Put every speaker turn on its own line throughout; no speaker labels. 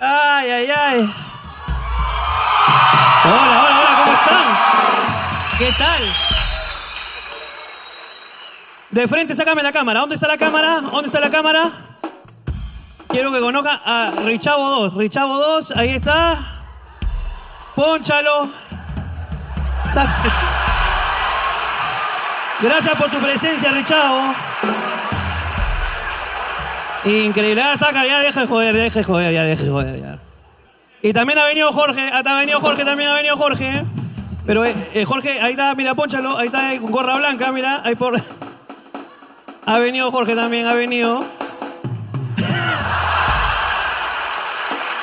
Ay, ay, ay. Hola, hola, hola, ¿cómo están? ¿Qué tal? De frente, sácame la cámara. ¿Dónde está la cámara? ¿Dónde está la cámara? Quiero que conozca a Richavo 2. Richavo 2, ahí está. Pónchalo. Saca- Gracias por tu presencia, Richavo. Increíble. Ah, saca, ya deja de joder, ya deja de joder, ya deja de joder. ya. Y también ha venido Jorge, hasta ha venido Jorge, también ha venido Jorge. ¿eh? Pero eh, eh, Jorge, ahí está, mira, ponchalo, ahí está eh, con gorra blanca, mira, ahí por... Ha venido Jorge también, ha venido.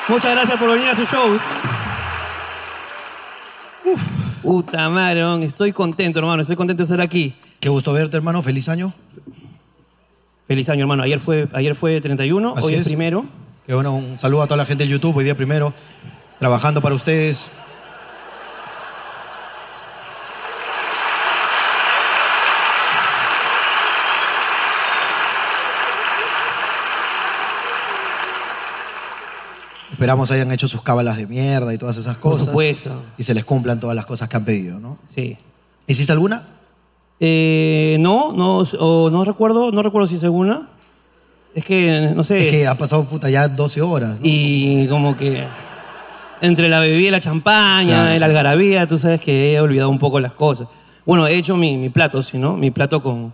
Muchas gracias por venir a su show. Uf, puta madre, man, estoy contento, hermano, estoy contento de estar aquí.
Qué gusto verte, hermano. Feliz año.
Feliz año, hermano. Ayer fue, ayer fue 31,
Así
hoy es
es.
primero.
Que bueno, un saludo a toda la gente del YouTube. Hoy día primero, trabajando para ustedes. Esperamos hayan hecho sus cábalas de mierda y todas esas
Por
cosas.
supuesto.
Y se les cumplan todas las cosas que han pedido, ¿no?
Sí.
¿Hiciste alguna?
Eh, no, no, o no recuerdo, no recuerdo si es alguna. Es que, no sé.
Es que ha pasado puta ya 12 horas. ¿no?
Y como que entre la bebida y la champaña,
Claro.
el algarabía, tú sabes que he olvidado un poco las cosas. Bueno, he hecho mi, mi plato, ¿sí, no? Mi plato con un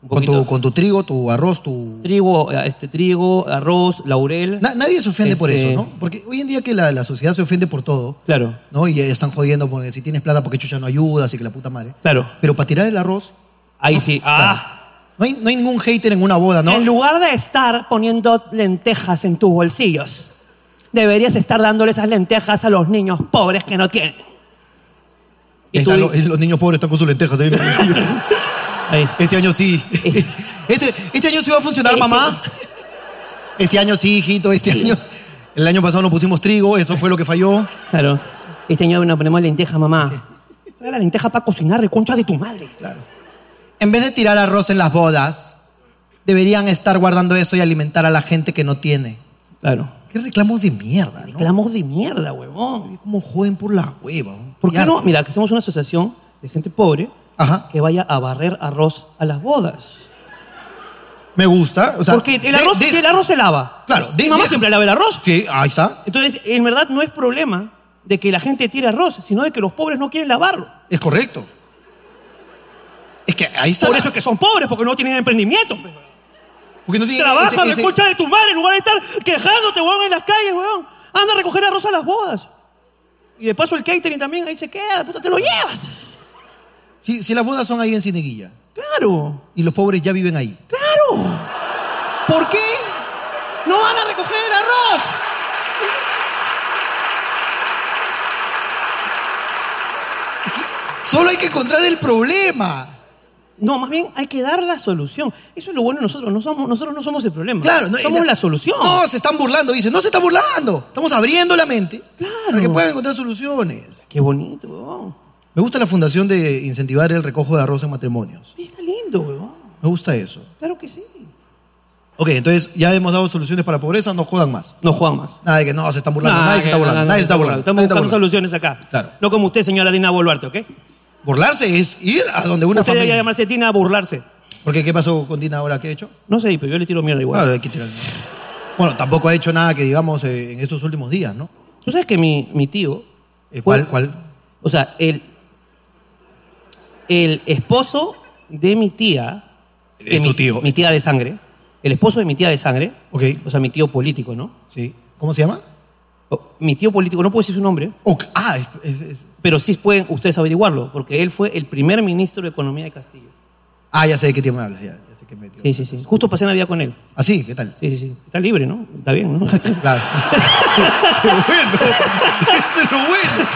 Con
poquito
tu, con tu trigo, tu arroz, tu...
trigo, eh, este, trigo, arroz, laurel.
Na- nadie se ofende por
Este-
eso, ¿no? Porque hoy en día que la, la sociedad se ofende por todo,
Claro,
¿no? Y están jodiendo porque si tienes plata, porque chucha no ayudas y que la puta madre.
claro.
Pero para tirar el arroz,
Ahí sí. Ah,
no hay, no hay ningún hater en una boda, ¿no?
En lugar de estar poniendo lentejas en tus bolsillos, deberías estar dándole esas lentejas a los niños pobres que no tienen.
Ahí
Y tú
están
di-
los, los niños pobres están con sus lentejas. ahí en el bolsillo.
Ahí.
este año sí.
Este-
Este, este año sí va a funcionar,
Este-
mamá. Este año sí, hijito, este año. El año pasado no pusimos trigo, eso fue lo que falló.
Claro. Este año no ponemos lenteja, mamá. Trae la lenteja para cocinar, reconcha de tu madre.
Claro. En vez de tirar arroz en las bodas, deberían estar guardando eso y alimentar a la gente que no tiene.
Claro.
Qué reclamos de mierda, ¿no?
Reclamos de mierda, huevón.
Cómo joden por la hueva.
¿Por qué no? Mira, que hacemos una asociación de gente pobre
Ajá.
que vaya a barrer arroz a las bodas.
Me gusta. O sea,
Porque el
de-
arroz,
de-
el arroz se lava.
Claro,
Mi
de-
mamá
de-
siempre lava el arroz.
Sí, ahí está.
Entonces, en verdad no es problema de que la gente tire arroz, sino de que los pobres no quieren lavarlo.
Es correcto. Es que ahí está.
Por
la-
eso es que son pobres, porque no tienen emprendimiento. pe.
Porque no tiene
Trabaja,
ese-
me
ese-
escucha de tu madre, en lugar de estar quejándote, huevón, en las calles, huevón. Anda a recoger arroz a las bodas. Y de paso el catering también ahí se queda, puta, te lo llevas.
Si, si las bodas son ahí en Cineguilla
Claro,
y los pobres ya viven ahí.
claro.
¿Por qué?
No van a recoger el arroz.
Solo hay que encontrar el problema.
No, más bien hay que dar la solución. Eso es lo bueno de nosotros. No somos, nosotros no somos el problema.
Claro, no-
somos la solución.
No, se están burlando, dice. No se está burlando. Estamos abriendo la mente para que puedan encontrar soluciones.
Qué bonito, huevón.
Me gusta la fundación de incentivar el recojo de arroz en matrimonios.
Oye, Está lindo, huevón.
Me gusta eso.
Claro que sí.
Ok, entonces ya hemos dado soluciones para pobreza, no jodan más.
No juegan más.
Nada de que no, se están burlando, nadie se está
no,
burlando,
no, no,
nadie se está
no,
burlando.
Estamos
nadie está
buscando
burlando.
soluciones acá.
Claro.
No como usted, señora Dina, a burlarte, ¿ok?
Burlarse es ir a donde una
usted debería
familia.
llamarse Dina a burlarse.
Porque ¿qué pasó con Dina ahora? ¿Qué ha hecho?
No sé, pero yo le tiro mierda igual.
Ah, hay que tirarle. Bueno, tampoco ha hecho nada que digamos eh, en estos últimos días, ¿no?
Tú sabes que mi, mi tío.
Eh,
fue-
¿Cuál? ¿Cuál?
O sea, el, el esposo de mi tía. de
Es tu
mi-
tío.
Mi tía de sangre. El esposo de mi tía de sangre.
Ok.
O sea, mi tío político, ¿no?
Sí. ¿Cómo se llama?
O- Mi tío político, no puedo decir su nombre,
Ok. Ah, es- es- es-
pero sí pueden ustedes averiguarlo, porque él fue el primer ministro de Economía de Castillo.
ah, ya sé de qué tiempo hablas. Ya, ya sé que me
Sí, sí, sí. Justo pasé Navidad con él.
¿Ah, sí? ¿Qué tal?
Sí, sí, sí. Está libre, ¿no? Está bien, ¿no?
Claro. ¡Qué bueno! ¡Eso es lo bueno!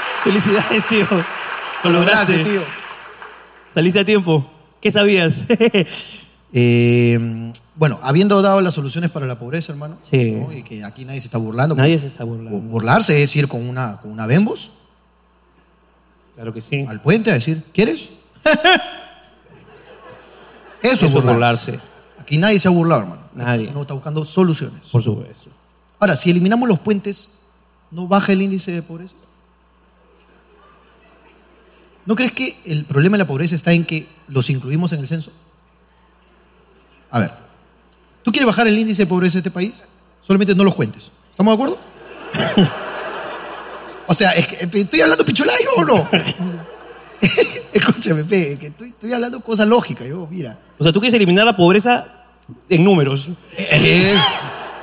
Felicidades, tío. Lo
Gracias,
lograste.
tío.
Saliste a tiempo. ¿Qué sabías?
Eh, bueno, habiendo dado las soluciones para la pobreza, hermano,
Sí.
¿no? y que aquí nadie se está burlando.
Nadie se está
Bu-
burlando.
Burlarse es ir con una, con una Bembos
Claro que sí.
al puente a decir, ¿quieres? Eso,
es
es burlarse.
burlarse.
Aquí nadie se ha burlado, hermano.
Nadie.
No está buscando soluciones.
Por supuesto.
Ahora, si eliminamos los puentes, ¿no baja el índice de pobreza? ¿No crees que el problema de la pobreza está en que los incluimos en el censo? A ver, ¿tú quieres bajar el índice de pobreza de este país? Solamente no los cuentes. ¿Estamos de acuerdo? o sea, es que, pe, ¿estoy hablando pichulayo o no? Escúchame, pe, que estoy, estoy hablando cosas lógicas. Yo, mira.
O sea, tú quieres eliminar la pobreza en números.
Eh,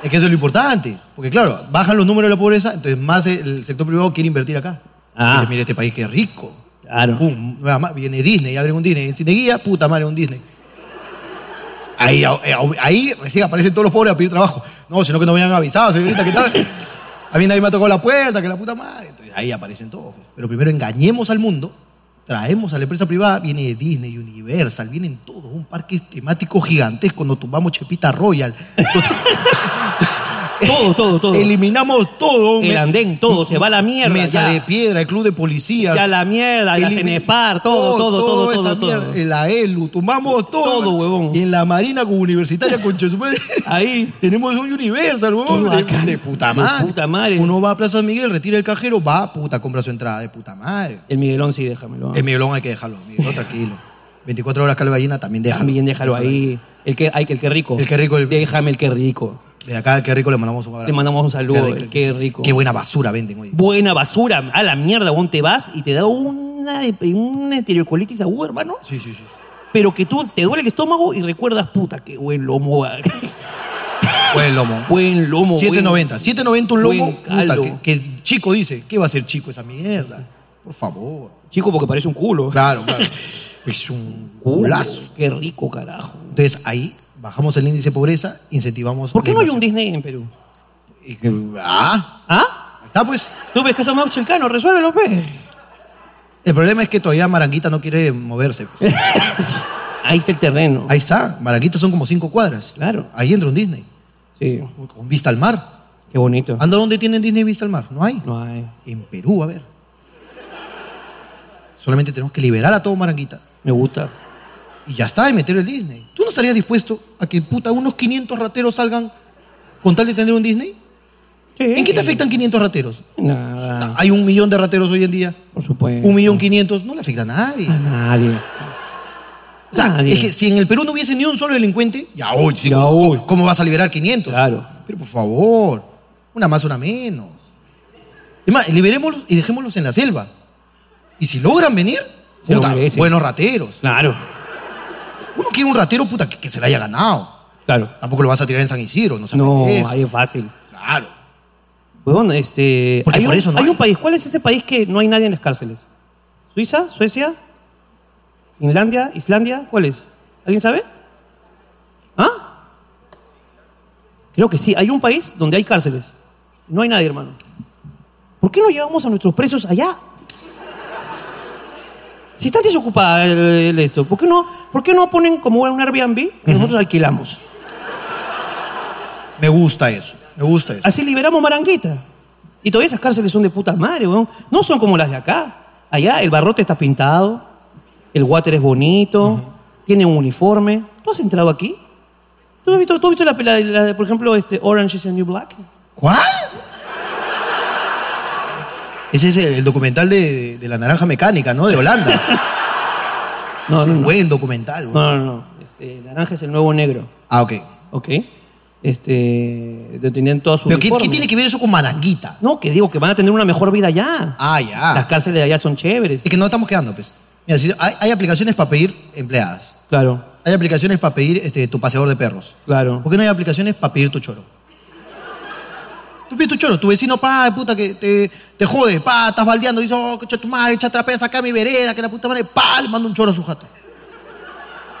es que eso es lo importante. Porque claro, bajan los números de la pobreza, entonces más el sector privado quiere invertir acá.
Ah.
Dice, mira este país que rico.
Claro.
Pum, nada más, viene Disney, abren un Disney. En Cineguía, puta madre, un Disney. Ahí, au- eh, au- ahí recién aparecen todos los pobres a pedir trabajo. No, sino que no me habían avisado, señorita, ¿qué tal? A mí nadie me ha tocado la puerta, que la puta madre. Entonces ahí aparecen todos. Pero primero engañemos al mundo, traemos a la empresa privada, viene Disney, Universal, vienen todos, un parque temático gigantesco, nos tumbamos Chepita Royal.
Todo, todo, todo.
Eliminamos todo.
El
me-
andén, todo, se va a la mierda.
Mesa
ya.
de piedra, el club de policía.
Ya la mierda, la
Elimi-
Cenespar, todo, todo, todo,
esa
todo, todo.
mierda, La E ELU, tomamos todo.
Todo, huevón.
Y en la Marina como universitaria con Chesumare,
Ahí.
tenemos un Universal, huevón.
Todo
de,
acá.
de puta
De
madre.
puta madre.
Uno va a Plaza Miguel, retira el cajero, va, puta, compra su entrada de puta madre.
El Miguelón sí, déjamelo. ah.
El Miguelón hay que dejarlo, Miguelón tranquilo. 24 horas Calva Gallina también déjalo.
También déjalo ahí. El que, ay, el que rico.
El que rico, el-
Déjame el que rico.
De acá al que rico le mandamos un abrazo.
Le mandamos un saludo, el
Qué
Qué Rico.
Qué buena basura venden hoy.
Buena basura. A la mierda, weón. Te vas y te da una, una estereocolitis aguda, hermano.
Sí, sí, sí.
Pero que tú te duele el estómago y recuerdas, puta, qué buen lomo. ah,
Buen lomo.
buen lomo. buen-
790. 790 un lomo.
buen
Puta,
caldo.
que, que chico dice, ¿qué va a ser chico esa mierda? Por favor.
Chico, porque parece un culo.
Claro, claro. Es un culazo.
Qué rico, carajo.
Entonces ahí bajamos el índice de pobreza, incentivamos.
¿Por qué
la
no hay un
inversión.
Disney en Perú?
Y que- Ah,
¿Ah?
ahí está pues.
Tú ves que estamos más chilcano, resuélvelo, pues. pe.
El problema es que todavía Maranguita no quiere moverse. pues.
Ahí está el terreno.
Ahí está. Maranguita son como cinco cuadras.
Claro.
Ahí entra un Disney.
Sí.
Con vista al mar.
Qué bonito.
¿Anda dónde tienen Disney vista al mar? No hay.
No hay.
En Perú, a ver. Solamente tenemos que liberar a todo Maranguita.
Me gusta.
Y ya está, y meter el Disney. ¿Tú no estarías dispuesto a que, puta, unos 500 rateros salgan con tal de tener un Disney? ¿En qué te afectan 500 rateros?
Nada.
Hay un millón de rateros hoy en día.
Por supuesto.
Un millón quinientos no le afecta a nadie.
A nadie.
O sea,
nadie.
es que si en el Perú no hubiese ni un solo delincuente, ya hoy, sí,
Ya
¿cómo,
hoy.
cómo vas a liberar 500?
Claro.
Pero por favor, una más, una menos. Es más, liberémoslos y dejémoslos en la selva. Y si logran venir,
Se lo
puta,
merecen.
buenos rateros.
Claro.
Uno quiere un ratero, puta, que, que se la haya ganado.
Claro.
Tampoco lo vas a tirar en San Isidro, no se
No,
pendejo.
ahí es fácil.
Claro.
Huevón, este.
Porque
hay
por
un,
eso no
hay
hay.
un país. ¿Cuál es ese país que no hay nadie en las cárceles? ¿Suiza? ¿Suecia? ¿Finlandia? ¿Islandia? ¿Cuál es? ¿Alguien sabe? ¿Ah? Creo que sí. Hay un país donde hay cárceles. No hay nadie, hermano. ¿Por qué no llevamos a nuestros presos allá? Si está desocupada el- el esto, ¿por qué no, por qué no ponen como un Airbnb y nosotros alquilamos?
Me gusta eso, me gusta eso.
Así liberamos Maranguita. Y todavía esas cárceles son de puta madre, weón. No son como las de acá. Allá el barrote está pintado, el water es bonito, tiene un uniforme. ¿Tú has entrado aquí? ¿Tú has visto, tú has visto la, la- la de, por ejemplo, este Orange is the New Black?
¿Cuál? Ese es el, el documental de, de- de la naranja mecánica, ¿no? De Holanda.
No,
Es
no,
un
no.
buen documental. güey.
No, no, no. Este, naranja es el nuevo negro,
Ah, ok.
¿ok? Este, de- tenían toda su
Pero ¿qué,
uniforme.
qué tiene que ver eso con Maranguita?
No, que digo que van a tener una mejor vida allá.
Ah,
Las
ya.
cárceles de allá son chéveres.
Es que no estamos quedando, pues. Mira, si- hay, hay aplicaciones para pedir empleadas.
Claro,
Hay aplicaciones para pedir este, tu paseador de perros.
claro.
¿Por qué no hay aplicaciones para pedir tu choro? Tú pides tu choro, tu vecino, pa, puta, que te, te jode, pa, estás baldeando, dice, oh, coche tu madre, echa trapeza acá a mi vereda, que la puta madre, pa, le manda un choro a su jato.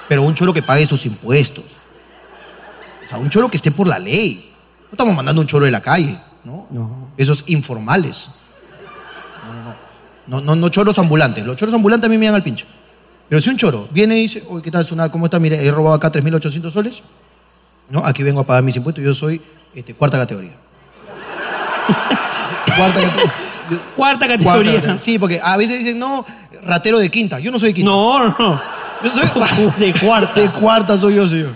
Pero un choro que pague sus impuestos. O sea, un choro que esté por la ley. No estamos mandando un choro de la calle, ¿no?
No.
Esos informales. No, no, no. No, no, no choros ambulantes. Los choros ambulantes a mí me dan al pincho. Pero si un choro viene y dice, oye, ¿qué tal, Sunada? ¿Cómo está? Mire, he robado acá 3.800 soles. ¿no? Aquí vengo a pagar mis impuestos, yo soy este, cuarta categoría. cuarta, cate- yo-
Cuarta
cuarta
categoría.
categoría. Sí, porque a veces dicen, no, ratero de quinta. Yo no soy de quinta.
No, no.
Yo soy
De cuarta.
de cuarta soy yo, señor.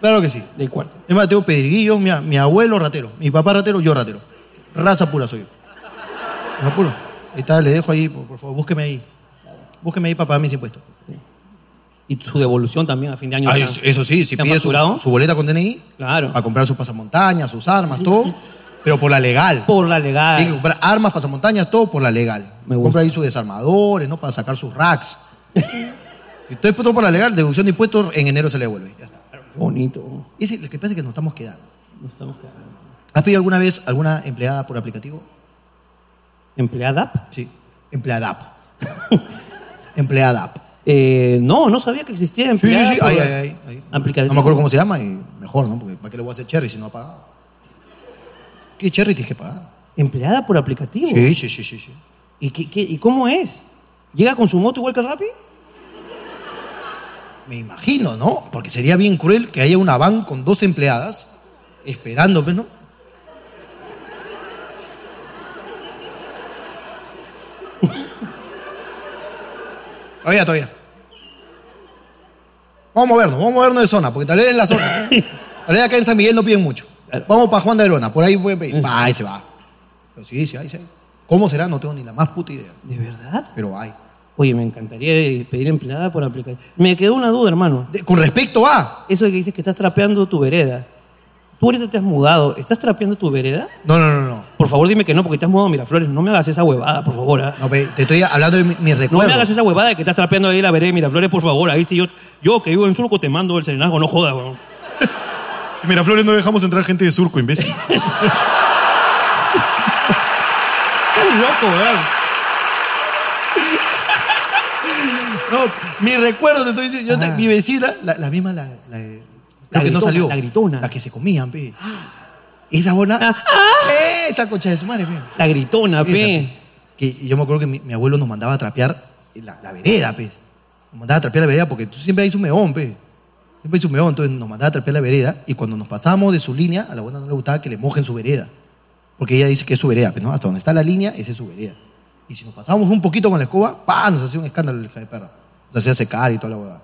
Claro que sí.
Del cuarto.
Es más, tengo pedriguillos, mi, mi abuelo ratero, mi papá ratero, yo ratero. Raza pura soy yo. Raza pura. Ahí está, le dejo ahí, por, por favor, búsqueme ahí. Búsqueme ahí para pagar mis impuestos.
Y su devolución también a fin de año.
Ah,
o sea,
eso- eso sí, si
¿te han
pide su,
facturado?
su boleta con DNI,
Claro.
a comprar sus pasamontañas, sus armas, todo, pero por la legal.
Por la
Tiene que
legal.
comprar armas, pasamontañas, todo por la legal.
Me gusta.
Compra ahí sus desarmadores, ¿no? Para sacar sus racks. si todo es todo por la legal, deducción de impuestos, en enero se le devuelve. Ya está.
Bonito.
Y sí, lo que pasa es que nos estamos quedando.
No estamos cagando.
¿Has pedido alguna vez alguna empleada por aplicativo?
¿Empleada?
Sí. Empleada app. empleada app.
Eh, no, no sabía que existía
Sí, sí,
empleada.
sí.
por-
Ahí, ahí, ahí, ahí.
Aplicativo.
No me acuerdo cómo se llama y mejor, ¿no? Porque ¿para qué le voy a hacer cherry si no ha pagado? ¿Qué cherry tienes que pagar?
¿Empleada por aplicativo?
Sí, sí, sí, sí. sí.
¿Y, qué, qué- ¿Y cómo es? ¿Llega con su moto igual que el Rappi?
Me imagino, ¿no? Porque sería bien cruel que haya una van con dos empleadas esperándome, ¿no? todavía, todavía. Vamos a movernos, vamos a movernos de zona, porque tal vez en la zona. tal vez acá en San Miguel no piden mucho.
Claro.
Vamos para Juan de Verona, por ahí pueden pedir. Pa, ahí se va. Pero sí, sí, ahí se va. ¿Cómo será? No tengo ni la más puta idea.
¿De verdad?
Pero hay.
Oye, me encantaría eh, pedir empleada por aplicativo. Me quedó una duda, hermano.
De- con respecto a.
Eso de que dices que estás trapeando tu vereda. Tú ahorita te has mudado. ¿Estás trapeando tu vereda?
No, no, no, no.
Por favor, dime que no, porque te has mudado a Miraflores. No me hagas esa huevada, por favor. ¿ah?
No, pe- te estoy hablando de mi- mis
No
recuerdos.
me hagas esa huevada de que estás trapeando ahí la vereda de Miraflores, por favor. Ahí sí yo, yo que vivo en Surco te mando el serenazgo, no jodas, weón.
En Miraflores no dejamos entrar gente de surco, imbécil.
Estás loco, weón.
No, mi recuerdo te estoy diciendo. Yo te-
Ah.
mi vecina, la, la misma, la, la, de-
La
la que no
gritona,
salió.
la gritona. Ah.
La que se comían, pe. Esa buena. Esa concha de su madre, pe.
La gritona,
Esa,
pe.
pe. Que yo me acuerdo que mi, mi abuelo nos mandaba a trapear la, la vereda, pe. Nos mandaba a trapear la vereda porque tú siempre hay un meón, pe. Siempre hay un meón, entonces nos mandaba a trapear la vereda y cuando nos pasábamos de su línea, a la buena no le gustaba que le mojen su vereda. Porque ella dice que es su vereda, pero ¿no? hasta donde está la línea, esa es su vereda. Y si nos pasábamos un poquito con la escoba, ¡pa! Nos hacía un escándalo el hija de perra. Nos hacía secar y toda la huevada.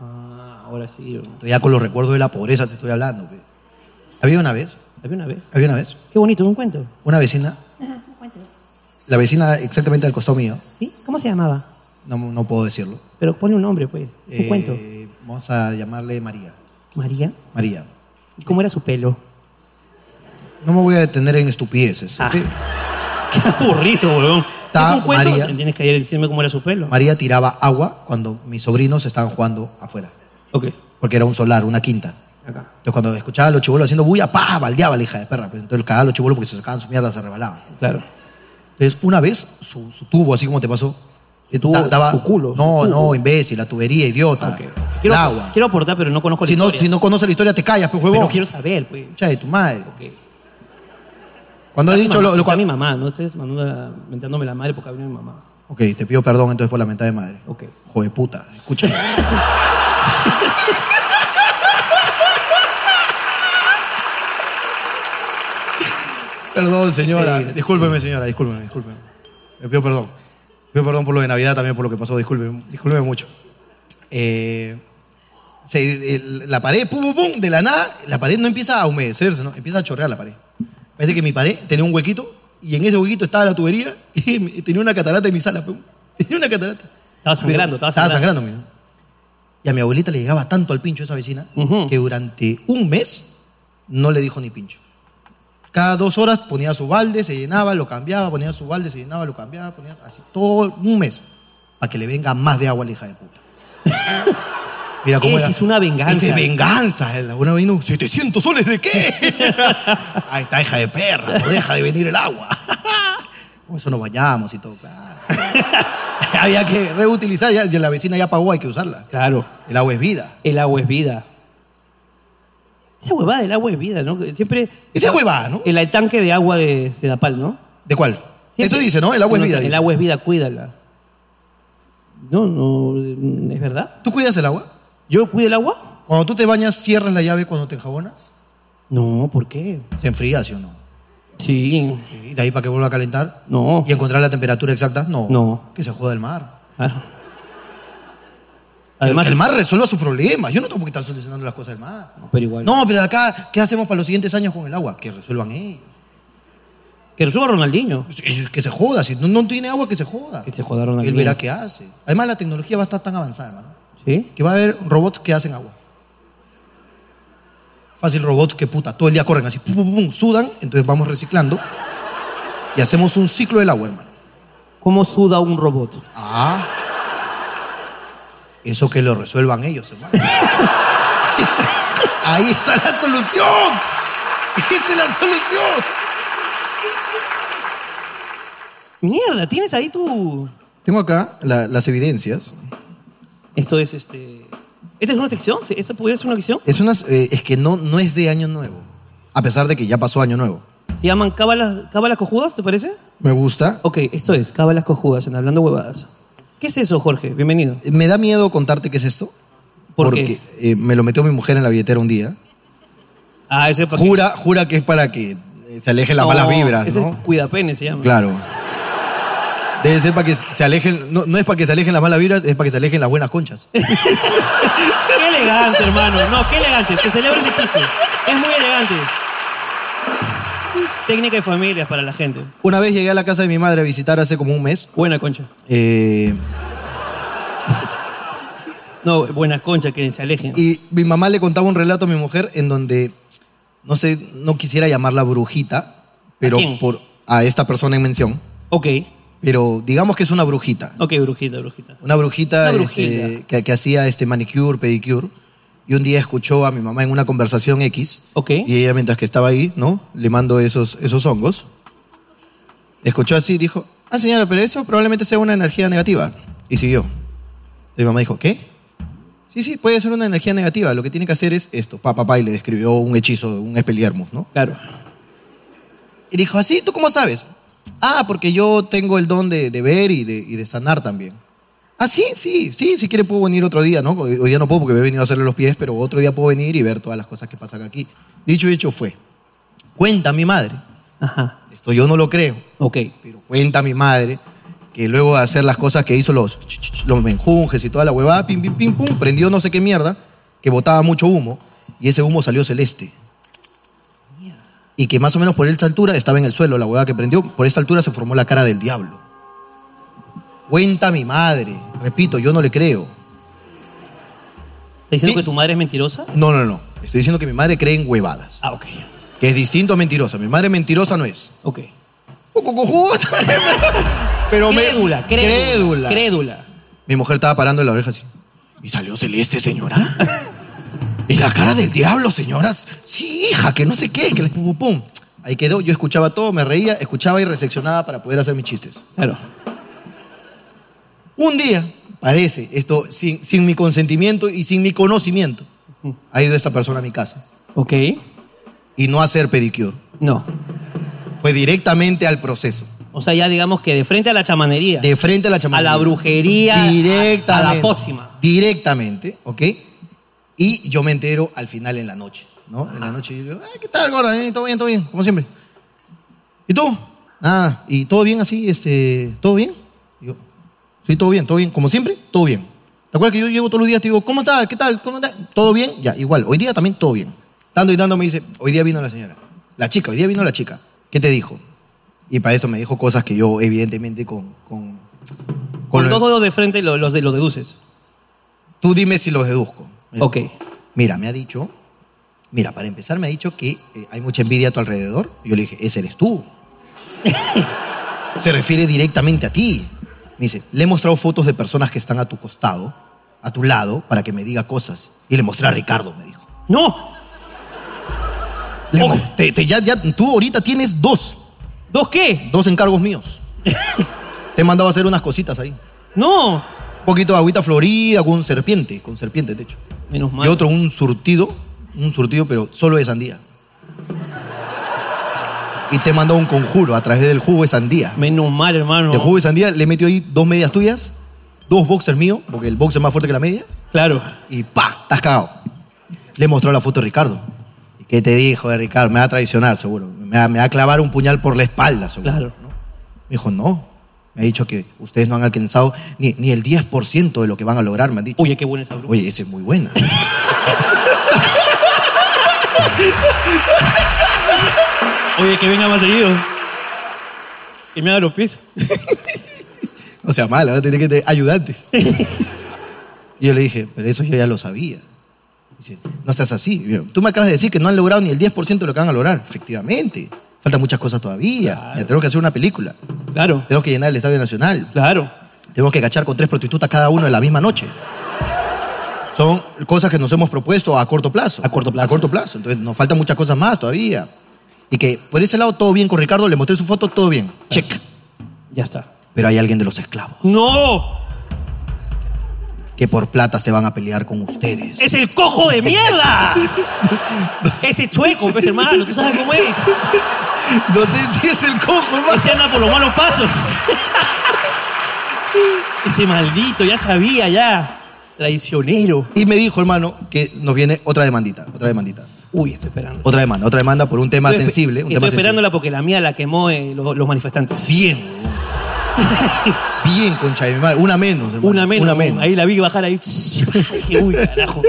Ah, ahora sí, weón.
Entonces ya con los recuerdos de la pobreza te estoy hablando, pe. Había una vez,
Había una vez.
había una vez,
Qué bonito, un cuento.
una vecina, la vecina exactamente al costado mío,
¿Sí? ¿Cómo se llamaba?
no, no puedo decirlo.
Pero ponle un nombre, pues. Un
Eh,
cuento.
Vamos a llamarle María.
María.
María.
¿Y cómo era su pelo?
No me voy a detener en estupideces.
Ah.
¿ok?
Qué aburrido, weón.
Está
es un cuento.
María.
Tienes que ir a decirme cómo era su pelo.
María tiraba agua cuando mis sobrinos estaban jugando afuera.
ok.
Porque era un solar, una quinta.
Acá.
Entonces cuando escuchaba a los chibolos haciendo bulla, ¡pa! Baldeaba la hija de perra. Pues, entonces cagaba a los chibolos porque se sacaban su mierda, se rebalaban.
Claro.
Entonces una vez su, su tubo, así como te pasó, eh,
tubo,
da- daba-
su culo, su
No,
tubo.
no, imbécil, la tubería, idiota.
Ok. Quiero,
el agua.
quiero aportar, pero no conozco
si,
la
no,
historia.
si no conoces la historia, te callas, pues, huevón.
pero quiero saber, pues.
Concha de tu madre.
Ok.
Cuando le he dicho
Mamá,
lo, lo-
está mi mamá, no estés mandando la- mentándome la madre porque ha venido mi mamá.
Ok, te pido perdón entonces por la mentada de madre.
Ok.
Joder, puta, escúchame. perdón, señora.
Sí.
discúlpeme, señora, discúlpeme, discúlpeme. Le pido perdón. Le pido perdón por lo de Navidad también, por lo que pasó, discúlpeme, discúlpeme mucho. Eh, se- el- la pared, pum, pum, pum, de la nada, la pared no empieza a humedecerse, ¿no? Empieza a chorrear la pared. Parece que mi pared tenía un huequito y en ese huequito estaba la tubería y tenía una catarata en mi sala, pum. Tenía una catarata.
Estaba sangrando, estaba
Estaba
sangrando.
sangrando, mira. Y a mi abuelita le llegaba tanto al pincho esa vecina
Ujú.
que durante un mes no le dijo ni pincho. Cada dos horas ponía su balde, se llenaba, lo cambiaba, ponía su balde, se llenaba, lo cambiaba, ponía así todo un mes para que le venga más de agua a la hija de puta. Mira cómo
Esa
era.
es una venganza.
Esa es venganza. La buena vino, ¿700 soles de qué? Ahí está, hija de perra, no deja de venir el agua. Con eso nos bañamos y todo, claro. Había que reutilizar, ya, ya la vecina ya pagó, hay que usarla.
Claro. Eh,
El agua es vida.
El agua es vida. Esa huevada del agua es vida, ¿no? Que Siempre.
Esa huevada, ¿no?
El, el tanque de agua de Sedapal, ¿no?
¿De cuál?
Siempre-
Eso dice, ¿no? El agua es
Bueno,
vida.
El
dice.
agua es vida, cuídala. No, no, ¿es verdad?
¿Tú cuidas el agua?
¿Yo cuido el agua?
Cuando tú te bañas, cierras la llave cuando te enjabonas.
No, ¿por qué?
Se enfría, ¿sí o no?
Sí,
Y de ahí para que vuelva a calentar.
no.
¿Y encontrar la temperatura exacta? No.
No.
Que se joda el mar.
Claro. Además-
el, el mar resuelva sus problemas. Yo no tengo por qué estar solucionando las cosas del mar.
Pero igual.
No, pero acá, ¿qué hacemos para los siguientes años con el agua? Que resuelvan ellos.
Que resuelva Ronaldinho.
Es- Que se joda. Si no, no tiene agua, que se joda.
Que se joda Ronaldinho.
Él verá qué hace. Además, la tecnología va a estar tan avanzada, hermano,
¿Sí?
que va a haber robots que hacen agua. Fácil robots que puta, todo el día corren así, pum, pum, pum, sudan, entonces vamos reciclando y hacemos un ciclo del agua, hermano.
¿Cómo suda un robot?
Ah. Eso que lo resuelvan ellos, hermano. Ahí está la solución. Esa es la solución.
Mierda, tienes ahí tu...
Tengo acá la- las evidencias.
Esto es este... ¿Esta es una sección? ¿Sí? ¿Esta pudiera ser una sección?
Es, unas, eh, es que no, no es de año nuevo, a pesar de que ya pasó año nuevo.
¿Se llaman cábalas, cábalas cojudas, te parece?
Me gusta.
Ok, esto es cábalas cojudas en Hablando Huevadas. ¿Qué es eso, Jorge? Bienvenido.
Eh, Me da miedo contarte qué es esto.
¿Por
porque
qué?
eh, me lo metió mi mujer en la billetera un día.
Ah, ese... paquete-
Jura, jura que es para que eh, se alejen las
No,
malas vibras,
ese
¿no?
es cuidapene se llama.
Claro. Debe ser para que se alejen, no, no es para que se alejen las malas vibras, es para que se alejen las buenas conchas.
Qué elegante, hermano. No, qué elegante. Te celebro ese chiste. Es muy elegante. Técnica de familias para la gente.
Una vez llegué a la casa de mi madre a visitar hace como un mes.
Buena concha.
eh,
No, buena concha, que se alejen.
y mi mamá le contaba un relato a mi mujer en donde, no sé, no quisiera llamarla brujita, pero
¿A quién?
por a esta persona en mención.
Ok,
Pero digamos que es una brujita.
ok, brujita, brujita.
Una brujita,
Una
este,
brujita.
que, que hacía este manicure, pedicure. Y un día escuchó a mi mamá en una conversación X.
Ok.
Y ella, mientras que estaba ahí, ¿no? Le mandó esos, esos hongos. Escuchó así y dijo, ah, señora, pero eso probablemente sea una energía negativa. Y siguió. Mi mamá dijo, ¿qué? Sí, sí, puede ser una energía negativa. Lo que tiene que hacer es esto. Papá, papá, y le describió un hechizo, un espeliarmus, ¿no?
Claro.
Y dijo, ¿así? ¿Tú cómo sabes? Ah, porque yo tengo el don de, de ver y de, y de sanar también. Ah, sí, sí, sí, si quiere puedo venir otro día, ¿no? Hoy hoy día no puedo porque me he venido a hacerle los pies, pero otro día puedo venir y ver todas las cosas que pasan aquí. Dicho y hecho fue. Cuenta mi madre,
Ajá.
esto yo no lo creo,
Ok.
pero cuenta mi madre que luego de hacer las cosas que hizo los, ch- ch- ch- los menjunjes y toda la huevada, pim, pim, pim, pum, prendió no sé qué mierda, que botaba mucho humo y ese humo salió celeste y que más o menos por esta altura estaba en el suelo, la huevada que prendió, por esta altura se formó la cara del diablo. Cuenta mi madre, repito, yo no le creo.
¿Estás diciendo
Sí.
que tu madre es mentirosa?
No, no, no. Estoy diciendo que mi madre cree en huevadas.
Ah, ok.
Que es distinto a mentirosa. Mi madre mentirosa no es.
Ok.
Uh, Pero me-
Crédula, crédula.
crédula.
Crédula.
Mi mujer estaba parando la oreja así. ¿Y salió celeste, señora? ¿Y la cara del diablo, señoras? Sí, hija, que no sé qué, que le pum, pum, pum. Ahí quedó, yo escuchaba todo, me reía, escuchaba y reseccionaba para poder hacer mis chistes.
Claro.
Un día, parece, esto sin, sin mi consentimiento y sin mi conocimiento, ha ido esta persona a mi casa
Ok.
y no a hacer pedicure.
No.
Fue directamente al proceso.
O sea, ya digamos que de frente a la chamanería.
De frente a la
a
chamanería.
la brujería. a-
Directamente.
A la pócima.
Directamente, ¿ok? Y yo me entero al final en la noche, ¿no? En la noche yo digo, "Ay, ¿qué tal, gorda? Eh, ¿Todo bien, todo bien? Como siempre. ¿Y tú? Nada. ¿Y todo bien así? Este, ¿Todo bien? Y yo, sí, todo bien, todo bien. Como siempre, todo bien. ¿Te acuerdas que yo llego todos los días, te digo, ¿cómo estás? ¿Qué tal? ¿Cómo estás? ¿Todo bien? Ya, igual. Hoy día también todo bien. Dando y dando me dice, hoy día vino la señora. La chica, hoy día vino la chica. ¿Qué te dijo? Y para eso me dijo cosas que yo, evidentemente, con... Con,
Con
lo-
los dos dedos de frente lo- los, de- los deduces.
Tú dime si los deduzco. Mira.
Ok.
Mira, me ha dicho, mira, para empezar me ha dicho que eh, hay mucha envidia a tu alrededor. Y yo le dije, ese eres tú. Se refiere directamente a ti. Me dice, le he mostrado fotos de personas que están a tu costado, a tu lado, para que me diga cosas. Y le mostré a Ricardo, me dijo.
¡No!
Le
Oh.
mo- te- te- ya, ya, tú ahorita tienes dos,
¿Dos qué?
dos encargos míos. Te he mandado a hacer unas cositas ahí.
¡No!
Un poquito de agüita florida con serpiente, con serpiente, de hecho.
Menos mal.
Y otro, un surtido, un surtido, pero solo de sandía. Y te mandó un conjuro a través del jugo de sandía.
Menos mal, hermano.
El jugo de sandía le metió ahí dos medias tuyas, dos boxers míos, porque el boxer es más fuerte que la media,
Claro.
y ¡pa! Estás cagado. Le mostró la foto de Ricardo. ¿Y qué te dijo de Ricardo? Me va a traicionar, seguro. Me va, me va a clavar un puñal por la espalda, seguro.
Claro.
¿no? Me dijo, no. Me ha dicho que ustedes no han alcanzado ni, ni el 10% de lo que van a lograr, me han dicho.
Oye, qué buena esa broma.
Oye, esa es muy buena.
Oye, que venga más seguido. Que me haga los pies.
O sea, mala, va a tener que te- ayudantes. Y yo le dije, pero eso yo ya lo sabía. Dice, no seas así. Y yo, Tú me acabas de decir que no han logrado ni el 10% de lo que van a lograr. Efectivamente. Faltan muchas cosas todavía. Ya tenemos que hacer una película.
Claro,
Tenemos que llenar el Estadio Nacional.
claro.
Tenemos que agachar con tres prostitutas cada uno en la misma noche. Son cosas que nos hemos propuesto a corto plazo.
A corto plazo.
A corto plazo. Entonces nos faltan muchas cosas más todavía. Y que por ese lado todo bien con Ricardo. Le mostré su foto, todo bien. Check.
Ya está.
Pero hay alguien de los esclavos
¡No!
que por plata se van a pelear con ustedes.
¡Es el cojo de mierda! Ese chueco, pues hermano, tú sabes cómo es.
No sé si es el cojo, hermano.
Ese anda por los malos pasos. Ese maldito, ya sabía, ya. Traicionero.
Y me dijo, hermano, que nos viene otra demandita, otra demandita.
Uy, estoy esperando.
Otra demanda, otra demanda por un tema
Estoy espe-
sensible. Un
estoy
tema sensible.
esperándola porque la mía la quemó eh, los, los manifestantes.
Bien. huevón. Bien, concha de mi madre. Una menos, hermano.
Una menos,
Una menos.
Ahí la vi bajar ahí. Dije, Uy, carajo.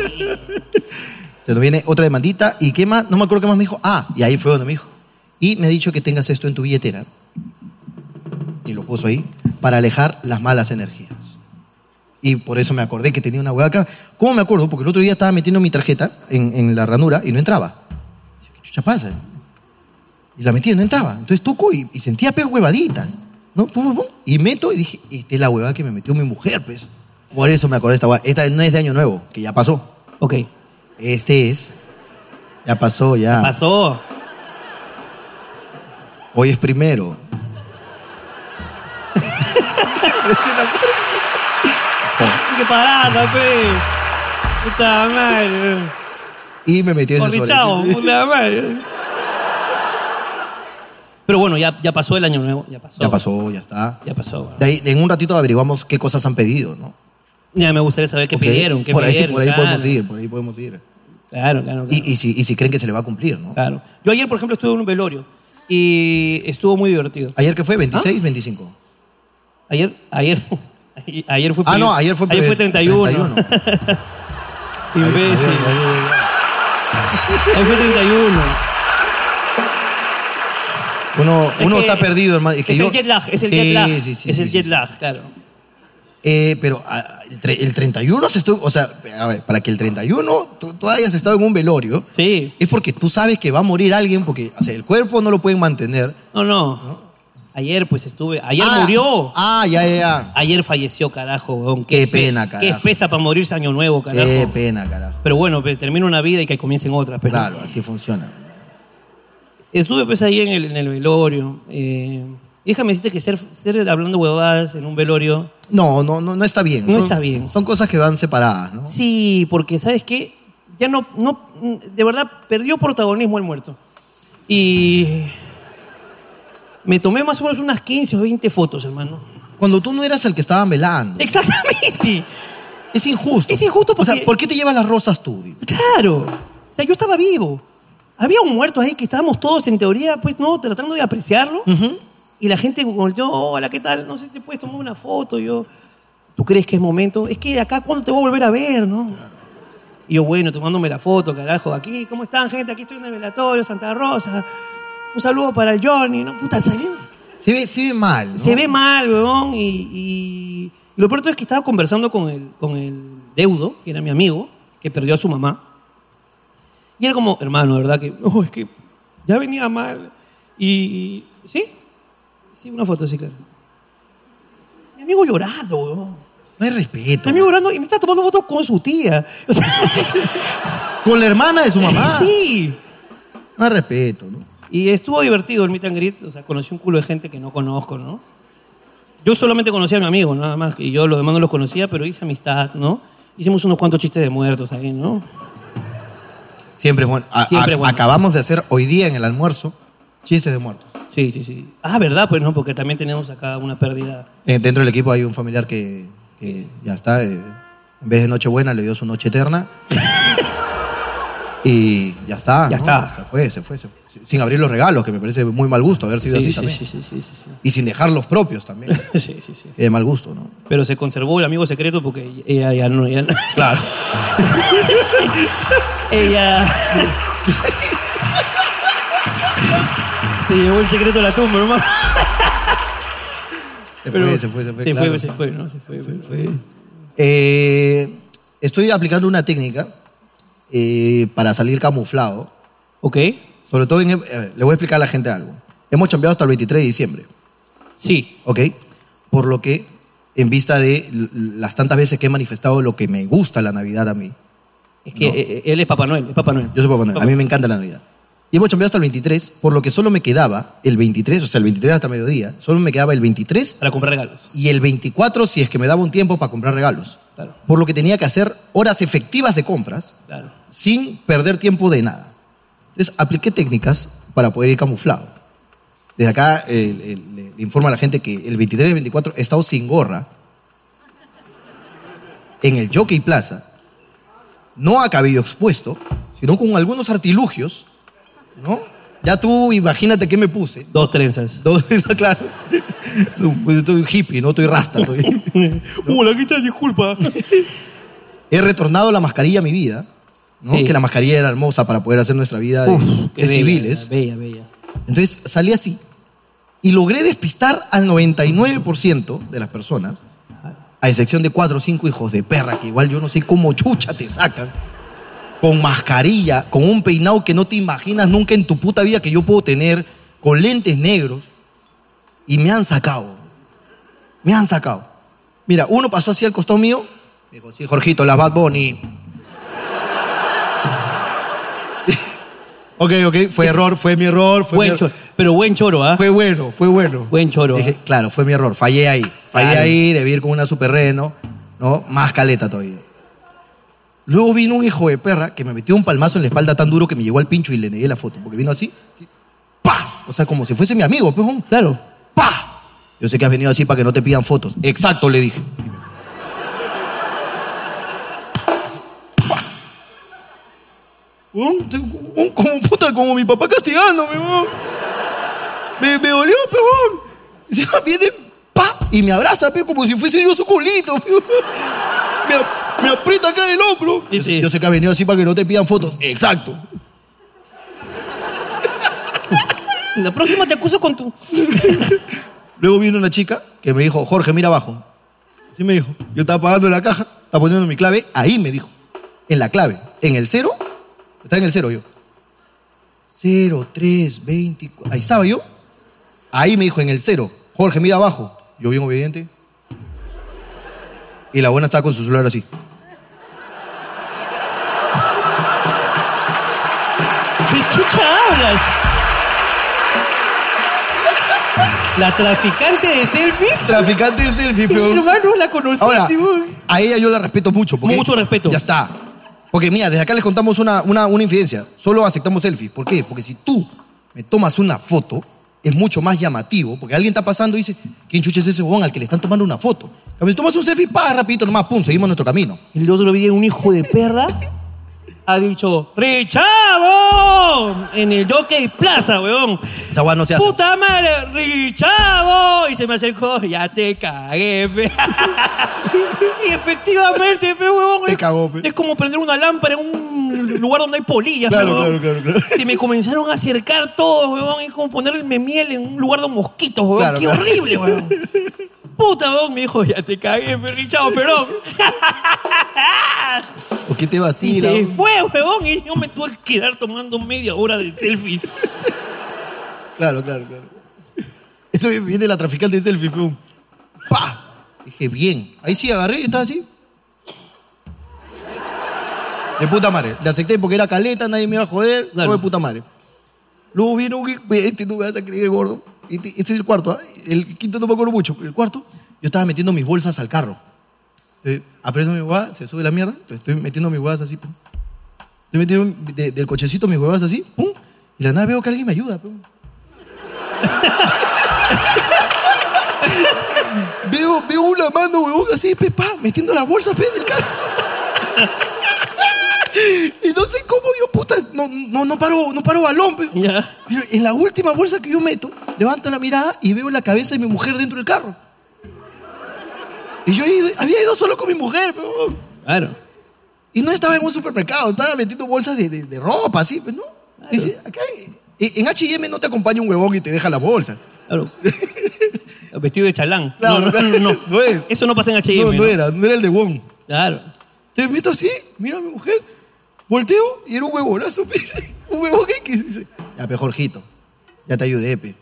Se nos viene otra demandita. ¿Y qué más? No me acuerdo qué más me dijo. Ah, y ahí fue donde me dijo. Y me ha dicho que tengas esto en tu billetera. Y lo puso ahí. Para alejar las malas energías. Y por eso me acordé que tenía una hueá acá. ¿Cómo me acuerdo? Porque el otro día estaba metiendo mi tarjeta en, en la ranura y no entraba. Dije, ¿Qué chucha pasa? Y la metía, y no entraba. Entonces toco y, y sentía pues huevaditas. ¿no? Pum, pum, pum. Y meto y dije, esta es la huevada que me metió mi mujer, pues. Por eso me acordé de esta hueá. Esta no es de Año Nuevo, que ya pasó.
Ok,
Este es. Ya pasó, ya.
pasó.
Hoy es primero.
Hay que pararla, pe. Puta madre.
Y me metí en ese
Corrichao,
sobre.
puta madre. Pero bueno, ya, ya pasó el año nuevo. Ya pasó.
Ya pasó, Oh, ¿ah? ya está.
Ya pasó. bueno.
De ahí, en un ratito averiguamos qué cosas han pedido, ¿no?
Ya me gustaría saber qué
Porque
pidieron, qué
por ahí,
pidieron.
por ahí
claro.
podemos ir, por ahí podemos ir.
Claro, claro, claro.
Y, y si, y si creen que se le va a cumplir, ¿no?
Claro. Yo ayer, por ejemplo, estuve en un velorio y estuvo muy divertido. ¿Ah?
¿Ayer qué fue? ¿26, 25?
Ayer, ayer, ayer fue
Ah, no,
primer-
ayer fue
ayer fue 31.
31.
Imbécil. Ayer fue 31.
Uno,
Es
uno
que
está perdido, hermano. Es, que
es
yo-
el jet lag, es el
Sí,
jet lag.
sí, sí,
es
sí,
el
sí.
jet lag, claro.
Eh, pero ah, el, tre- el 31 se estuvo. O sea, a ver, para que el 31 tú, tú hayas estado en un velorio,
Sí.
es porque tú sabes que va a morir alguien, porque o sea, el cuerpo no lo pueden mantener.
No, no. Ayer, pues estuve. Ayer
Ah,
murió.
Ah, ya, ya, ya.
Ayer falleció, carajo, weón.
Qué
espe-
pena, carajo.
Qué espesa para morirse año nuevo, carajo.
Qué pena, carajo.
Pero bueno, pues, termina una vida y que comiencen otras. Pero
Claro, así funciona.
Estuve pues ahí en el, en el velorio. Eh, hija, me dijiste que ser, ser hablando huevadas en un velorio.
No, no, no, no está bien.
No
Son-
está bien.
Son cosas que van separadas, ¿no?
Sí, porque ¿sabes qué? Ya no, no, de verdad, perdió protagonismo el muerto. Y me tomé más o menos unas 15 o 20 fotos, hermano.
Cuando tú no eras el que estaban velando.
Exactamente.
Es injusto.
Es injusto
O
porque-
sea, ¿por qué te llevas las rosas tú? digo?
Claro. O sea, yo estaba vivo. Había un muerto ahí que estábamos todos en teoría, pues no, tratando de apreciarlo. Y la gente volteó, hola, ¿qué tal? No sé si te puedes tomar una foto. Yo, ¿tú crees que es momento? Es que acá, ¿cuándo te voy a volver a ver, no? Y yo, bueno, tomándome la foto, carajo. Aquí, ¿cómo están, gente? Aquí estoy en el velatorio, Santa Rosa. Un saludo para el Johnny, ¿no? Puta, ¿sabes?
Se ve, se ve mal. ¿no?
Se ve mal, weón. Y, y- y lo peor de todo es que estaba conversando con el, con el deudo, que era mi amigo, que perdió a su mamá. Y era como, hermano, de ¿verdad? Que, no, es que ya venía mal. Y, y- ¿sí? Sí, una foto, sí, claro. Mi amigo llorando, weón.
No hay respeto.
Mi amigo llorando y me está tomando fotos con su tía. O sea,
Con la hermana de su mamá.
sí.
No hay respeto, ¿no?
Y estuvo divertido el meet and greet, o sea, conocí un culo de gente que no conozco, ¿no? Yo solamente conocía a mi amigo, nada más, y yo los demás no los conocía, pero hice amistad, ¿no? Hicimos unos cuantos chistes de muertos ahí, ¿no?
Siempre es bueno. A-
Siempre
a-
es bueno.
Acabamos de hacer hoy día en el almuerzo chistes de muertos.
Sí, sí, sí. Ah, ¿verdad? Pues no, porque también tenemos acá una pérdida.
Eh, dentro del equipo hay un familiar que, que ya está. eh, en vez de Nochebuena le dio su Noche Eterna. y ya está.
Ya está.
Se fue, se fue, se fue. sin abrir los regalos, que me parece muy mal gusto haber sido así
Sí, sí,
también.
sí, sí, sí, sí,
Y sin dejar los propios también.
sí. Sí, sí, sí.
Es de mal gusto, ¿no?
Pero se conservó el amigo secreto porque ella ya no. ya no-
Claro.
ella. se llevó el secreto a la tumba, hermano.
Se
Pero-
fue, se fue, se fue.
Se
claro.
fue, se fue, ¿no? Se fue. pero-
Fue. Eh, estoy aplicando una técnica eh, para salir camuflado.
Ok.
Sobre todo, en, a ver, le voy a explicar a la gente algo. Hemos chambeado hasta el 23 de diciembre,
Sí.
¿ok? Por lo que, en vista de l- las tantas veces que he manifestado lo que me gusta la Navidad a mí,
Es que
No.
eh, él es Papá Noel. Es Papá Noel.
yo soy Papá Noel, a mí me encanta la Navidad. Y hemos chambeado hasta el 23, por lo que solo me quedaba el 23, o sea, el 23 hasta mediodía, solo me quedaba el 23
Para comprar regalos.
y el 24 si es que me daba un tiempo para comprar regalos.
Claro,
Por lo que tenía que hacer horas efectivas de compras
claro.
sin perder tiempo de nada. Entonces, apliqué técnicas para poder ir camuflado. Desde acá eh, le- le- le informo a la gente que el 23 y 24 he estado sin gorra en el Jockey Plaza, no a cabello expuesto, sino con algunos artilugios, ¿no? Ya tú imagínate qué me puse.
Dos trenzas.
Todo- claro. Pues Estoy hippie, ¿no? Estoy rasta. Estoy... Uh,
Hola, ¿qué tal? Disculpa.
He retornado la mascarilla a mi vida, ¿no?
Sí.
que la mascarilla era hermosa para poder hacer nuestra vida de, de civiles.
Bella, bella.
Entonces salí así y logré despistar al 99% de las personas, a excepción de cuatro o cinco hijos de perra, que igual yo no sé cómo chucha te sacan, con mascarilla, con un peinado que no te imaginas nunca en tu puta vida que yo puedo tener, con lentes negros, y me han sacado. Me han sacado. Mira, uno pasó así al costado mío, me dijo, sí, Jorgito, la Bad Bunny. ok, ok, fue error, fue mi error, fue mi
Buen
error.
choro. Pero buen choro, ¿ah?
Fue bueno, fue bueno.
Buen choro. ¿ah?
Dije, claro, fue mi error. Fallé ahí. Fallé
Claro.
ahí, debí ir con una superreno, ¿no? Más caleta todavía. Luego vino un hijo de perra que me metió un palmazo en la espalda tan duro que me llegó al pincho y le negué la foto. Porque vino así, ¡pa! O sea, como si fuese mi amigo, pues, un
Claro.
¡pa! Yo sé que has venido así para que no te pidan fotos. Exacto, le dije. Weón, te- weón, como puta, como mi papá castigándome, weón. Me, me dolió, pe, weón. Encima viene, pa, y me abraza, pe, como si fuese yo su culito, pe, weón. me, ap- me aprieta acá el hombro.
Sí,
Yo sé-
sí.
yo sé que has venido así para que no te pidan fotos. Exacto.
La próxima te acuso con tu.
Luego vino una chica que me dijo, Jorge, mira abajo. Así me dijo. Yo estaba pagando la caja, estaba poniendo mi clave, ahí me dijo. En la clave, en el cero, está en el cero yo. Cero, tres, veinticuatro. Ahí estaba yo. Ahí me dijo, en el cero, Jorge, mira abajo. Yo bien obediente. Y la buena estaba con su celular así.
¿Qué chucha hablas? La traficante de selfies.
Traficante de selfie, pero...
Hermano, la conocí.
Ahora,
sí, güey.
a ella yo la respeto mucho. porque-
Mucho respeto.
Ya está. Porque mira, desde acá les contamos una, una, una infidencia. Solo aceptamos selfies. ¿Por qué? Porque si tú me tomas una foto, es mucho más llamativo. Porque alguien está pasando y dice, ¿quién chucha es ese huevón al que le están tomando una foto? En cambio, si tomas un selfie, pa, rapidito nomás, pum, seguimos nuestro camino.
El otro día un hijo de perra ha dicho ¡Richavo! En el Jockey Plaza, weón.
Esa hueá no se hace.
¡Puta madre! ¡Richavo! Y se me acercó, ya te cagué, pe. y efectivamente, pe, huevón.
Te
es-
cagó, pe.
Es como prender una lámpara en un lugar donde hay polillas,
Claro,
pe, huevón.
claro, claro, claro.
Se me comenzaron a acercar todos, huevón. Es como ponerme miel en un lugar de mosquitos, huevón.
Claro,
¡Qué
claro.
horrible, huevón! Puta, huevón, me dijo, ya te cagué, pe, Richavo, perdón.
¿O qué te
Y
vacila?
se fue, huevón, y yo me tuve que quedar tomando media hora de selfies.
Claro, claro, claro. Esto viene la traficante de selfie, pum. ¡Pa! Dije, bien. Ahí sí agarré y estaba así. De puta madre. Le acepté porque era caleta, nadie me iba a joder. todo
Claro.
de puta madre. Luego vino un... Este no me vas a creer, gordo. Este, este es el cuarto, ¿ah? El quinto no me acuerdo mucho. El cuarto, yo estaba metiendo mis bolsas al carro. Entonces, aprieto mi huevada, se sube la mierda. Entonces, estoy metiendo mis huevadas así, pum. Estoy metiendo de- del cochecito mis huevadas así, pum. Y de la nada veo que alguien me ayuda, pum. veo, veo una mano, huevón, así, pe, pa, metiendo las bolsas, pe, del carro. y no sé cómo yo, puta, puta, no, no, no paro, no paro balón, pe.
Ya.
Pero en la última bolsa que yo meto, levanto la mirada y veo la cabeza de mi mujer dentro del carro. Y yo iba- había ido solo con mi mujer, pero...
Claro.
Y no estaba en un supermercado, estaba metiendo bolsas de, de- de ropa, así, pues no. Y dice, acá hay- en HM no te acompaña un huevón y te deja las bolsas.
Claro. Vestido de chalán.
Claro,
no, no, no, no.
no es.
Eso no pasa en HM.
No, no
¿no?
era, no era el de Wong.
Claro.
Te meto así, mira a mi mujer, volteo y era un huevonazo, pe. un huevón que- que dice, ya, pe, Jorgito, ya te ayudé, pe.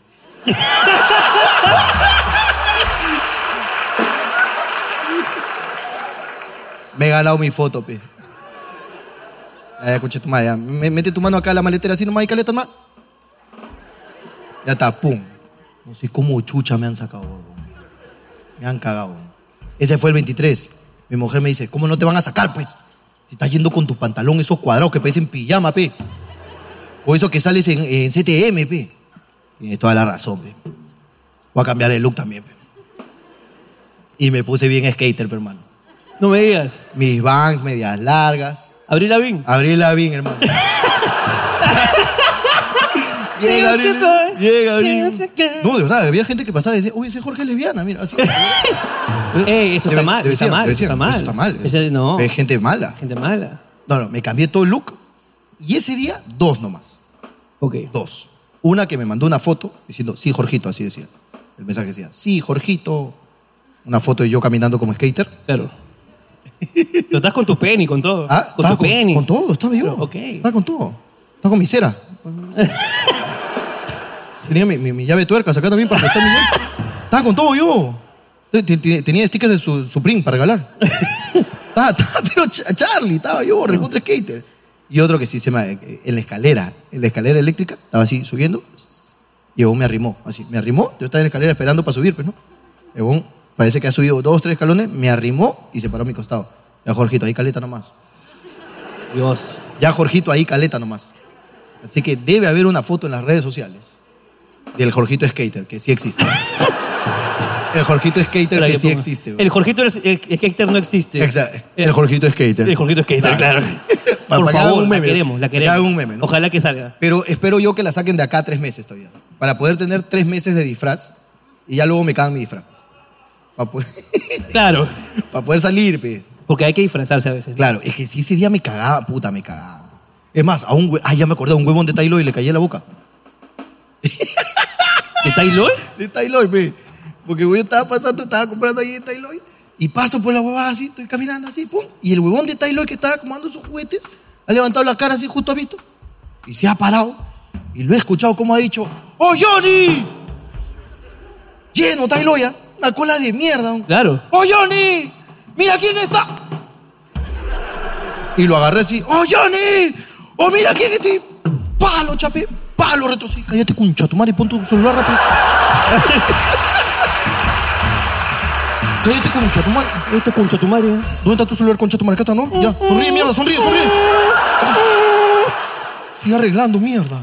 Me he ganado mi foto, pe. Ya, ya, concha tu madre, ya. Me- Mete tu mano acá a la maletera así nomás y caleta más. Ya está, pum. No sé cómo chucha me han sacado, huevón. Me han cagado. Ese fue el 23. Mi mujer me dice, ¿cómo no te van a sacar, pues? Si estás yendo con tus pantalones esos cuadrados que parecen pijama, pe. O eso que sales en, en CTM, pe. Tienes toda la razón, pe. Voy a cambiar el look también, pe. Y me puse bien skater, pe, hermano.
No me digas.
Mis bangs, medias largas.
Abril Lavín.
Abrí la bien, hermano. Llega, abrí. Llega, abrí. No, de verdad, había gente que pasaba y decía, uy, ese Jorge es lesbiana, mira, así. Ah,
Ey, eso está
Debe-
mal,
debe
está
ser,
mal,
debe
está
ser,
mal.
Eso está mal.
Ese- no.
Es gente mala.
Gente mala.
No, no, me cambié todo el look. Y ese día, dos nomás.
Ok.
Dos. Una que me mandó una foto diciendo, sí, Jorgito, así decía. El mensaje decía, sí, Jorgito. Una foto de yo caminando como skater.
Claro. Pero estás con tu penny, con todo.
Ah,
con
estaba
tu penny.
Con todo, estaba yo.
Pero, ok.
Estaba con todo. Estaba con mi cera. Tenía mi, mi- mi llave de tuercas acá también para prestar mi llave. Estaba con todo yo. Te- te- te- Tenía stickers de su Supreme para regalar. estaba, estaba- pero Cha- Charlie, estaba yo, recontra skater. Y otro que sí se me... En la escalera, en la escalera eléctrica, estaba así subiendo. Y el huevón me arrimó, así. Me arrimó, yo estaba en la escalera esperando para subir, pues, ¿no? El huevón parece que ha subido dos, tres escalones, me arrimó y se paró a mi costado. Ya, Jorgito, ahí caleta nomás.
Dios.
Ya Jorgito ahí caleta nomás. Así que debe haber una foto en las redes sociales del Jorgito Skater, que sí existe. El Jorgito Skater
Espera
que,
que
sí
ponga.
existe.
El Jorgito es, el, el skater no existe. Eh,
Exa- el Jorgito Skater.
El Jorgito Skater,
Nah.
claro.
Pa-
Por
pa' que haga
favor,
un
la
meme.
queremos, la
Pa' que
queremos.
haga un meme, ¿no?
Ojalá que salga.
Pero espero yo que la saquen de acá a tres meses todavía. Para poder tener tres meses de disfraz y ya luego me cagan mi disfraz. Para poder,
Claro.
pa' poder salir, pues.
Porque hay que disfrazarse a veces.
Claro, es que si ese día me cagaba, puta, me cagaba. Es más, a un hue- ah, ya me acordé, a un huevón de Taylor y le caí en la boca.
¿De Taylor?
de Taylor, pe. Porque yo estaba pasando, estaba comprando ahí en Taylor y paso por la huevada así, estoy caminando así, pum. Y el huevón de Taylor que estaba acomodando sus juguetes ha levantado la cara así, justo ha visto. Y se ha parado. Y lo he escuchado como ha dicho, ¡Oh, Johnny! Lleno, Taylor ya. Una cola de mierda. un-
Claro.
¡Oh, Johnny! ¡Mira quién está! Y lo agarré así. ¡Oh, Johnny! ¡Oh, mira quién está! Y ¡Palo, chapé! ¡Palo, retrocedí! Cállate, concha, tu madre, pon tu celular rápido. Cállate, concha, tu madre.
Este concha tu madre.
¿Dónde está tu celular, concha, tu madre? Acá está, ¿no? Ya, sonríe, mierda, sonríe, sonríe. Sigue arreglando, mierda.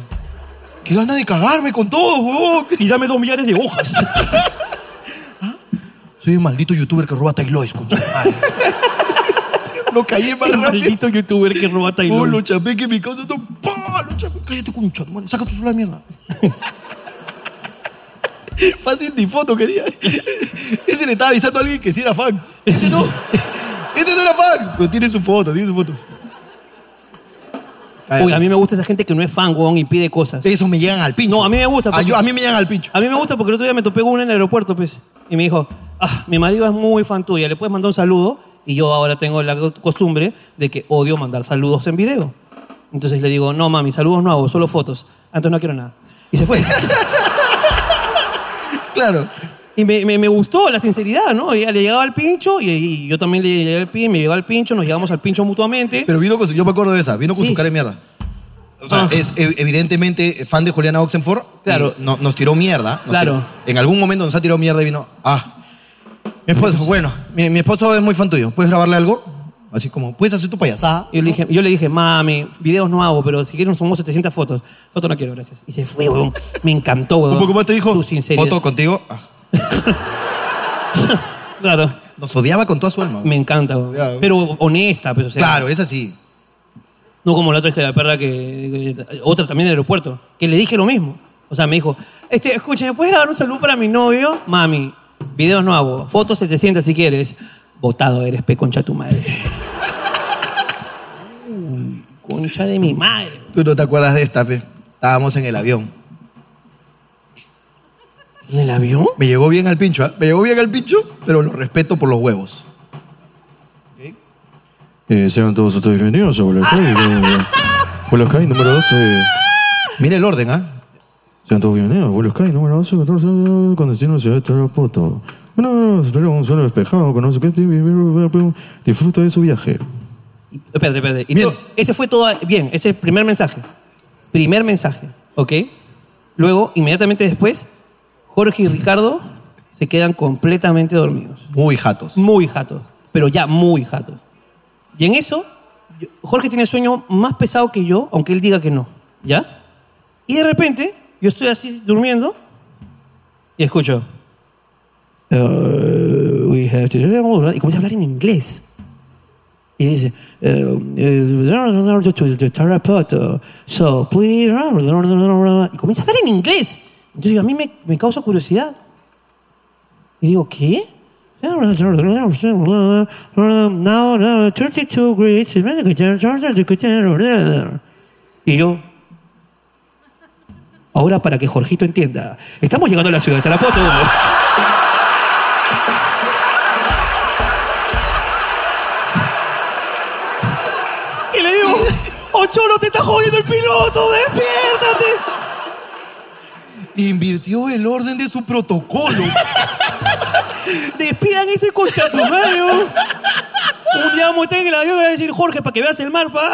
Qué gana de cagarme con todo, huevón.
Y dame dos millares de hojas.
Soy un maldito youtuber que roba Taylois, concha. tu madre. Lo caí más
El
rápido.
maldito youtuber que roba
Oh,
Taylor.
lo chapé que mi causa está. ¡Pah! Lo chapé. Cállate, concha, tu madre. Saca tu celular, mierda. Fácil ni foto quería. Ese le estaba avisando a alguien que sí era fan. Este no. Este no era fan. Pero tiene su foto, tiene su foto.
Uy, a mí me gusta esa gente que no es fan, weón, y pide cosas.
Esos me llegan al pincho.
No, a mí me gusta,
A, yo-
porque-
a mí me llegan al pincho.
A mí me gusta porque el otro día me topé con una en el aeropuerto, pues. Y me dijo, ah, mi marido es muy fan tuya, le puedes mandar un saludo. Y yo ahora tengo la costumbre de que odio mandar saludos en video. Entonces le digo, no mami, saludos no hago, solo fotos. Ah, Entonces no quiero nada. Y se fue.
Claro.
y me, me- me gustó la sinceridad, ¿no? Ella le llegaba al pincho y, y yo también le llegué al pincho, me llegaba al pincho, nos llegamos al pincho mutuamente.
Pero vino con su, yo me acuerdo de esa, vino con
Sí.
su cara de mierda. O sea,
Ah.
es ev- evidentemente fan de Juliana Oxenford. y
Claro.
no- nos tiró mierda. nos
Claro.
tiró- en algún momento nos ha tirado mierda y vino, ah, mi esposo, bueno, mi, mi esposo es muy fan tuyo, ¿puedes grabarle algo? Así como, ¿puedes hacer tu payasada?
Yo le, dije, yo le dije, mami, videos no hago, pero si quieres somos 700 fotos. Fotos no quiero, gracias. Y se fue, weón. Me encantó, weón.
Un poco más te dijo,
Su sinceridad.
foto contigo. Ah,
Claro,
nos odiaba con toda su alma.
me encanta, weón.
Ya, weón.
Pero honesta, pues, o sea,
claro, es así.
No como la otra hija de la perra que, que- Otra también del aeropuerto. Que le dije lo mismo. O sea, me dijo, este, escuche, ¿me puedes grabar un saludo para mi novio? Mami, videos no hago. Fotos 700 si quieres. Votado eres, pe concha tu madre. Uy, concha de mi madre.
Tú no te acuerdas de esta, pe. Estábamos en el avión.
¿En el avión?
Me llegó bien al pincho, ¿ah? Me llegó bien al pincho, pero lo respeto por los huevos.
Eh, sean todos ustedes bienvenidos a Vuelos Sky. eh, Vuelos Sky número 12.
Mira el orden, ¿ah?
Sean todos bienvenidos a Vuelos Sky número 12, 14, eh, con destino a Ciudad de Tarapoto. Bueno, no, no, espero un suelo despejado, con no sé qué. Disfruta de su viaje.
Y- Espérate, espérate. Y
Bien.
to- ese fue todo. Bien, ese es el primer mensaje. Primer mensaje, ¿ok? Luego, inmediatamente después, Jorge y Ricardo se quedan completamente dormidos.
Muy jatos.
Muy jatos, pero ya muy jatos. Y en eso, yo- Jorge tiene sueño más pesado que yo, aunque él diga que no, ¿ya? Y de repente, yo estoy así durmiendo y escucho. "Uh, we have to-" Y comienza a hablar en inglés. Y dice, "Uh, uh, to the Tarapoto, uh, so please... Y comienza a hablar en inglés. Entonces yo, a mí me, me causa curiosidad. Y digo, ¿qué? Now, uh, 32 degrees. Y yo, ahora para que Jorgito entienda, estamos llegando a la ciudad de Tarapoto. y le digo, Ocholo, ¡Oh, te está jodiendo el piloto, despiértate.
Invirtió el orden de su protocolo.
Despidan ese concha su madre, ¿no? Un día vamos a estar en el avión y va a decir, Jorge, para que veas el mar, pa.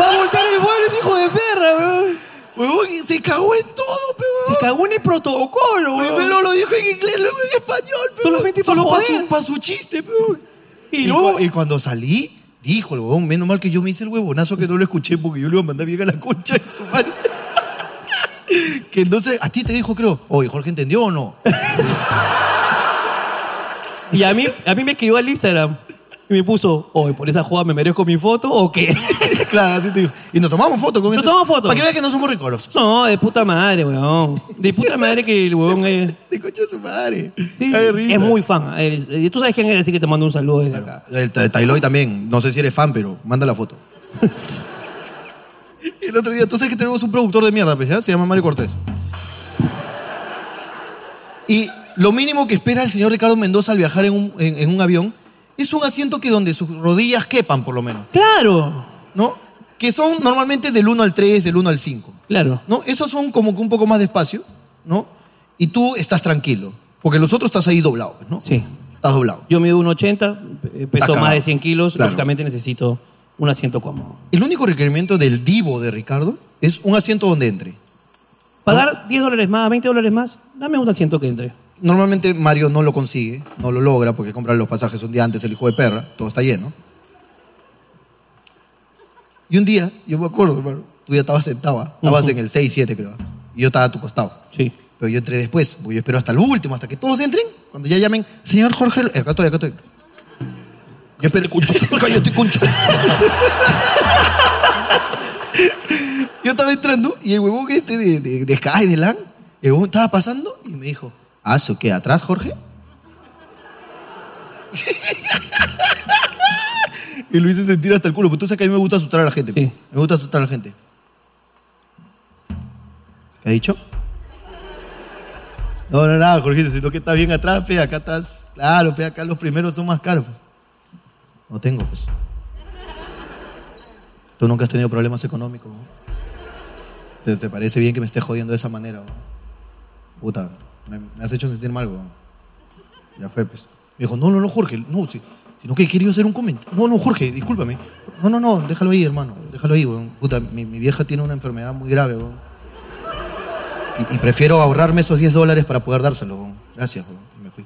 Va a voltear el vuelo, ese hijo de perra, weón.
Huevón, se cagó en todo, pe,
Se
huevón.
cagó en el protocolo, weón.
Primero lo dijo en inglés, luego en español, pe, huevón.
Solamente pa'
Solo pa'
joder.
su, pa' su chiste, pe, huevón.
Y
Y,
luego-
cu- y cuando salí, dijo el huevón, menos mal que yo me hice el huevonazo que no lo escuché porque yo le iba a mandar bien a la concha de su madre. que entonces, a ti te dijo, creo, oye, Jorge, ¿entendió o no?
Y a mí, a mí me escribió al Instagram y me puso, oye, por esa jugada me merezco mi foto o qué.
claro, a ti te dijo. Y nos tomamos fotos con
Nos
eso.
tomamos fotos.
Para que vean que no somos recorosos.
No, de puta madre, weón. De puta madre que el weón es.
De concha de su madre.
Sí,
Ay, risa.
es muy fan. Él- eh, Tú sabes quién eres, así que te mando un saludo desde acá.
El Eh, Ta- Tailoy también, no sé si eres fan, pero manda la foto. El otro día, tú sabes que tenemos un productor de mierda, pues, ¿ya? Se llama Mario Cortés. Y lo mínimo que espera el señor Ricardo Mendoza al viajar en un, en- en un avión es un asiento que donde sus rodillas quepan, por lo menos,
Claro,
¿no? Que son normalmente del 1 al 3, del 1 al 5,
claro.
¿no? Esos son como que un poco más de espacio, ¿no? Y tú estás tranquilo, porque los otros estás ahí doblado, pues, ¿no?
Sí.
Estás doblado.
Yo mido 1,80, eh, peso
Está
más de
cagado.
100 kilos,
Claro.
lógicamente necesito un asiento cómodo.
El único requerimiento del divo de Ricardo es un asiento donde entre.
Pagar 10 dólares más, 20 dólares más, dame un asiento que entre.
Normalmente Mario no lo consigue, no lo logra porque compra los pasajes un día antes el hijo de perra, todo está lleno. Y un día, yo me acuerdo, hermano, tú ya estabas sentado, ¿ah? estabas
Ujú.
en el 6, 7 creo, ¿ah? y yo estaba a tu costado.
Sí.
Pero yo entré después, porque yo espero hasta el último, hasta que todos entren, cuando ya llamen, señor Jorge, Lo-". Eh, acá estoy, acá estoy. Yo espero, cállate, concho. Yo estaba entrando y el huevón este de, de, de Sky, de LAN, el huevón estaba pasando y me dijo, ¿ah, eso qué? ¿Atrás, Jorge? y lo hice sentir hasta el culo, porque tú sabes que a mí me gusta asustar a la gente. pues.
Sí.
Me gusta asustar a la gente. ¿Qué ha dicho? No, no, nada, Jorge, sino que está bien atrás, pe, acá estás. Claro, pe, acá los primeros son más caros. pe. No tengo, pues. Tú nunca has tenido problemas económicos. ¿no? ¿Te, te parece bien que me estés jodiendo de esa manera? weón? Puta, me, me has hecho sentir mal, weón. Ya fue, pues. Me dijo, no, no, no, Jorge, no, si, sino que he querido hacer un comentario. No, no, Jorge, discúlpame. No, no, no, déjalo ahí, hermano, déjalo ahí, weón. Puta, mi, mi vieja tiene una enfermedad muy grave, weón. Y, y prefiero ahorrarme esos 10 dólares para poder dárselo, weón. Gracias, weón. Y me fui.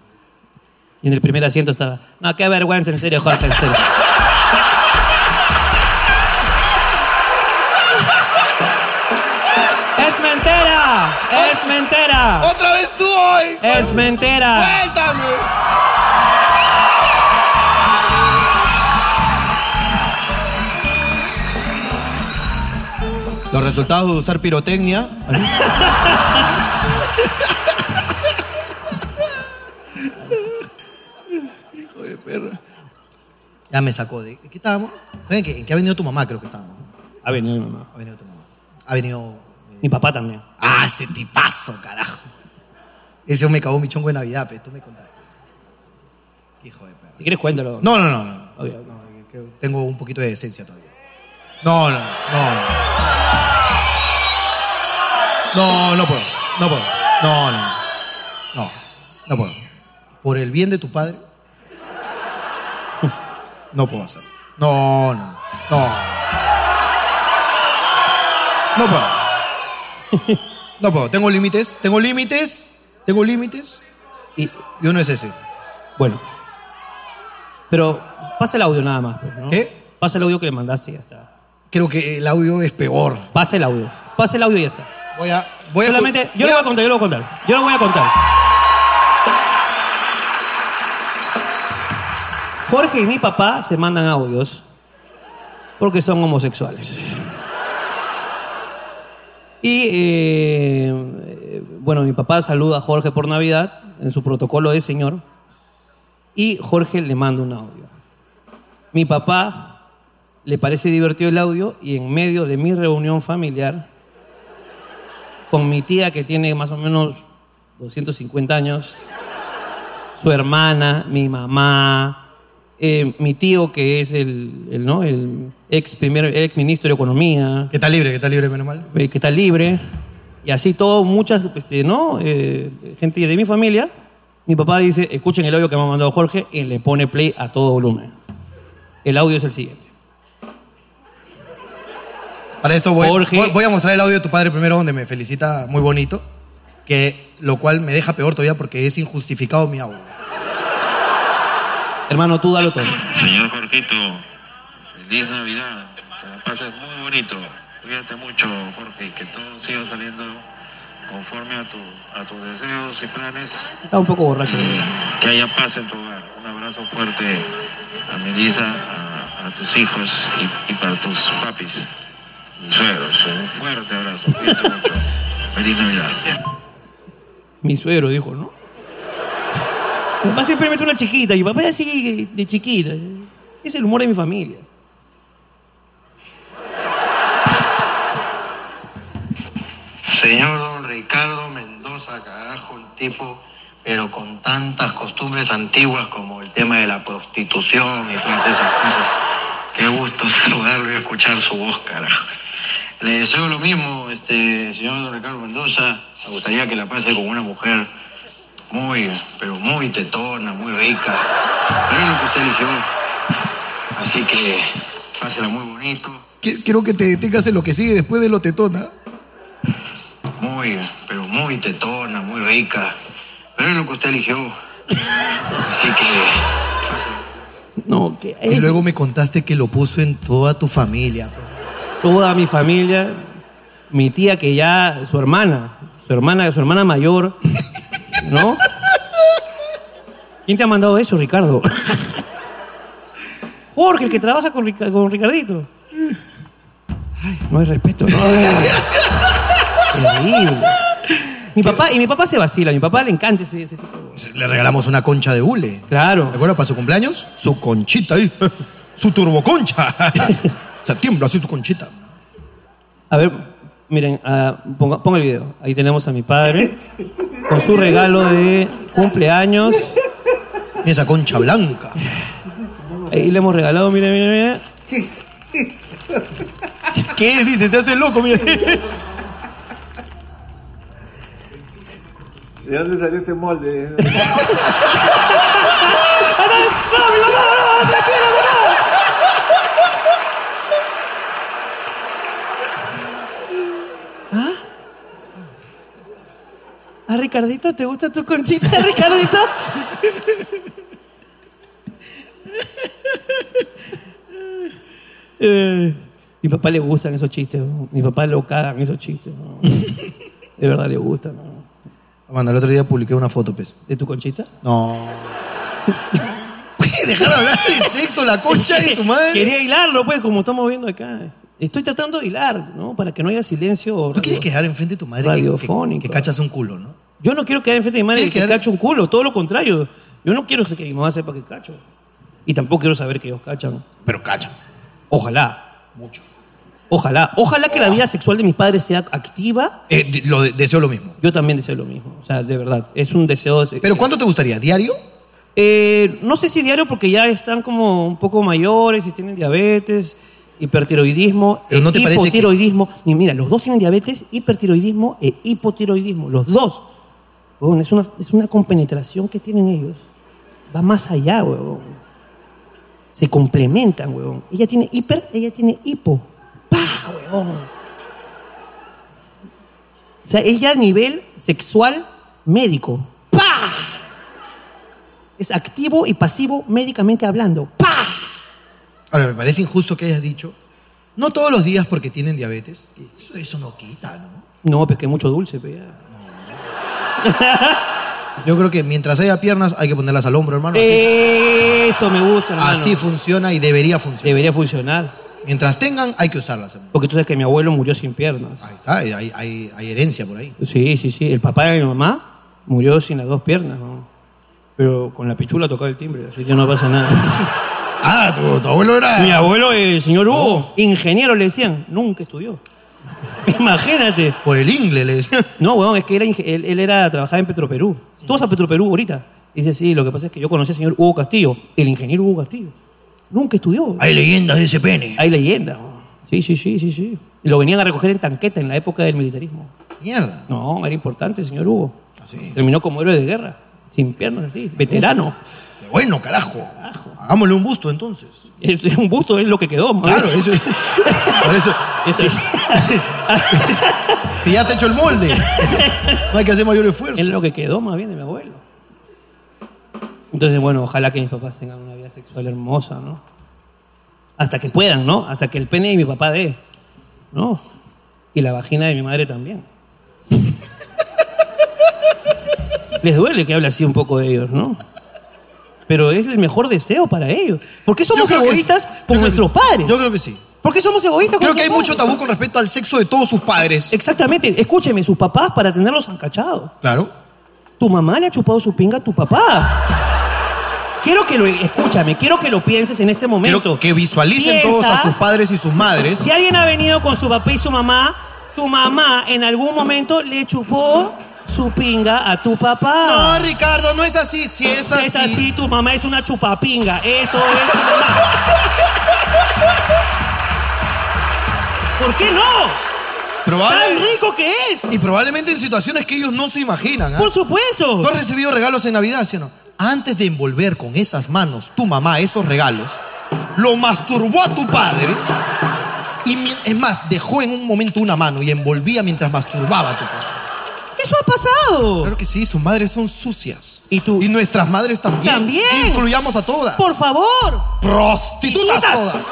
Y en el primer asiento estaba, no, qué vergüenza, en serio, Jorge, en serio. ¡Es mentira! ¡Es mentira!
¡Otra vez tú hoy!
¡Es mentira!
¡Suéltame! resultados de usar pirotecnia. Hijo de perra. Ya me sacó de. ¿Qué estábamos? ¿En qué, en qué ha venido tu mamá? Creo que estábamos.
Ha venido mi mamá.
Ha venido tu mamá. Ha venido. eh,
Mi papá también.
¡Ah, ese tipazo, carajo! Ese me cagó mi chongo de Navidad, pero tú me contaste. Hijo de perra.
Si quieres, cuéntalo.
No, no, no, no.
Ok.
No, que tengo un poquito de decencia todavía. No, no, no. No, no puedo. No puedo. No, no. No, no puedo. Por el bien de tu padre, no puedo hacerlo. No, no, no. No puedo. No puedo. Tengo límites. Tengo límites. Tengo límites.
Y,
Y uno es ese.
bueno. Pero pasa el audio nada más. pues, ¿no?
¿Qué?
Pasa el audio que le mandaste y ya está.
Creo que el audio es peor.
Pasa el audio. Pasa el audio y ya está.
Voy a. Voy a
Solamente,
voy
yo lo
a-
voy a contar, yo lo voy a contar. Yo lo voy a contar. Jorge y mi papá se mandan audios porque son homosexuales. Y eh, eh, bueno, mi papá saluda a Jorge por Navidad en su protocolo de señor y Jorge le manda un audio. Mi papá le parece divertido el audio y en medio de mi reunión familiar con mi tía que tiene más o menos 250 años, su hermana, mi mamá, eh, mi tío que es el, el, ¿no? el ex, primer, ex ministro de Economía,
Que está libre, que está libre, menos mal.
eh, que está libre, y así todo, muchas, este, ¿no? Eh, gente de mi familia. Mi papá dice, escuchen el audio que me ha mandado Jorge y le pone play a todo volumen. El audio es el siguiente.
Para esto voy,
Jorge.
voy- voy a mostrar el audio de tu padre primero, donde me felicita muy bonito, que lo cual me deja peor todavía porque es injustificado mi audio.
Hermano, tú dalo todo.
Señor Jorgito, feliz Navidad. Te la pases muy bonito. Cuídate mucho, Jorge, y que todo siga saliendo conforme a, tu, a tus deseos y planes.
Está un poco borracho.
Que haya paz en tu hogar. Un abrazo fuerte a Melissa, a, a tus hijos y, y para tus papis y suegros. Un fuerte abrazo. Cuídate mucho. Feliz Navidad.
Mi suegro dijo, ¿no? Mi papá siempre mete una chiquita y mi papá es así de chiquita. Es el humor de mi familia.
Señor don Ricardo Mendoza, carajo, el tipo, pero con tantas costumbres antiguas como el tema de la prostitución y todas esas cosas. Qué gusto saludarlo y escuchar su voz, carajo. Le deseo lo mismo, este señor don Ricardo Mendoza. Me gustaría que la pase con una mujer muy, pero muy tetona, muy rica. Pero es lo que usted eligió. Así que pásela muy bonito.
Qui- Quiero que te tengas en lo que sigue después de lo tetona.
Muy, pero muy tetona, muy rica. Pero es lo que usted eligió. Así que.
No, que
Y
es
luego me contaste que lo puso en toda tu familia.
toda mi familia, mi tía que ya, su hermana, su hermana, su hermana mayor, ¿no? ¿Quién te ha mandado eso, Ricardo? Jorge, el que trabaja con, Rica- con Ricardito. Ay, no hay respeto, ¿no? Ay, terrible. Mi papá, y mi papá se vacila, a mi papá le encanta ese, ese tipo de-
Le regalamos una concha de hule.
Claro.
¿Te acuerdas para su cumpleaños? Su conchita ahí. Su turboconcha. Septiembre, así su conchita.
A ver, miren, ah, ponga, ponga el video. Ahí tenemos a mi padre con su regalo de cumpleaños.
Esa concha blanca.
Ahí le hemos regalado, miren, miren, miren.
¿Qué dice? Se hace loco, mira.
¿De dónde salió este molde?
¡Ah, Ah, Ricardito, ¿te gusta tu conchita, Ricardito? Eh, mi papá le gustan esos chistes, ¿no? mi papá lo cagan esos chistes. ¿no? De verdad le gustan. ¿no?
Bueno, el otro día publiqué una foto, pues.
¿De tu conchita?
No. Dejar de hablar de sexo, la concha de tu madre.
Quería hilarlo, pues, como estamos viendo acá. Estoy tratando de hilar, ¿no? Para que no haya silencio. o
¿Tú quieres
radio-
quedar enfrente de tu madre que- que,
Radiofónico.
que cachas un culo, no?
Yo no quiero quedar enfrente de mi madre
¿Quieres
que
quedar-
cacho un culo, todo lo contrario. Yo no quiero que mi mamá sepa que cacho. Y tampoco quiero saber que ellos cachan.
Pero cacha.
Ojalá. Mucho. Ojalá. Ojalá que la vida sexual de mis padres sea activa.
Eh, de- lo de- deseo lo mismo.
Yo también deseo lo mismo. O sea, de verdad. Es un deseo.
¿Pero cuánto te gustaría? ¿Diario?
Eh, no sé si diario porque ya están como un poco mayores y tienen diabetes, hipertiroidismo,
Pero
e
¿no te parece que-
hipotiroidismo. Y mira, los dos tienen diabetes, hipertiroidismo e hipotiroidismo. Los dos. Huevón, es, una, es una compenetración que tienen ellos. Va más allá, huevón. Se complementan, huevón. Ella tiene hiper, ella tiene hipo. ¡Pah, huevón! O sea, ella a nivel sexual médico. ¡Pah! Es activo y pasivo médicamente hablando. ¡Pah!
Ahora, me parece injusto que hayas dicho, no todos los días porque tienen diabetes. Eso, eso no quita, ¿no?
No, pues que mucho dulce, pe, ya.
Yo creo que mientras haya piernas hay que ponerlas al hombro, hermano. Así, pues,
Eso me gusta, Eh, hermano.
así funciona y debería funcionar.
Debería funcionar.
Mientras tengan, hay que usarlas. hermano.
Porque tú sabes que mi abuelo murió sin piernas.
Ahí está, hay, hay- hay- hay herencia por ahí.
Sí, sí, sí. El papá de mi mamá murió sin las dos piernas, ¿no? Pero con la pichula tocaba el timbre, así que no pasa nada.
Ah, tu, tu abuelo era... Oh.
mi abuelo, el señor Hugo, ingeniero le decían, nunca estudió. Imagínate.
Por el ingle, le decía.
No, weón, es que era, inge- él, él era, trabajaba en Petroperú. Tú vas a Petroperú ahorita. Y dice, sí, lo que pasa es que yo conocí al señor Hugo Castillo, el ingeniero Hugo Castillo. Nunca estudió.
Hay leyendas de ese pene.
Hay leyendas. weón. Sí, sí, sí, sí, sí. Y Lo venían a recoger en tanqueta en la época del militarismo.
Mierda.
No, era importante el señor Hugo.
Así.
Terminó como héroe de guerra, sin piernas así, veterano.
Bueno, carajo. Hagámosle un busto, entonces.
Es un busto, es lo que quedó. madre.
Claro, eso Por eso,
Eso-
si ya te hecho el molde, no hay que hacer mayor esfuerzo.
Es lo que quedó más bien de mi abuelo. Entonces, bueno, ojalá que mis papás tengan una vida sexual hermosa, ¿no? Hasta que puedan, ¿no? Hasta que el pene de mi papá dé, ¿no? Y la vagina de mi madre también. Les duele que hable así un poco de ellos, ¿no? Pero es el mejor deseo para ellos. ¿Por qué somos
Yo creo que
egoístas
sí. Yo
con
creo-
nuestros padres?
Yo creo que sí.
¿Por qué somos egoístas con
Creo que hay mucho
nuestros padres?
tabú con respecto al sexo de todos sus padres.
Exactamente. Escúcheme, sus papás para tenerlos encachados.
Claro.
Tu mamá le ha chupado su pinga a tu papá. Quiero que lo escúchame, quiero que lo pienses en este momento.
Quiero que visualicen
Piensa,
todos a sus padres y sus madres.
Si alguien ha venido con su papá y su mamá, tu mamá en algún momento le chupó su pinga a tu papá.
No, Ricardo, no es así. Si es
Si
así.
es así, tu mamá es una chupapinga. Eso es tu mamá. ¿Por qué no? Tan
probable-
rico que es.
y probablemente en situaciones que ellos no se imaginan. ¿ah?
Por supuesto.
¿Tú has recibido regalos en Navidad, sí o no? Antes de envolver con esas manos tu mamá esos regalos, lo masturbó a tu padre. Y mi- es más, dejó en un momento una mano y envolvía mientras masturbaba a tu padre.
Eso ha pasado.
Claro que sí, sus madres son sucias.
Y tú-
Y nuestras madres también.
También.
Incluyamos a todas.
Por favor.
prostitutas
Prostitutas.
todas.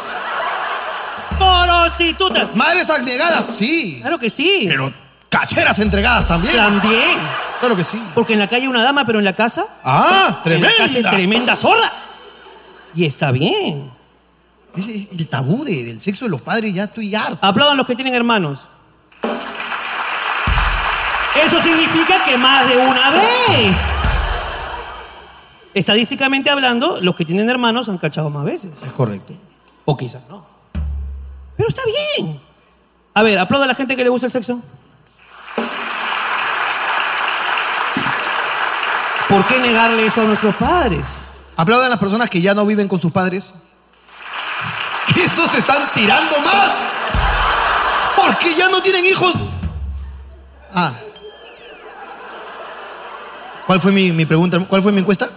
Prostitutas.
Madres abnegadas, sí.
Claro que sí.
Pero cacheras entregadas también.
También.
Claro que sí.
Porque en la calle una dama, pero en la casa.
Ah,
En la casa es
tremenda.
tremenda zorra. Y está bien.
Ese- El tabú de- del sexo de los padres ya estoy harto.
Aplaudan los que tienen hermanos. Eso significa que más de una vez. Estadísticamente hablando, los que tienen hermanos han cachado más veces.
Es correcto.
O quizás no. Pero está bien. A ver, aplauda a la gente que le gusta el sexo. ¿Por qué negarle eso a nuestros padres?
Aplaudan las personas que ya no viven con sus padres. ¡Que esos están tirando más! Porque ya no tienen hijos. Ah. ¿Cuál fue mi, mi pregunta? ¿Cuál fue mi encuesta?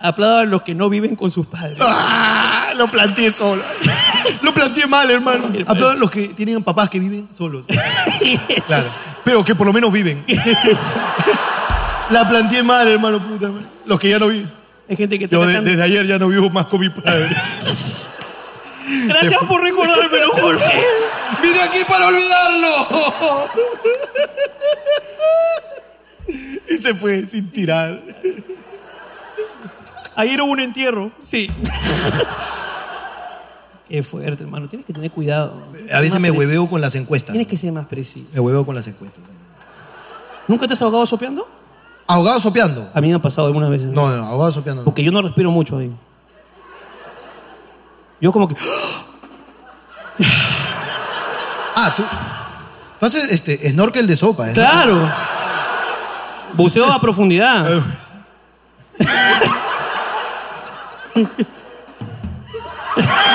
Aplauda a los que no viven con sus padres.
¡Ah! Lo planteé solo. Lo planteé mal, hermano. Aplaudan los que tienen papás que viven solos. Claro.
Pero que por lo menos viven.
La planteé mal, hermano, puta. madre.
Los que ya no viven.
Hay gente que está
Yo de-
cachando.
desde ayer ya no vivo más con mi padre.
Gracias por recordármelo, Jorge.
¡Vine aquí para olvidarlo!
Y se fue sin tirar.
Ayer hubo un entierro. Sí. es fuerte, hermano. Tienes que tener cuidado.
A veces
Más
me
pre-
hueveo con las encuestas.
Tienes que ser más preciso.
Me hueveo con las encuestas.
¿Nunca te has ahogado sopeando?
¿Ahogado sopeando?
A mí me ha pasado algunas veces.
No, no, ahogado sopeando. no.
Porque yo no respiro mucho ahí. Yo como que...
Ah, tú. Tú haces este, snorkel de sopa, ¿eh?
¡Claro! Buceo a profundidad.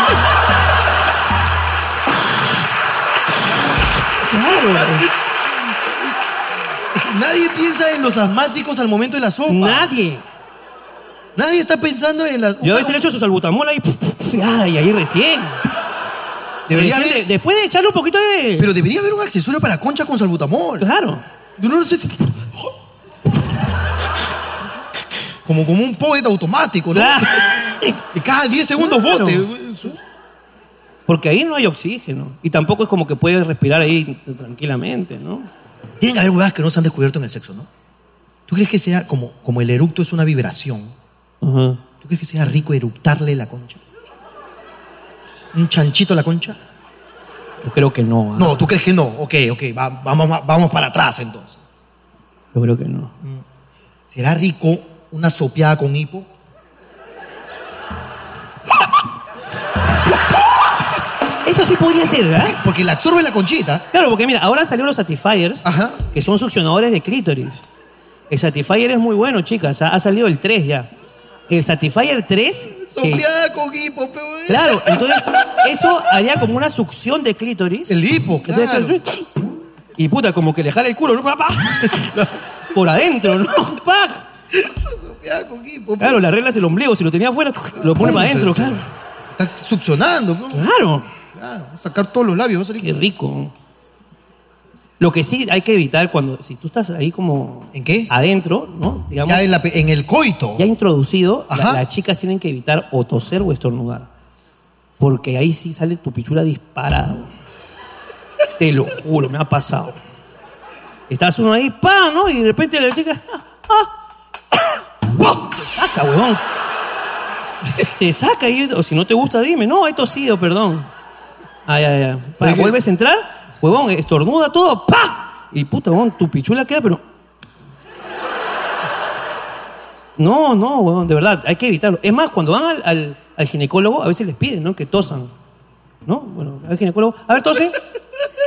Nadie piensa en los asmáticos al momento de la sopa.
Nadie.
Nadie está pensando en las.
Yo a veces le echo su salbutamol ahí. Ay, ah, ahí recién.
Debería
Recién
haber.
de- después de echarle un poquito de...
Pero debería haber un accesorio para concha con salbutamol.
Claro.
Uno no sé- Como, como un poeta automático, ¿no?
Claro.
Que cada 10 Ah, segundos
Claro.
bote.
Porque ahí no hay oxígeno. Y tampoco es como que puedes respirar ahí tranquilamente, ¿no?
Tienen que haber huevas que no se han descubierto en el sexo, ¿no? ¿Tú crees que sea como, como el eructo es una vibración?
Ajá.
¿Tú crees que sea rico eructarle la concha? ¿Un chanchito a la concha?
Yo creo que no. ¿ah?
No, ¿tú crees que no? Ok, ok, va- vamos, va- vamos para atrás entonces.
Yo creo que no.
¿Será rico una sopeada con hipo?
Eso sí podría ser, ¿verdad?
Porque la absorbe la conchita.
Claro, porque mira, ahora salieron los Satisfiers,
Ajá.
que son succionadores de clítoris. El Satisfier es muy bueno, chicas. Ha, ha salido el 3 ya. El Satisfier 3. que-
Sopeada con hipo, pero...
claro, entonces eso haría como una succión de clítoris.
El hipo,
Entonces,
claro.
Y puta, como que le jala el culo, ¿no? Pa, pa. Por adentro, ¿no? Pa.
Sopeada con pues. hipo. pe.
Claro, le arreglas el ombligo. Si lo tenía afuera, lo pone para adentro, claro.
Está succionando, ¿no?
Claro.
Claro, va a sacar todos los labios, va a salir.
Qué rico. Lo que sí hay que evitar cuando, si tú estás ahí como...
¿En qué?
Adentro, ¿no? Digamos,
Ya
ya,
en, la pe- en el coito.
introducido, la-
Ajá.
las chicas tienen que evitar o toser o estornudar. Porque ahí sí sale tu pichula disparada. Te lo juro, me ha pasado. Estás uno ahí, pa, ¿no? Y de repente la chica... ah, ah, ¡pum! Te saca, huevón. Te saca y, o si no te gusta, dime. No, he tosido, perdón. Ah, ya, ya. Pa,
Oye, ¿qué?
vuelves a entrar, huevón, estornuda todo, ¡pa! Y puta, huevón, tu pichula queda, pero. No, no, huevón, de verdad, hay que evitarlo. Es más, cuando van al, al- al ginecólogo, a veces les piden, ¿no? Que tosan. ¿No? Bueno, al ginecólogo. A ver, tosen.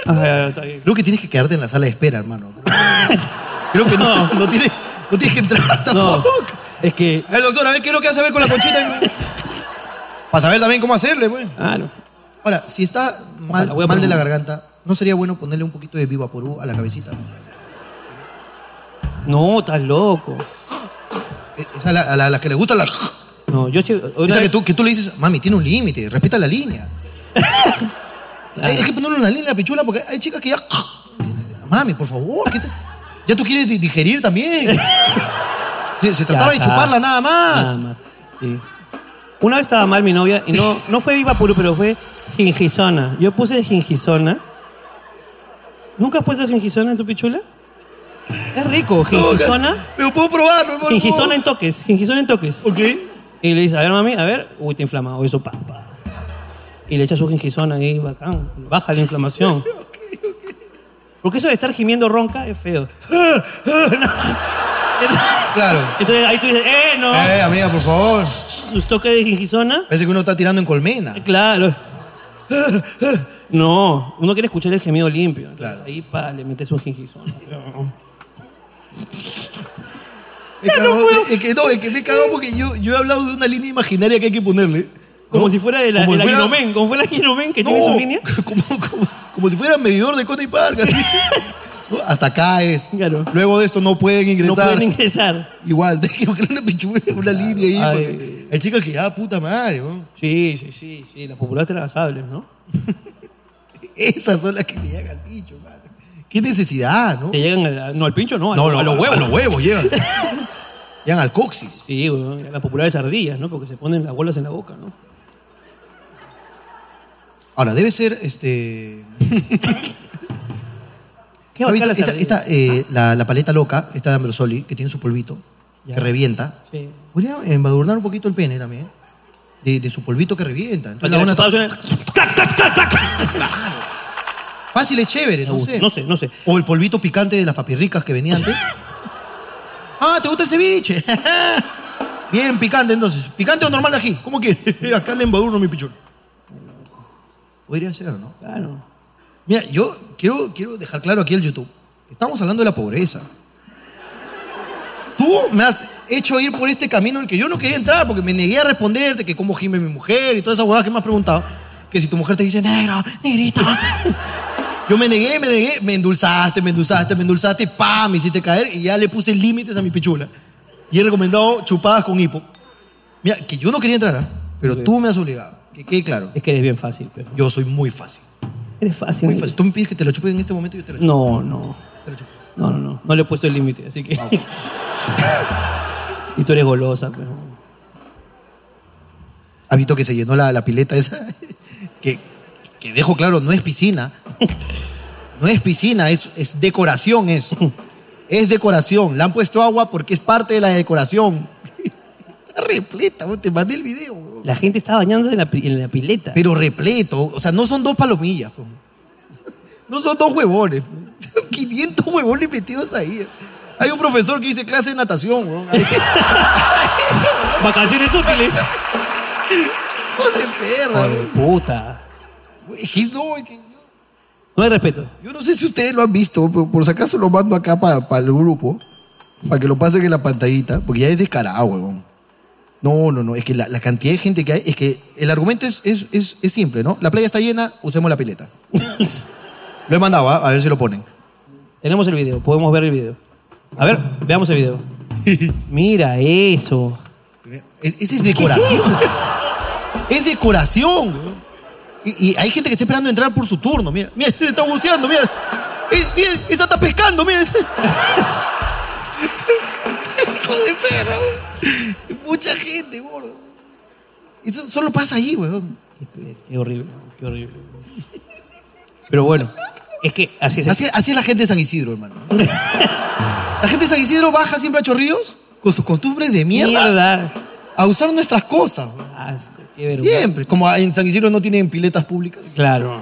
Ah, ya, ya, está bien.
Creo que tienes que quedarte en la sala de espera, hermano. Creo que no, no, tienes, no tienes que entrar
No.
tampoco.
Es que.
A ver, doctor, a ver qué es lo que hace a ver con la conchita. Para saber también cómo hacerle, pues.
Ah, no.
Ahora, si está mal,
Ojalá, voy a
mal de
poner
la
un-
garganta, ¿no sería bueno ponerle un poquito de viva porú a la cabecita?
No, estás loco.
Eh, O sea, a la, a la- a las que le gusta la... Esa
No, yo sí. una
que
vez-
tú, que tú le dices, mami, tiene un límite, respeta la línea. Hay, hay que ponerle una línea a la pichula porque hay chicas que ya... Mami, por favor, ¿qué te- ya tú quieres di- digerir también. Se, se trataba
Ya
de
está.
chuparla nada más.
Nada más. sí. Una vez estaba mal mi novia y no, no fue Viva Puro, pero fue Gingizona. Yo puse Gingizona. ¿Nunca has puesto Gingizona en tu pichula? Es rico, Gingizona.
Pero puedo probarlo, hermano.
Gingizona en toques, Gingizona en toques.
Ok.
Y le dice, a ver, mami, a ver, uy, te inflamado, eso, pa, pa. Y le echa su gingizona ahí, bacán, baja la inflamación. Porque eso de estar gimiendo ronca es feo. Ah,
Claro.
Entonces ahí tú dices, eh, no,
Eh, amiga, por favor.
sus toques de gingizona.
Parece que uno está tirando en colmena.
Claro. No, uno quiere escuchar el gemido limpio. Entonces,
Claro.
Ahí pa, le metes un gingizón.
Me cagó, es que no, es que me cagó porque yo, yo he hablado de una línea imaginaria que hay que ponerle.
Como
¿no?
si fuera de la,
Como
el
si fuera-
aguilomen, como fuera el aguilomen que
No,
tiene su línea.
Como, como- como si fuera medidor de Coney Park. así. ¿No? Hasta acá es.
Claro.
Luego de esto no pueden
No
ingresar.
pueden ingresar.
Igual, hay que poner una pichula, una línea ahí.
Ay.
porque Hay chicas que ya, puta madre, ¿no?
Sí, sí, sí, sí, las populares tragasables, ¿no?
Esas son las que me llegan al bicho, madre. Qué necesidad, ¿no?
Te llegan al, no al pincho, no, a, lo- a los huevos.
A los huevos llegan. llegan al coxis.
Sí, huevón, las populares ardillas, ¿no? Porque se ponen las bolas en la boca, ¿no?
Ahora, debe ser este.
¿Qué
¿No has
bacán
visto
las
esta,
ardillas?
esta, eh, la, la paleta loca, esta de Ambrosoli, que tiene su polvito,
Ya.
que revienta.
Sí.
Podría embadurnar un poquito el pene también. de, de su polvito que revienta. Entonces,
Para
la
que la
huevona
chupada
está-
suene- ¡Tac, tac, tac, tac!
Fácil es chévere, no sé.
No sé, no sé.
O el polvito picante de las papirricas que venía antes. ah, ¿te gusta el ceviche? Bien, picante entonces. ¿Picante o normal de ají? ¿Cómo que? Acá le embadurno mi pichón. Podría ser, ¿no?
Claro.
Mira, yo quiero, quiero dejar claro aquí al YouTube. que Estamos hablando de la pobreza. Tú me has hecho ir por este camino en el que yo no quería entrar porque me negué a responderte que cómo gime mi mujer y todas esas huevadas que me has preguntado. Que si tu mujer te dice negro, negrita. Yo me negué, me negué, me endulzaste, me endulzaste, me endulzaste, pa, me hiciste caer y ya le puse límites a mi pichula. Y he recomendado chupadas con hipo. Mira, que yo no quería entrar, ¿ah? pero tú me has obligado. Que quede claro,
Es que eres bien fácil, pero.
yo soy muy fácil.
Eres fácil.
Muy fácil. Tú me pides que te lo chupe en este momento y yo te lo chupo.
No, no.
Te lo chupo.
No, no, no. No le he puesto el límite, así que. y tú eres golosa, pero.
¿Has visto que se llenó la, la pileta esa? que, que dejo claro, no es piscina. No es piscina, es, es decoración, es. Es decoración. Le han puesto agua porque es parte de la decoración. Está repleta, weón, te mandé el video. weón.
La gente está bañándose en la, pi- en la pileta.
Pero repleto, o sea, no son dos palomillas. weón. No son dos huevones. weón. 500 huevones metidos ahí. Hay un profesor que dice clase de natación. weón.
Vacaciones útiles.
Hijo de perra.
Ay, puta.
weón. Es que no, es que yo-
No hay respeto.
Yo no sé si ustedes lo han visto, pero por si acaso lo mando acá para el grupo, para que lo pasen en la pantallita, porque ya es descarado, huevón. No, no, no, es que la, la cantidad de gente que hay, es que el argumento es, es, es, es simple, ¿no? La playa está llena, usemos la pileta. lo he mandado, ¿ah? a ver si lo ponen.
Tenemos el video, podemos ver el video. A ver, veamos el video. Mira eso.
Es, ese es decoración. es decoración, huevón. y, y hay gente que está esperando entrar por su turno, mira, mira, se está buceando, mira. Eh, mira, esa está pescando, mira. Hijo de perra, güey. Mucha gente, gordo. Eso solo pasa ahí, weón.
Qué, qué horrible, qué horrible. Pero bueno, es que así es.
Así, así es ah, la gente de San Isidro, hermano. La gente de San Isidro baja siempre a Chorrillos con sus costumbres de mierda,
Mierda.
a usar nuestras cosas. güey.
Asco, qué vergüenza.
Siempre. Como en San Isidro no tienen piletas públicas,
Claro.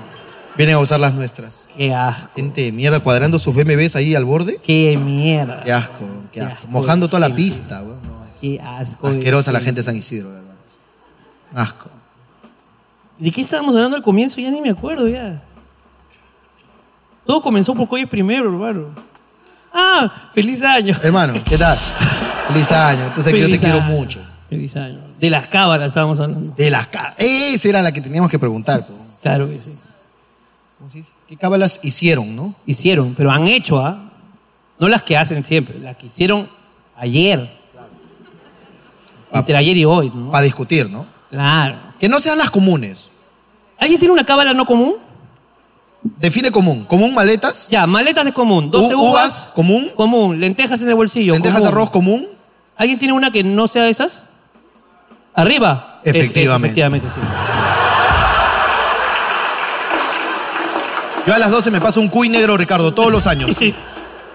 vienen a usar las nuestras.
Qué asco.
Gente de mierda cuadrando sus BMWs ahí al borde.
Qué mierda.
Qué asco, qué
Qué asco
asco. Mojando toda la
gente.
pista, weón. No, es
Qué asco. de-
asquerosa la gente de San Isidro, de verdad. Asco.
¿De qué estábamos hablando al comienzo? Ya ni me acuerdo ya. Todo comenzó porque hoy es primero, hermano. Ah, feliz año.
Hermano, ¿qué tal? Feliz año. Entonces que yo te
Feliz
quiero
año.
mucho.
Feliz año. De las cábalas estábamos hablando.
De las cábalas. Esa era la que teníamos que preguntar. po.
Claro que sí.
¿Cómo se dice? ¿Qué cábalas hicieron, no?
Hicieron, pero han hecho, ¿ah? No las que hacen siempre, las que hicieron ayer. Entre ayer y hoy, ¿no?
Para discutir, ¿no?
Claro.
Que no sean las comunes.
¿Alguien tiene una cábala no común?
Define común. Común maletas,
Ya, maletas es común. 12
U-
uvas,
uvas, común.
Común. Lentejas en el bolsillo.
lentejas
común.
arroz común.
¿Alguien tiene una que no sea de esas? ¿Arriba? Es- es-
Efectivamente.
efectivamente, sí.
Yo a las 12 me paso un cuy negro, Ricardo, todos los años.
Sí.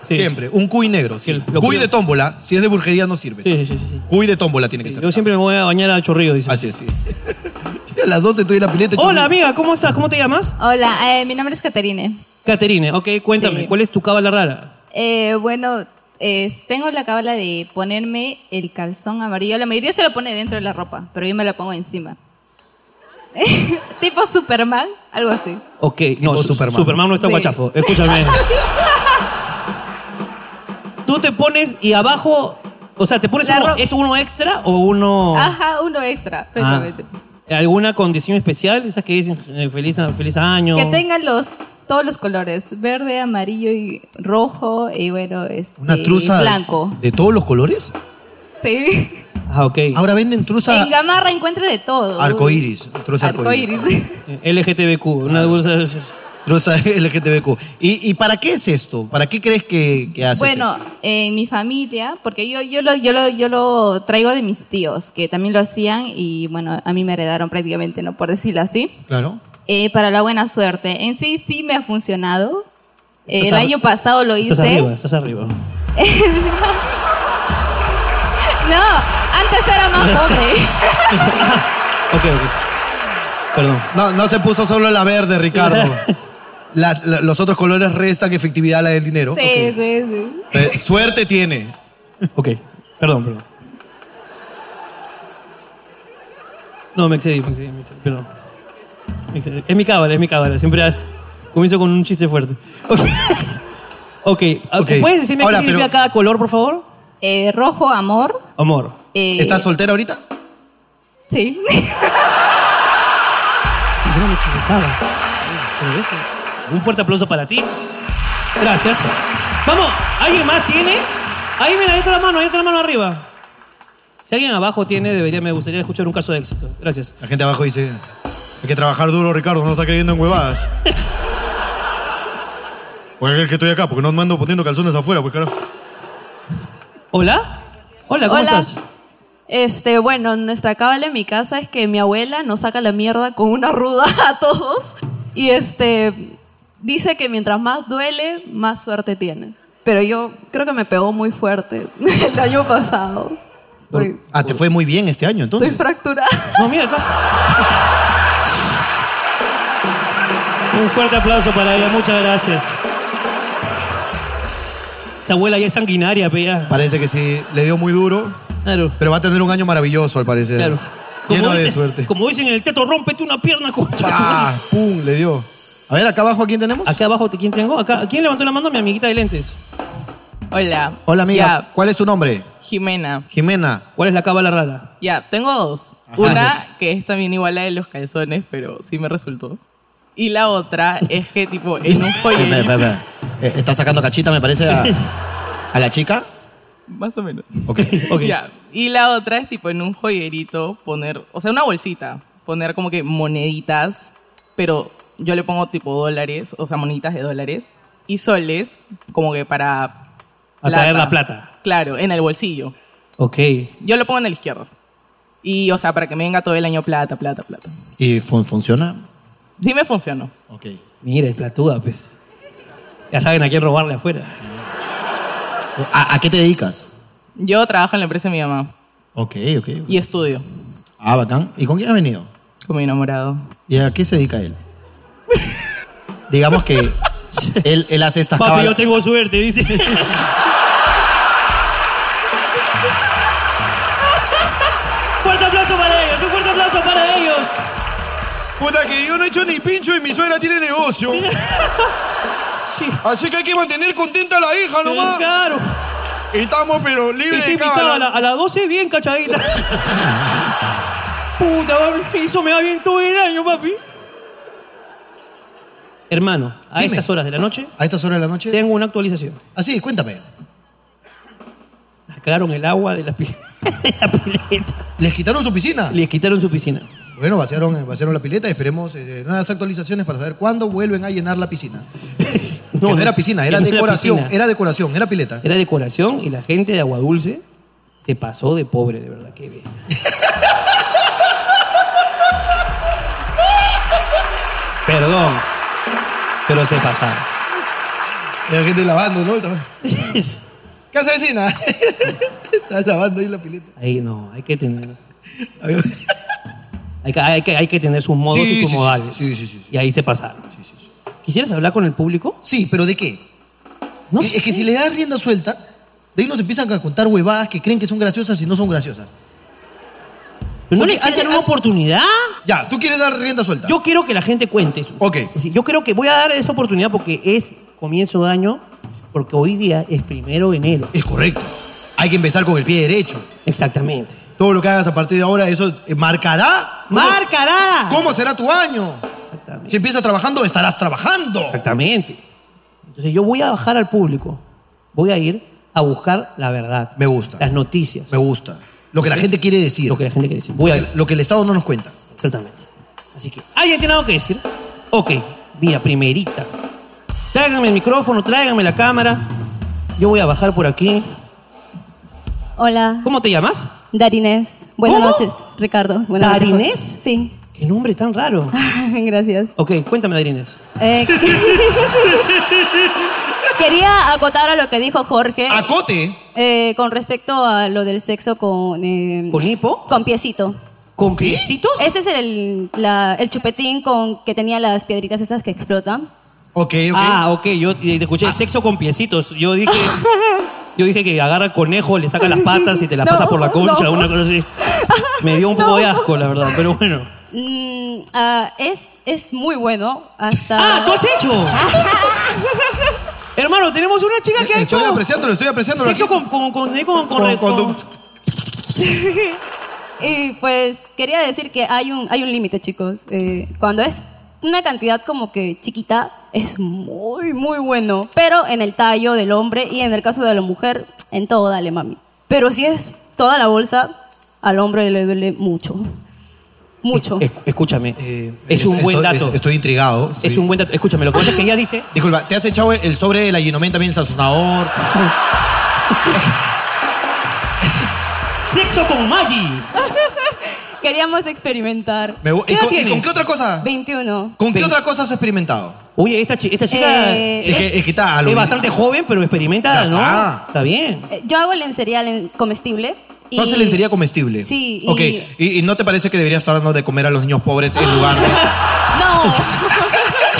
Sí.
Siempre. Un cuy negro. sí.
Sí, lo
Cuy
cuido.
de tómbola. Si es de burjería no sirve.
Sí, sí, sí, sí.
Cuy de tómbola tiene que ser.
Yo siempre me voy a bañar a chorrillo, dice.
Así es, sí. Yo a las 12 estoy en la pileta.
Hola,
chorrillo.
amiga, ¿cómo estás? ¿Cómo te llamas?
Hola, eh, mi nombre es Caterine.
Caterine, ok, cuéntame,
Sí.
¿cuál es tu cábala rara?
Eh, bueno, eh, tengo la cábala de ponerme el calzón amarillo. La mayoría se lo pone dentro de la ropa, pero yo me la pongo encima. tipo Superman, algo así.
Ok, no,
Tipo
Su- Superman.
Superman.
no está
Sí.
guachafo, escúchame. Tú te pones y abajo, o sea, ¿te pones
La
uno,
ro-
¿es uno extra o uno...?
Ajá, uno extra,
Ah.
precisamente.
¿Alguna condición especial? Esas que dicen eh, feliz, feliz año.
Que tengan los todos los colores, verde, amarillo y rojo y bueno, este,
Una truza.
blanco.
¿De todos los colores?
Sí.
Ah, ok.
Ahora venden truza
en Gamarra encuentra de todo.
arcoiris. Truza arcoiris.
Arcoiris.
LGTBQ, una bolsa de esas.
Truza LGTBQ. ¿Y, y para qué es esto? ¿Para qué crees que, que haces
Bueno,
esto?
en mi familia, porque yo, yo, lo, yo, lo, yo lo traigo de mis tíos, que también lo hacían y bueno, a mí me heredaron prácticamente, ¿no? Por decirlo así.
Claro.
Eh, para la buena suerte. En sí, sí me ha funcionado. Eh,
Estás
el
ar-
año pasado lo hice.
Estás arriba, estás arriba.
No, antes era más pobre.
Ok, ok. Perdón.
No, no se puso solo la verde, Ricardo. La- la- los otros colores restan efectividad a la del dinero.
Sí, sí, sí.
Eh, suerte tiene.
Ok, perdón, perdón. No, me excedí, me excedí, me excedí, perdón. Me excedí. Es mi cábala, es mi cábala. Siempre ha- comienzo con un chiste fuerte. Ok. okay.
Ok.
¿Puedes decirme
Ahora,
qué significa
pero-
cada color, por favor?
Eh, rojo, amor.
Amor.
eh,
¿Estás soltera ahorita?
Sí.
Yo no me equivocaba. Pero esto- Un fuerte aplauso para ti. Gracias. Vamos, ¿alguien más tiene? Ahí, mira, ahí está la mano, ahí está la mano arriba. Si alguien abajo tiene, debería, me gustaría escuchar un caso de éxito. Gracias.
La gente abajo dice,
Hay que trabajar duro, Ricardo, no está creyendo en huevadas. Voy a creer que estoy acá, porque no me ando poniendo calzones afuera, pues carajo.
¿Hola? Hola, ¿cómo
Hola.
estás?
Este, bueno, nuestra cábala en mi casa es que mi abuela nos saca la mierda con una ruda a todos. Y este, dice que mientras más duele, más suerte tienes. Pero yo creo que me pegó muy fuerte el año pasado. Estoy,
ah, te fue muy bien este año
estoy
entonces.
fracturada.
No, mira, está. Un fuerte aplauso para ella, muchas gracias. Esa abuela ya es sanguinaria, pe, ya.
Parece que sí, le dio muy duro,
Claro,
pero va a tener un año maravilloso al parecer.
claro.
Lleno de
dicen-
suerte.
Como dicen en el teto, rómpete una pierna, concha. tu
¡Pah!
madre.
¡Pum! Le dio. A ver, acá abajo, ¿a quién tenemos?
Acá abajo, ¿quién tengo? Acá, ¿Quién levantó la mano? Mi amiguita de lentes.
Hola.
Hola, amiga.
Ya,
¿Cuál es tu nombre?
Jimena.
Jimena.
¿Cuál es la cábala rara?
Ya, tengo dos. Una que es también igual a la de los calzones, pero sí me resultó. Y la otra es que, tipo, en un
Espera,
joyero.
espera, espera. Eh, Está sacando cachita, me parece, a, a la chica.
más o menos.
Ok.
Ok.
Ya. Y la otra es, tipo, en un joyerito poner, o sea, una bolsita, poner como que moneditas, pero yo le pongo, tipo, dólares, o sea, moneditas de dólares y soles, como que para.
Atraer la plata.
Claro, en el bolsillo.
Ok.
Yo lo pongo en el izquierdo. Y, o sea, para que me venga todo el año plata, plata, plata.
¿Y fun- funciona?
Sí me funcionó.
Ok.
Mira, es platuda, pues. Ya saben a quién robarle afuera.
¿A, a qué te dedicas?
Yo trabajo en la empresa de mi mamá
Ok, ok.
y estudio
Ah, bacán. ¿Y con quién has venido?
con mi enamorado.
¿Y a qué se dedica él? Digamos que él, él hace estas
Papi,
cábalas.
yo tengo suerte, dice. fuerte aplauso para ellos, un fuerte aplauso para ellos.
Puta, que yo no he hecho ni pincho y mi suegra tiene negocio.
Sí.
Así que hay que mantener contenta a la hija nomás.
Claro.
Estamos, pero
Y
libres
sí,
de
mi cábala, a,
cábala.
las 12 bien cachadita. Puta, papi, eso me va bien todo el año, papi. Hermano, a
Dime.
estas horas de la noche
¿A estas horas de la noche?
tengo una actualización.
Ah, sí, cuéntame.
Sacaron el agua de la, pi- de la pileta.
¿Les quitaron su piscina?
Les quitaron su piscina.
Bueno, vaciaron, eh, vaciaron la pileta. Esperemos eh, nuevas actualizaciones para saber cuándo vuelven a llenar la piscina. Que no, era piscina, era
que no
decoración.
piscina.
Era decoración, era pileta.
Era decoración y la gente de Agua Dulce se pasó de pobre, de verdad, qué bestia. Perdón, pero se pasaron.
Era gente lavando, ¿no? ¿Qué hace vecina? Estaba lavando ahí la pileta.
Ahí no, hay que tener,
Había-
hay que, hay que, hay que tener sus modos
Sí,
y sus
sí,
modales.
sí, sí, sí, sí.
Y ahí se pasaron. ¿Quisieras hablar con el público?
Sí, pero ¿de qué?
No
es, es que
sé.
si le das rienda suelta, de ahí nos empiezan a contar huevadas que creen que son graciosas y no son graciosas.
Pero no
Ok,
le quieres
antes-
dar una
antes-
oportunidad.
Ya, tú quieres dar rienda suelta.
Yo quiero que la gente cuente. eso.
Ok.
Es decir, Yo creo que voy a dar esa oportunidad porque es comienzo de año, porque hoy día es primero de enero.
Es correcto. Hay que empezar con el pie derecho.
Exactamente.
Todo lo que hagas a partir de ahora, eso eh, marcará cómo-
¡Marcará!
cómo será tu año.
Exactamente.
Si empiezas trabajando, estarás trabajando.
Exactamente. Entonces yo voy a bajar al público. Voy a ir a buscar la verdad.
Me gusta.
Las noticias.
Me gusta. Lo que la gente quiere decir.
Lo que la gente quiere decir. Voy a ir.
Lo que el Estado no nos cuenta.
Exactamente. Así que, ¿alguien tiene algo que decir? Ok, mira, primerita. Tráiganme el micrófono, tráiganme la cámara. Yo voy a bajar por aquí.
Hola,
¿Cómo te llamas?
Darinés. Buenas
¿Cómo?
noches, Ricardo. Buenas noches.
¿Darinés?
Sí,
Qué nombre tan raro.
gracias.
Ok, cuéntame, Darines.
Eh, quería acotar a lo que dijo Jorge
Acote.
eh, con respecto a lo del sexo con, eh,
¿Con hipo?
con piecito.
¿Con quesitos?
Ese es el, la- el chupetín con que tenía las piedritas esas que explotan.
Ok, ok.
Ah, ok, yo te te escuché sexo con piecitos. Yo dije, yo dije que agarra conejo, le saca las patas y te la
No,
pasa por la concha,
no.
una cosa así. Me dio un poco de asco, la verdad, pero bueno.
Mm, ah, es, es muy bueno. Hasta.
¡Ah, tú has hecho! Hermano, tenemos una chica que ha hecho
estoy apreciándolo, estoy apreciándolo.
sexo con con con con,
Con-
con,
con-
con-
Y pues quería decir que hay un, hay un límite, chicos. Eh, cuando es una cantidad como que chiquita, es muy, muy bueno. Pero en el tallo del hombre y en el caso de la mujer, en todo dale, mami. Pero si es toda la bolsa, al hombre le duele mucho. Mucho.
Es- escúchame,
Eh,
es un
estoy-
buen dato.
Estoy intrigado.
Es
estoy-
un buen dato. Escúchame, lo que pasa es que ella dice.
Disculpa, ¿te has echado el sobre del ayunomen también sazonador?
¡Sexo con Maggi!
Queríamos experimentar.
Me-
¿Qué
¿y
edad
con, y
tienes?
con qué otra cosa?
21.
¿Con qué
Ve-
otra cosa has experimentado?
Oye, esta, chi- esta chica
Eh,
Es que, es que está a lo
es
bien.
bastante joven, pero experimentada,
Ya
¿no?
está.
Está bien.
Eh, Yo hago lencería len- comestible.
¿Tú haces lencería comestible?
Sí, y-
Ok, ¿Y, y no te parece que deberías estar dando de comer a los niños pobres en lugar de...
No.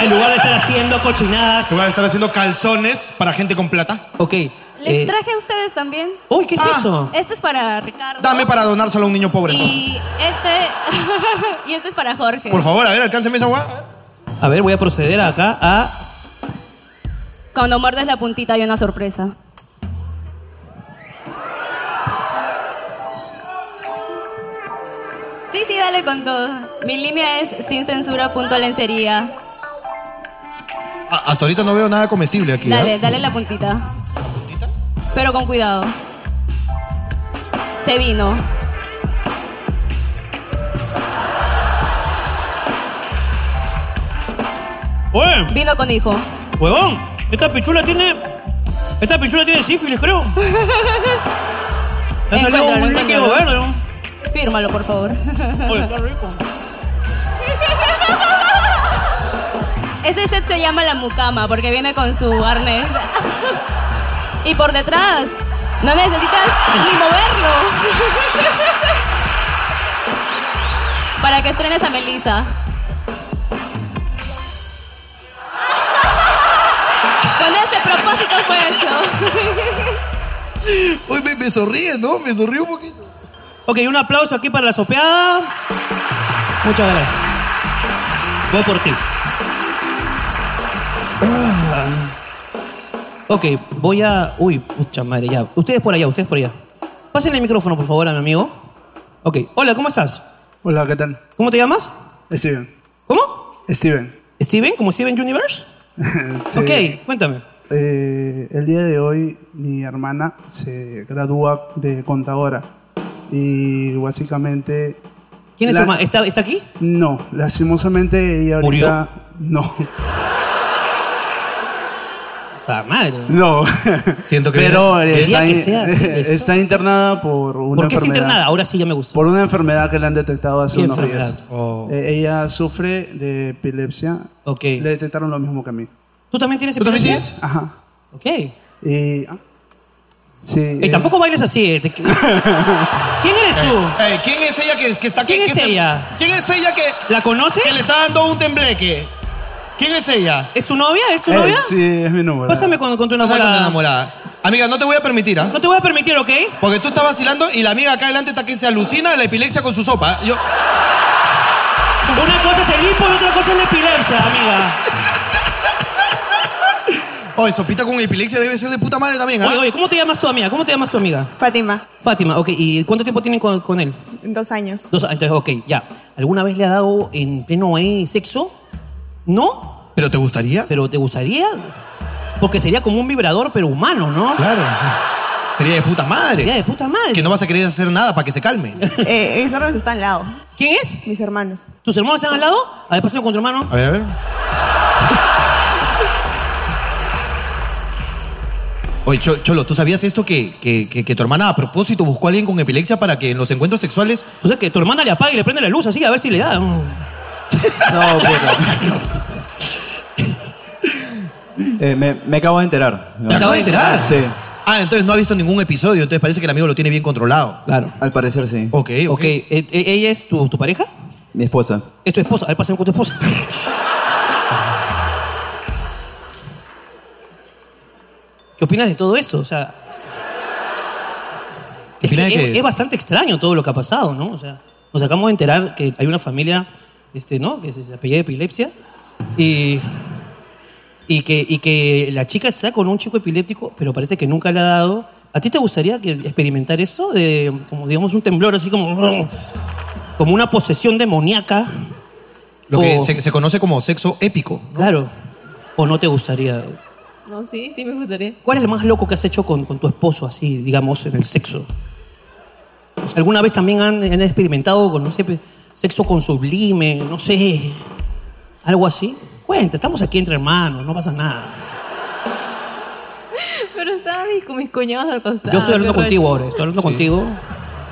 En lugar de estar haciendo cochinadas.
en lugar de estar haciendo calzones para gente con plata?
Ok.
Les
eh,
traje a ustedes también.
Uy, ¿qué es
Ah.
eso?
Este es para Ricardo.
Dame para donárselo a un niño pobre, entonces.
Y este, y este es para Jorge.
Por favor, a ver, alcánceme esa agua.
A ver, voy a proceder acá a.
Cuando muerdes la puntita hay una sorpresa. Sí, sí, dale con todo. Mi línea es sin censura punto lencería.
hasta ahorita no veo nada comestible aquí. ¿ah?
Dale, dale la puntita. Pero con cuidado. Se vino.
¡Oye!
Vino con hijo.
¡Huevón! Esta pichula tiene. Esta pichula tiene sífilis, creo. Le ha salido
Encuéntralo,
un líquido verde.
encuéntralo. Fírmalo, por favor.
¿no? Oye, está rico.
Ese set se llama la mucama porque viene con su arnés. Y por detrás, no necesitas ni moverlo. Para que estrenes a Melissa. Con ese propósito fue hecho.
Uy, me, me sonríe, ¿no? Me sonríe un poquito.
Ok, un aplauso aquí para la sopeada. Muchas gracias. Voy por ti. Ah. Ok, voy a. Uy, pucha madre, ya. Ustedes por allá, ustedes por allá. Pasen el micrófono, por favor, a mi amigo. Ok, hola, ¿cómo estás?
Hola, ¿qué tal?
¿Cómo te llamas?
Steven.
¿Cómo?
Steven.
¿Steven? ¿Como Steven Universe?
Sí.
Ok, cuéntame.
Eh, el día de hoy mi hermana se gradúa de contadora y básicamente...
¿Quién es
la-
tu hermano? ¿Está, ¿Está aquí?
No, lastimosamente ella ahorita... No,
Está madre.
no.
Siento que...
Pero eh, está,
Quería que
in-
sea así, eso.
está internada por una
¿Por qué está
enfermedad.
internada? Ahora sí ya me gusta.
Por una enfermedad que le han detectado hace
¿Qué
unos
enfermedad?
días.
Oh.
Eh, ella sufre de epilepsia.
Ok.
Le detectaron lo mismo que a mí.
¿Tú también tienes
¿Tú también
epilepsia?
tienes?
Ajá.
Ok.
Y... ah, Sí.
Eh,
eh,
tampoco bailes así. eh, te- ¿Quién eres tú?
Eh, ¿Quién es ella que, que está aquí?
¿Quién es
se-
ella?
¿Quién es ella que,
¿La conoces?
que le está dando un tembleque? ¿Quién es ella?
¿Es tu novia? ¿Es tu
eh,
novia?
Sí, es mi número.
Pásame con, con tu
No sale con tu
enamorada.
enamorada. Amiga, no te voy a permitir, ¿ah?
No te voy a permitir, ¿ok?
Porque tú estás vacilando y la amiga acá adelante está que se alucina de la epilepsia con su sopa. Yo,
Una cosa es el hipo y otra cosa es la epilepsia, amiga.
oye, sopita con epilepsia debe ser de puta madre también, ¿ah?
Oye, oye, ¿cómo te llamas tu amiga? ¿Cómo te llamas tu amiga?
Fátima,
Fátima, ok. ¿Y cuánto tiempo tienen con, con él?
dos años.
Dos, entonces, ok, ya. ¿Alguna vez le ha dado en pleno ahí sexo? ¿No?
¿Pero te gustaría?
¿Pero te gustaría? Porque sería como un vibrador, pero humano, ¿no?
Claro. Sería de puta madre.
Sería de puta madre.
Que no vas a querer hacer nada para que se calme.
Eh, mis hermanos están al lado,
¿Quién es?
mis hermanos.
¿Tus hermanos están al lado? A ver, pásalo con tu hermano.
A ver, a ver. Oye, Cho- Cholo, ¿tú sabías esto que, que, que- que tu hermana a propósito buscó a alguien con epilepsia para que en los encuentros sexuales
O sea, que tu hermana le apague y le prende la luz así, a ver si le da. Mm.
No, puta. Eh, me, me acabo de enterar.
¿Te acabas de enterar?
Sí.
Ah, entonces no ha visto ningún episodio, entonces parece que el amigo lo tiene bien controlado.
Claro.
Al parecer sí.
Ok, ok.
Eh, eh, ¿Ella es tu, tu pareja?
Mi esposa.
Es tu esposa. A ver, pásame con tu esposa. ¿Qué opinas de todo esto? O sea. Es,
opinas
que
de
es-
qué?
es bastante extraño todo lo que ha pasado, ¿no? O sea, nos acabamos de enterar que hay una familia, este, ¿no? Que se, se apellida epilepsia. Y. Y que, y que la chica está con un chico epiléptico, pero parece que nunca le ha dado. ¿A ti te gustaría que experimentar esto? De, como digamos, un temblor así como. Como una posesión demoníaca.
Lo que
O-
se, se conoce como sexo épico.
Claro. ¿O no te gustaría?
No, sí, sí me gustaría.
¿Cuál es lo más loco que has hecho con, con tu esposo, así, digamos, en el sexo? O sea, ¿Alguna vez también han, han experimentado con, no sé, pe- sexo con sublime, no sé, algo así? Cuenta, estamos aquí entre hermanos, no pasa nada.
Pero estaba ahí con mis cuñados al costado.
Yo estoy
Ah,
hablando
qué
contigo
rollo.
ahora, estoy hablando contigo.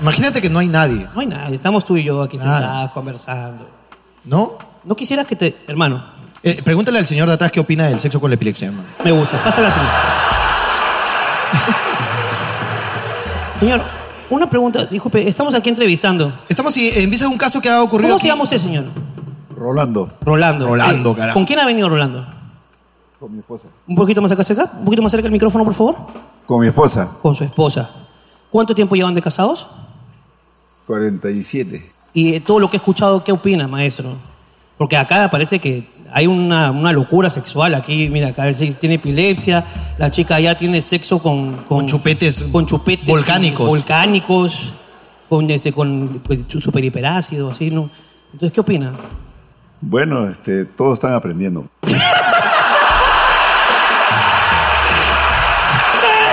Imagínate que no hay nadie.
No hay nadie, estamos tú y yo aquí
Claro.
sentados conversando.
¿No? Eh,
No quisieras que te... Hermano.
pregúntale al señor de atrás qué opina del sexo con la epilepsia, hermano.
Me gusta, pásala así. Señor, una pregunta, disculpe, estamos aquí entrevistando.
Estamos en vista de un caso que ha ocurrido
¿Cómo
aquí.
se llama usted, señor?
Rolando.
Rolando.
Rolando,
Eh,
carajo.
¿Con quién ha venido Rolando?
Con mi esposa.
Un poquito más acá cerca, un poquito más cerca el micrófono, por favor.
Con mi esposa.
Con su esposa. ¿Cuánto tiempo llevan de casados?
47.
Y eh, todo lo que he escuchado, ¿qué opina, maestro? Porque acá parece que hay una, una locura sexual aquí. Mira, acá él sí tiene epilepsia, la chica allá tiene sexo con, con,
chupetes,
con chupetes
volcánicos.
volcánicos, con, este, con pues, su- superhiperácido, así, ¿no? Entonces, ¿qué opina?
Bueno, este, todos están aprendiendo.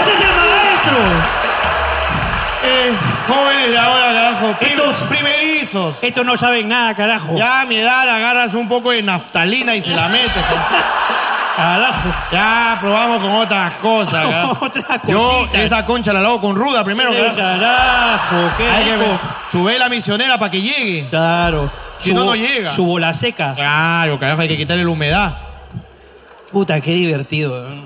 ¡Ese es el maestro!
Eh, jóvenes de ahora, carajo. Prim-
Estos-
primerizos.
Estos no saben nada, carajo.
Ya a mi edad agarras un poco de naftalina y se la metes. carajo.
carajo.
Ya probamos con otras cosas, carajo.
Otras
Yo
cositas.
esa concha la hago con ruda primero,
Eh,
carajo.
carajo, qué
Hay que
rico.
Sube la misionera para que llegue.
Claro.
Si
Su
no,
bo-
no llega.
Su bola seca.
Ah,
Claro, carajo, hay que quitarle la humedad.
Puta, qué divertido. ¿no?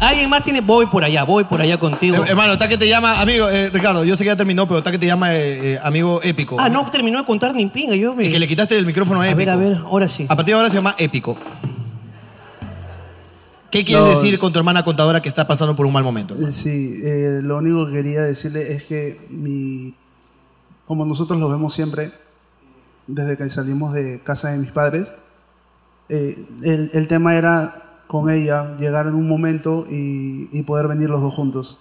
Alguien más tiene, voy por allá, voy por allá contigo.
Eh, hermano, está que te llama, amigo, eh, Ricardo, yo sé que ya terminó, pero está que te llama eh, eh, amigo épico.
Ah, no terminó de contar ni pinga, yo me...
Que le quitaste el micrófono a
A ver,
épico.
a ver, ahora sí.
A partir de ahora se llama épico. ¿Qué quieres
No.
decir con tu hermana contadora que está pasando por un mal momento?
Eh, Sí, eh, lo único que quería decirle es que mi, como nosotros lo vemos siempre, desde que salimos de casa de mis padres, eh, el, el tema era con ella llegar en un momento y, y poder venir los dos juntos.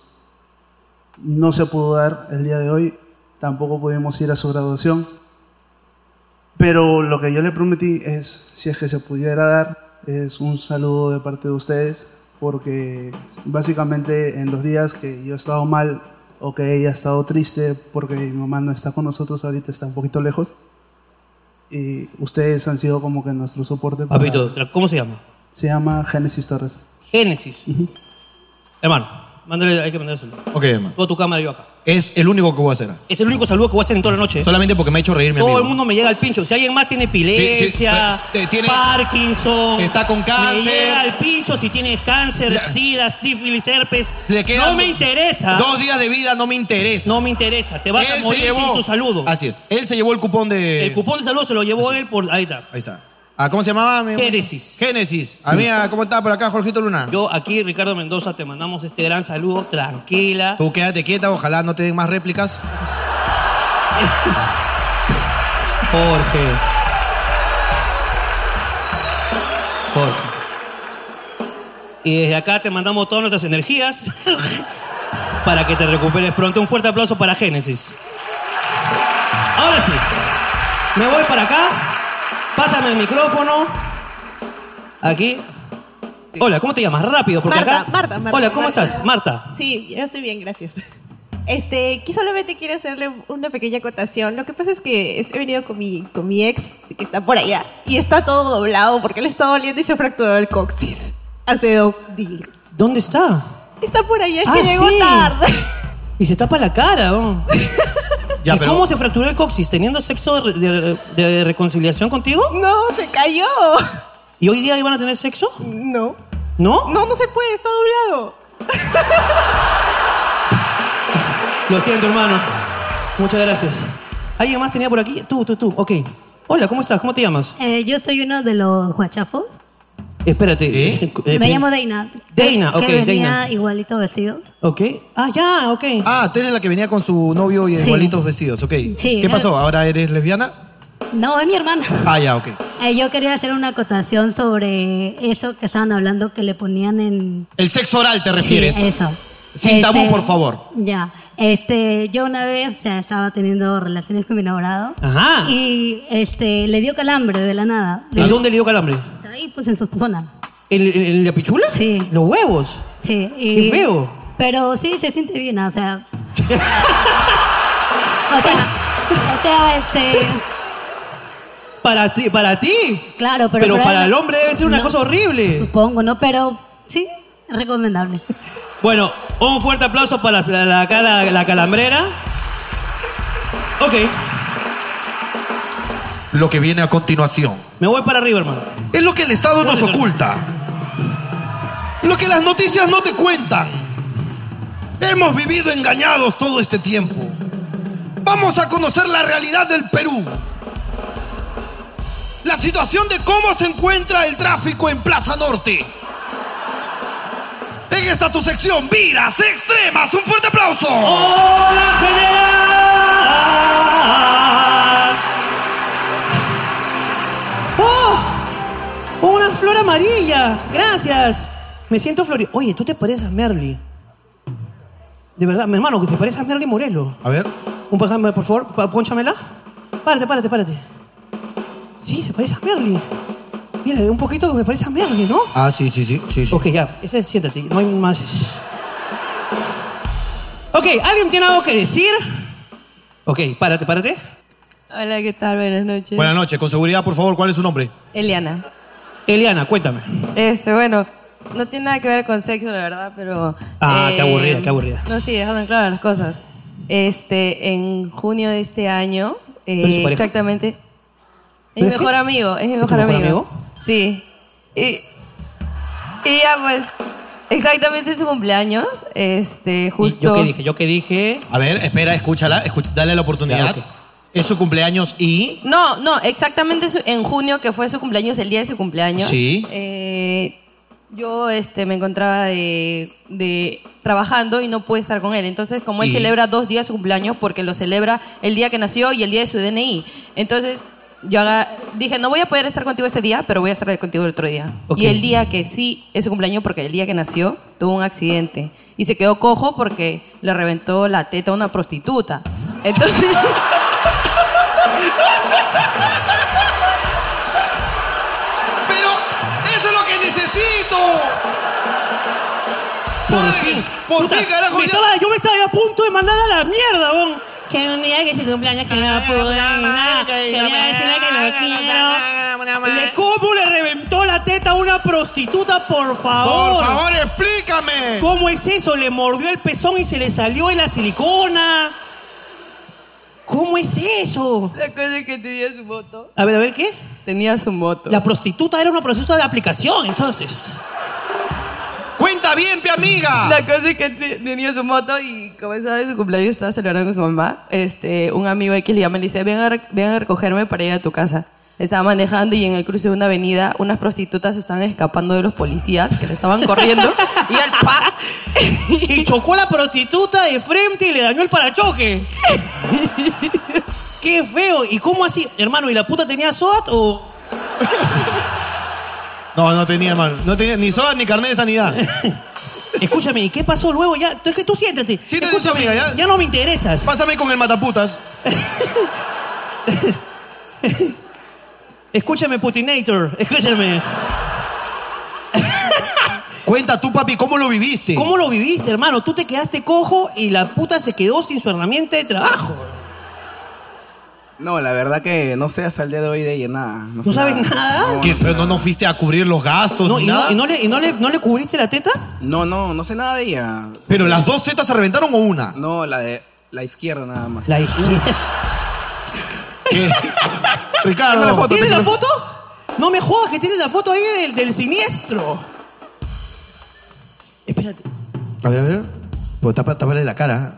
No se pudo dar el día de hoy, tampoco pudimos ir a su graduación, pero lo que yo le prometí es, si es que se pudiera dar, es un saludo de parte de ustedes, porque básicamente en los días que yo he estado mal o que ella ha estado triste porque mi mamá no está con nosotros ahorita, está un poquito lejos, y ustedes han sido como que nuestro soporte. para-
Papito, tra- ¿cómo se llama?
Se llama Génesis Torres.
Génesis. Hermano, mándale, hay que mandarle saludo.
Ok, hermano.
Tú a tu cámara y yo acá.
Es el único que voy a hacer.
Es el único saludo que voy a hacer en toda la noche.
Solamente porque me ha hecho reír mi
Todo
amigo.
el mundo me llega al pincho. Si alguien más tiene epilepsia,
eh,
Parkinson, está con
cáncer.
me llega al pincho si tienes cáncer, sida, sífilis, herpes. no me interesa.
Dos días de vida no me interesa.
No me interesa. Te vas a morir sin tu saludo.
Así es. Él se llevó el cupón de.
El cupón de saludo se lo llevó él por. Ahí está.
Ahí está. Ah, ¿Cómo se llamaba? amigo?
Génesis.
Génesis. Amiga, ¿cómo está por acá, Jorgito Luna?
Yo aquí, Ricardo Mendoza, te mandamos este gran saludo. Tranquila.
Tú quédate quieta, ojalá no te den más réplicas.
Jorge. Jorge. Y desde acá te mandamos todas nuestras energías para que te recuperes pronto. Un fuerte aplauso para Génesis. Ahora sí, me voy para acá. Pásame el micrófono. Aquí. Hola, ¿cómo te llamas? Rápido, porque
Marta,
acá.
Marta, Marta,
Hola, ¿cómo
Marta.
estás? Marta.
Sí, yo estoy bien, gracias. Este, que solamente quiero hacerle una pequeña acotación. Lo que pasa es que es- he venido con mi, con mi ex, que está por allá, y está todo doblado porque le está doliendo y se ha fracturado el coxis hace dos días.
¿Dónde está?
Está por allá, es
Ah,
que llegó
sí.
tarde.
Y se tapa la cara. ¿no?
Ya,
¿Y
pero-
cómo se fracturó el coxis? ¿Teniendo sexo de, de- de reconciliación contigo?
No, se cayó.
¿Y hoy día iban a tener sexo?
No,
¿No?
no, no se puede, está doblado.
Lo siento, hermano. Muchas gracias. ¿Alguien más tenía por aquí? Tú, tú, tú. Ok. Hola, ¿cómo estás? ¿Cómo te llamas?
Eh, yo soy uno de los guachafos.
Espérate. eh,
Me llamo Deina.
Deina,
Que-
ok,
Que venía
Deina.
igualito vestido.
Ok. Ah, ya, ok.
Ah, tú eres la que venía con su novio y
Sí.
igualitos vestidos, ok.
Sí.
¿Qué pasó? ¿Ahora eres lesbiana?
No, es mi hermana.
Ah, ya, ok.
Eh, yo quería hacer una acotación sobre eso que estaban hablando que le ponían en...
El sexo oral te
Sí,
refieres.
eso.
Sin tabú,
Este-
por favor.
Ya. Este, yo una vez o sea, estaba teniendo relaciones con mi enamorado.
Ajá.
Y este, le dio calambre de la nada.
¿En dónde le dio calambre?
Ahí, pues en su zona.
¿En, en- en la pichula? Sí. ¿Los huevos?
Sí. y-
Qué feo.
Pero sí, se siente bien, o sea. o sea, o sea, este.
Para ti, para ti.
Claro, pero.
Pero
por ahí
para
no-
el hombre debe ser una cosa horrible.
Supongo, ¿no? Pero sí, recomendable.
Bueno, un fuerte aplauso para la, la- acá la- la calambrera. Ok,
Lo que viene a continuación.
me voy para arriba, hermano.
Es lo que el Estado nos oculta. Lo que las noticias no te cuentan. Hemos vivido engañados todo este tiempo. Vamos a conocer la realidad del Perú. La situación de cómo se encuentra el tráfico en Plaza Norte. En esta tu sección, Vidas Extremas. Un fuerte aplauso.
¡Hola, general! ¡Oh! ¡Una flor amarilla! ¡Gracias! Me siento florido. Oye, tú te pareces a Merly. De verdad, mi hermano, que te pareces a Merly Morelo.
A ver.
Un pajarme, por favor, pa- pónchamela. Párate, párate, párate. Sí, se parece a Merly. Mira, un poquito que me parece a Merly, ¿no?
Ah, sí, sí, sí. sí,
Ok, ya, ese, siéntate, no hay más. Ok, ¿alguien tiene algo que decir? Ok, párate, párate.
Hola, ¿qué tal? Buenas noches.
Buenas noches, con seguridad, por favor, ¿cuál es su nombre?
Eliana.
Eliana, cuéntame.
Este, bueno, no tiene nada que ver con sexo, la verdad, pero...
Ah, qué
eh,
aburrida, qué aburrida.
No, sí, dejando en claro las cosas. Este, en junio de este año, eh,
¿Pero es su pareja?
exactamente... Es
¿Pero
mi
es
mejor
qué?
amigo, es mi
¿Es tu
mejor,
mejor
amigo.
amigo?
Sí. Y, y ya, pues, exactamente en su cumpleaños, este, justo...
yo qué
Yo que dije.
A ver, espera, escúchala, escucha- dale la oportunidad. Es su cumpleaños y.
No, no, exactamente su- en junio, que fue su cumpleaños, el día de su cumpleaños.
Sí.
eh, yo este, me encontraba de, de- trabajando y no pude estar con él. Entonces, como él
Y-
celebra dos días su cumpleaños, porque lo celebra el día que nació y el día de su DNI. Entonces, yo haga- dije, no voy a poder estar contigo este día, pero voy a estar contigo el otro día.
Ok.
Y el día que sí es su cumpleaños, porque el día que nació, tuvo un accidente. Y se quedó cojo porque le reventó la teta a una prostituta. Entonces...
Pero eso es lo que necesito.
Por fin.
Por
Puta,
fin, carajo.
me
ya-
estaba- yo me estaba ya a punto de mandar a la mierda, bon. Que un día que se cumpleaños que no pude nada. Quería decirle que lo quiero. ¿Le cómo le reventó la teta a una prostituta, por favor?
Por favor, explícame.
¿Cómo es eso? Le mordió el pezón y se le salió en la silicona. ¿Cómo es eso?
La cosa es que tenía su moto.
A ver, a ver, ¿qué?
Tenía su moto.
La prostituta era una prostituta de aplicación, entonces.
Cuenta bien, mi amiga.
La cosa es que te- tenía su moto y como sabe, su cumpleaños estaba celebrando con su mamá. Este, un amigo X le llama y le dice, ven a, rec- ven a recogerme para ir a tu casa. Estaba manejando y en el cruce de una avenida unas prostitutas estaban escapando de los policías que le estaban corriendo. y al pa...
y chocó a la prostituta de frente y le dañó el parachoque. Qué feo. ¿Y cómo así? Hermano, ¿y la puta tenía SOAT o...?
No, no tenía, hermano. No tenía ni soda ni carnet de sanidad.
Escúchame, ¿y qué pasó luego ya? Es que tú siéntate.
Siéntate,
Escúchame,
amiga, ya.
no me interesas.
Pásame con el mataputas.
Escúchame, Putinator. Escúchame.
Cuenta tú, papi, ¿cómo lo viviste?
¿Cómo lo viviste, hermano? Tú te quedaste cojo y la puta se quedó sin su herramienta de trabajo.
No, la verdad que no sé hasta el día de hoy de ella nada. No, sé
sabes nada?
No,
¿Qué? ¿Pero no, no fuiste a cubrir los gastos?
No,
ni
y, no,
nada?
y no le, y no le- no le cubriste la teta?
no, no, no sé nada de ella.
¿Pero las dos tetas se reventaron o una?
No, la
Eh,
de la izquierda nada más.
La izquierda.
Ricardo. la foto,
¿Tiene
te
la
quiero-
foto? No me jodas que tiene la foto ahí del, del siniestro. Espérate.
A ver, a ver. Pues tapa, tápale la cara.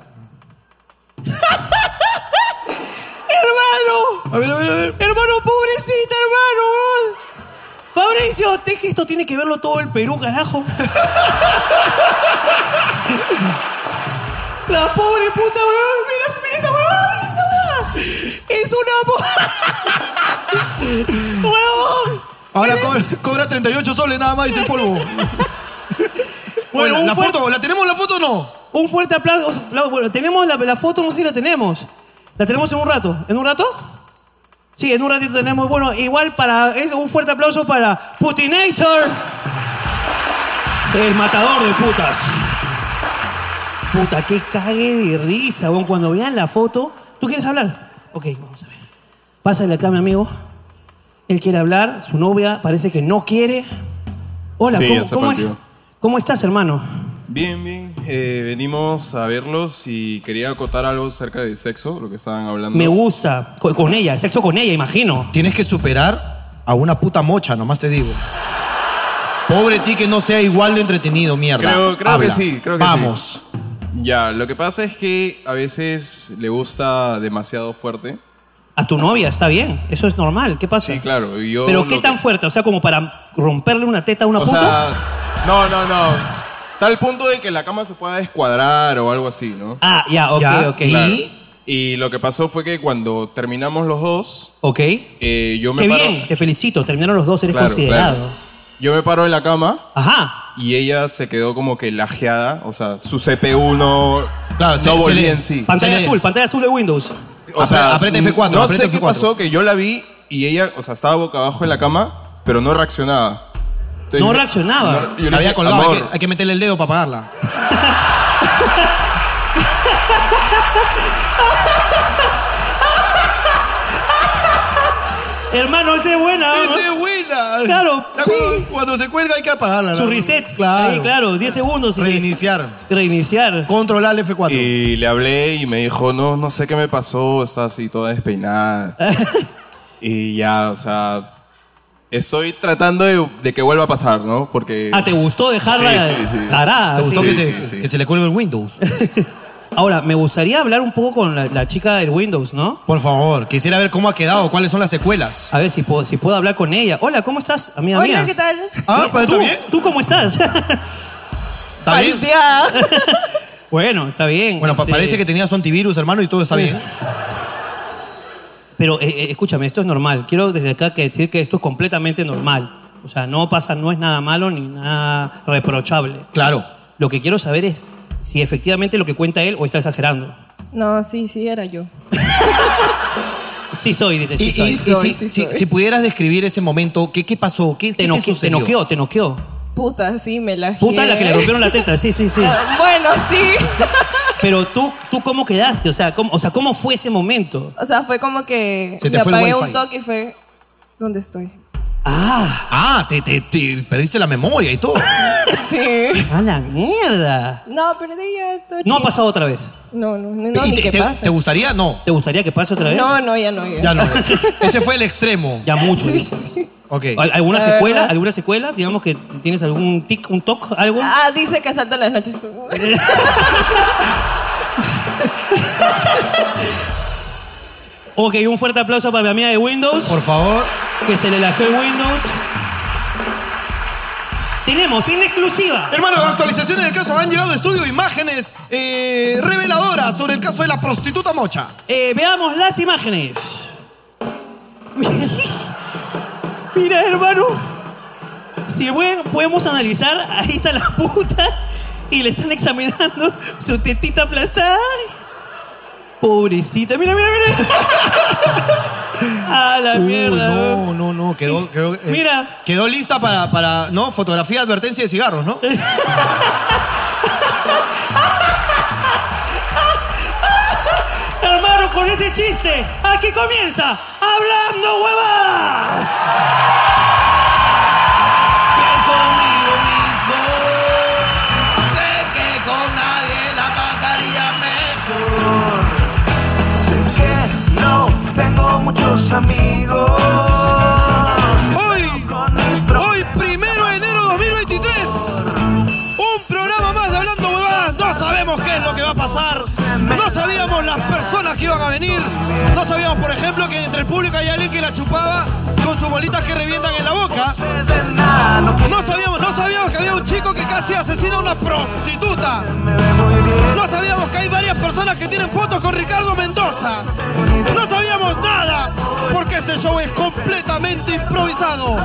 ¡Hermano! A ver, a ver, a ver. ¡Hermano, pobrecita, hermano!
Fabricio, te- que esto tiene que verlo todo el Perú, carajo.
La pobre puta, weón. Mira, mira esa weón, mira esa weón. Es una po- ¡Weón!
Ahora co- cobra 38 soles nada más y sin polvo. Bueno,
un
la
fuerte-
foto, ¿la tenemos la foto o no?
Un fuerte aplauso. La- Bueno, tenemos la, la foto, no sé si la tenemos. La tenemos en un rato. ¿En un rato? Sí, en un ratito tenemos. Bueno, igual para. Es un fuerte aplauso para Putinator. El matador de putas. Puta, que cague de risa, weón. Cuando vean la foto. ¿Tú quieres hablar? Ok, vamos a ver. Pásale acá, mi amigo. Él quiere hablar, su novia parece que no quiere. Hola,
Sí,
¿cómo,
ya se
cómo es-
partió.
cómo estás, hermano?
Bien, bien. Eh, venimos a verlos y quería acotar algo acerca de sexo, lo que estaban hablando.
Me gusta. Co- Con, ella, sexo con ella, imagino.
Tienes que superar a una puta mocha, nomás te digo. Pobre ti que no sea igual de entretenido, mierda.
Creo, creo que
Habla.
sí, creo que
Vamos.
sí. Ya, lo que pasa es que a veces le gusta demasiado fuerte.
A tu novia, está bien. Eso es normal. ¿Qué pasa?
Sí, claro. y Yo
Pero
lo
¿qué
que-
tan fuerte? O sea, como para romperle una teta a una
o
puta.
sea, no, no, no. Tal punto de que la cama se pueda descuadrar o algo así, ¿no?
Ah, ya, ok,
Ya,
ok.
claro. Y lo que pasó fue que cuando terminamos los dos,
Ok.
eh, yo me
Qué
paro-
bien, te felicito. Terminaron los dos, eres
Claro,
considerado.
claro. Yo me paro en la cama.
Ajá.
Y ella se quedó como que lajeada, o sea, su CPU no, no
se- se
volvía
le-
en sí.
Pantalla azul, pantalla azul de Windows.
O sea,
Aprieta F4,
No
aprieta
sé qué
F4.
pasó, que yo la vi y ella, o sea, estaba boca abajo en la cama, pero no reaccionaba. Entonces
No
yo-
reaccionaba.
no- yo le
Se había
dije,
colgado, hay
"Amor,
que, hay que meterle el dedo para apagarla.
Hermano, esa es buena.
Esa es buena.
Claro.
Ya Cuando, cuando se cuelga hay que apagarla.
Su
¿no?
reset.
Claro.
Ahí, claro, 10 segundos.
Reiniciar.
Reiniciar.
Controlar el F4.
Y le hablé y me dijo, no, no sé qué me pasó, está así toda despeinada. y ya, o sea, estoy tratando de, de que vuelva a pasar, ¿no? Porque...
Ah, ¿te gustó dejarla
Sí, sí, sí.
tarada?
¿Te gustó que
se,
le cuelgue el Windows?
Ahora, me gustaría hablar un poco con la, la chica del Windows, ¿no?
Por favor, quisiera ver cómo ha quedado, cuáles son las secuelas.
A ver si puedo, si puedo hablar con ella. Hola, ¿cómo estás, amiga
Hola,
mía?
¿qué tal?
Ah,
¿Tú, ¿Tú cómo estás?
¿Está bien?
bueno, está bien.
Bueno, pa-
este-
parece que tenías antivirus, hermano, y todo está bien.
Pero eh, eh, escúchame, esto es normal. Quiero desde acá que decir que esto es completamente normal. O sea, no pasa, no es nada malo ni nada reprochable.
Claro.
Lo que quiero saber es si efectivamente lo que cuenta él o está exagerando.
No, sí, sí, era yo.
Sí soy, dice, sí
Y,
soy.
y- y si, si- si pudieras describir ese momento, ¿qué, qué pasó? ¿Qué, qué
Te
te,
noqueó, te
sucedió?
noqueó, te noqueó.
Puta, sí, me la
Puta la que le rompieron la teta, sí, sí, sí.
Bueno, sí.
Pero tú, tú cómo quedaste, o sea, cómo, o sea, ¿cómo fue ese momento?
O sea, fue como que
Se te
me
fue el
apagué
wifi.
un toque y fue, ¿dónde estoy?
Ah,
ah te, te- te perdiste la memoria y todo.
Sí.
A la mierda.
No, pero de ahí ya todo
No ha
chill.
pasado otra vez.
No, no, no, no
¿Y
ni
te,
que
te-
pase.
te gustaría? No.
¿Te gustaría que pase otra vez?
No, no, ya no. Ya,
Ya no. Ese fue el extremo.
Ya mucho. dice.
Ok.
¿Al- ¿Alguna
La
secuela?
verdad.
¿Alguna secuela? Digamos que tienes algún tic, un toc, algo.
Ah, dice que salto en las noches.
Ok, un fuerte aplauso para mi amiga de Windows.
Por favor.
Que se le lajó el Windows. Tenemos en exclusiva.
Hermano, actualizaciones del caso. Han llegado de estudio imágenes eh, reveladoras sobre el caso de la prostituta mocha.
Eh, veamos las imágenes. Mira, hermano. Si bueno, podemos analizar, ahí está la puta. Y le están examinando su tetita aplastada. Pobrecita, mira, mira, mira. A la mierda.
no, no, no. Quedó, quedó, eh,
Mira.
quedó lista para, para, ¿no? Fotografía, advertencia de cigarros, ¿no?
Hermano, con ese chiste, aquí comienza Hablando Huevadas.
conmigo mismo. Sé que con nadie la pasaría mejor. Sé que no tengo muchos amigos.
Hoy, hoy primero de enero 2023. Un programa más de Hablando Huevadas. No sabemos qué es lo que va a pasar. No sabíamos las, per-
bolitas que iban a venir. No sabíamos, por ejemplo, que entre el público hay alguien que la chupaba con sus bolitas que revientan en la boca. No sabíamos, no sabíamos que había un chico que casi asesina a una prostituta. No sabíamos que hay varias personas que tienen fotos con Ricardo Mendoza. No sabíamos nada, porque este show es completamente improvisado.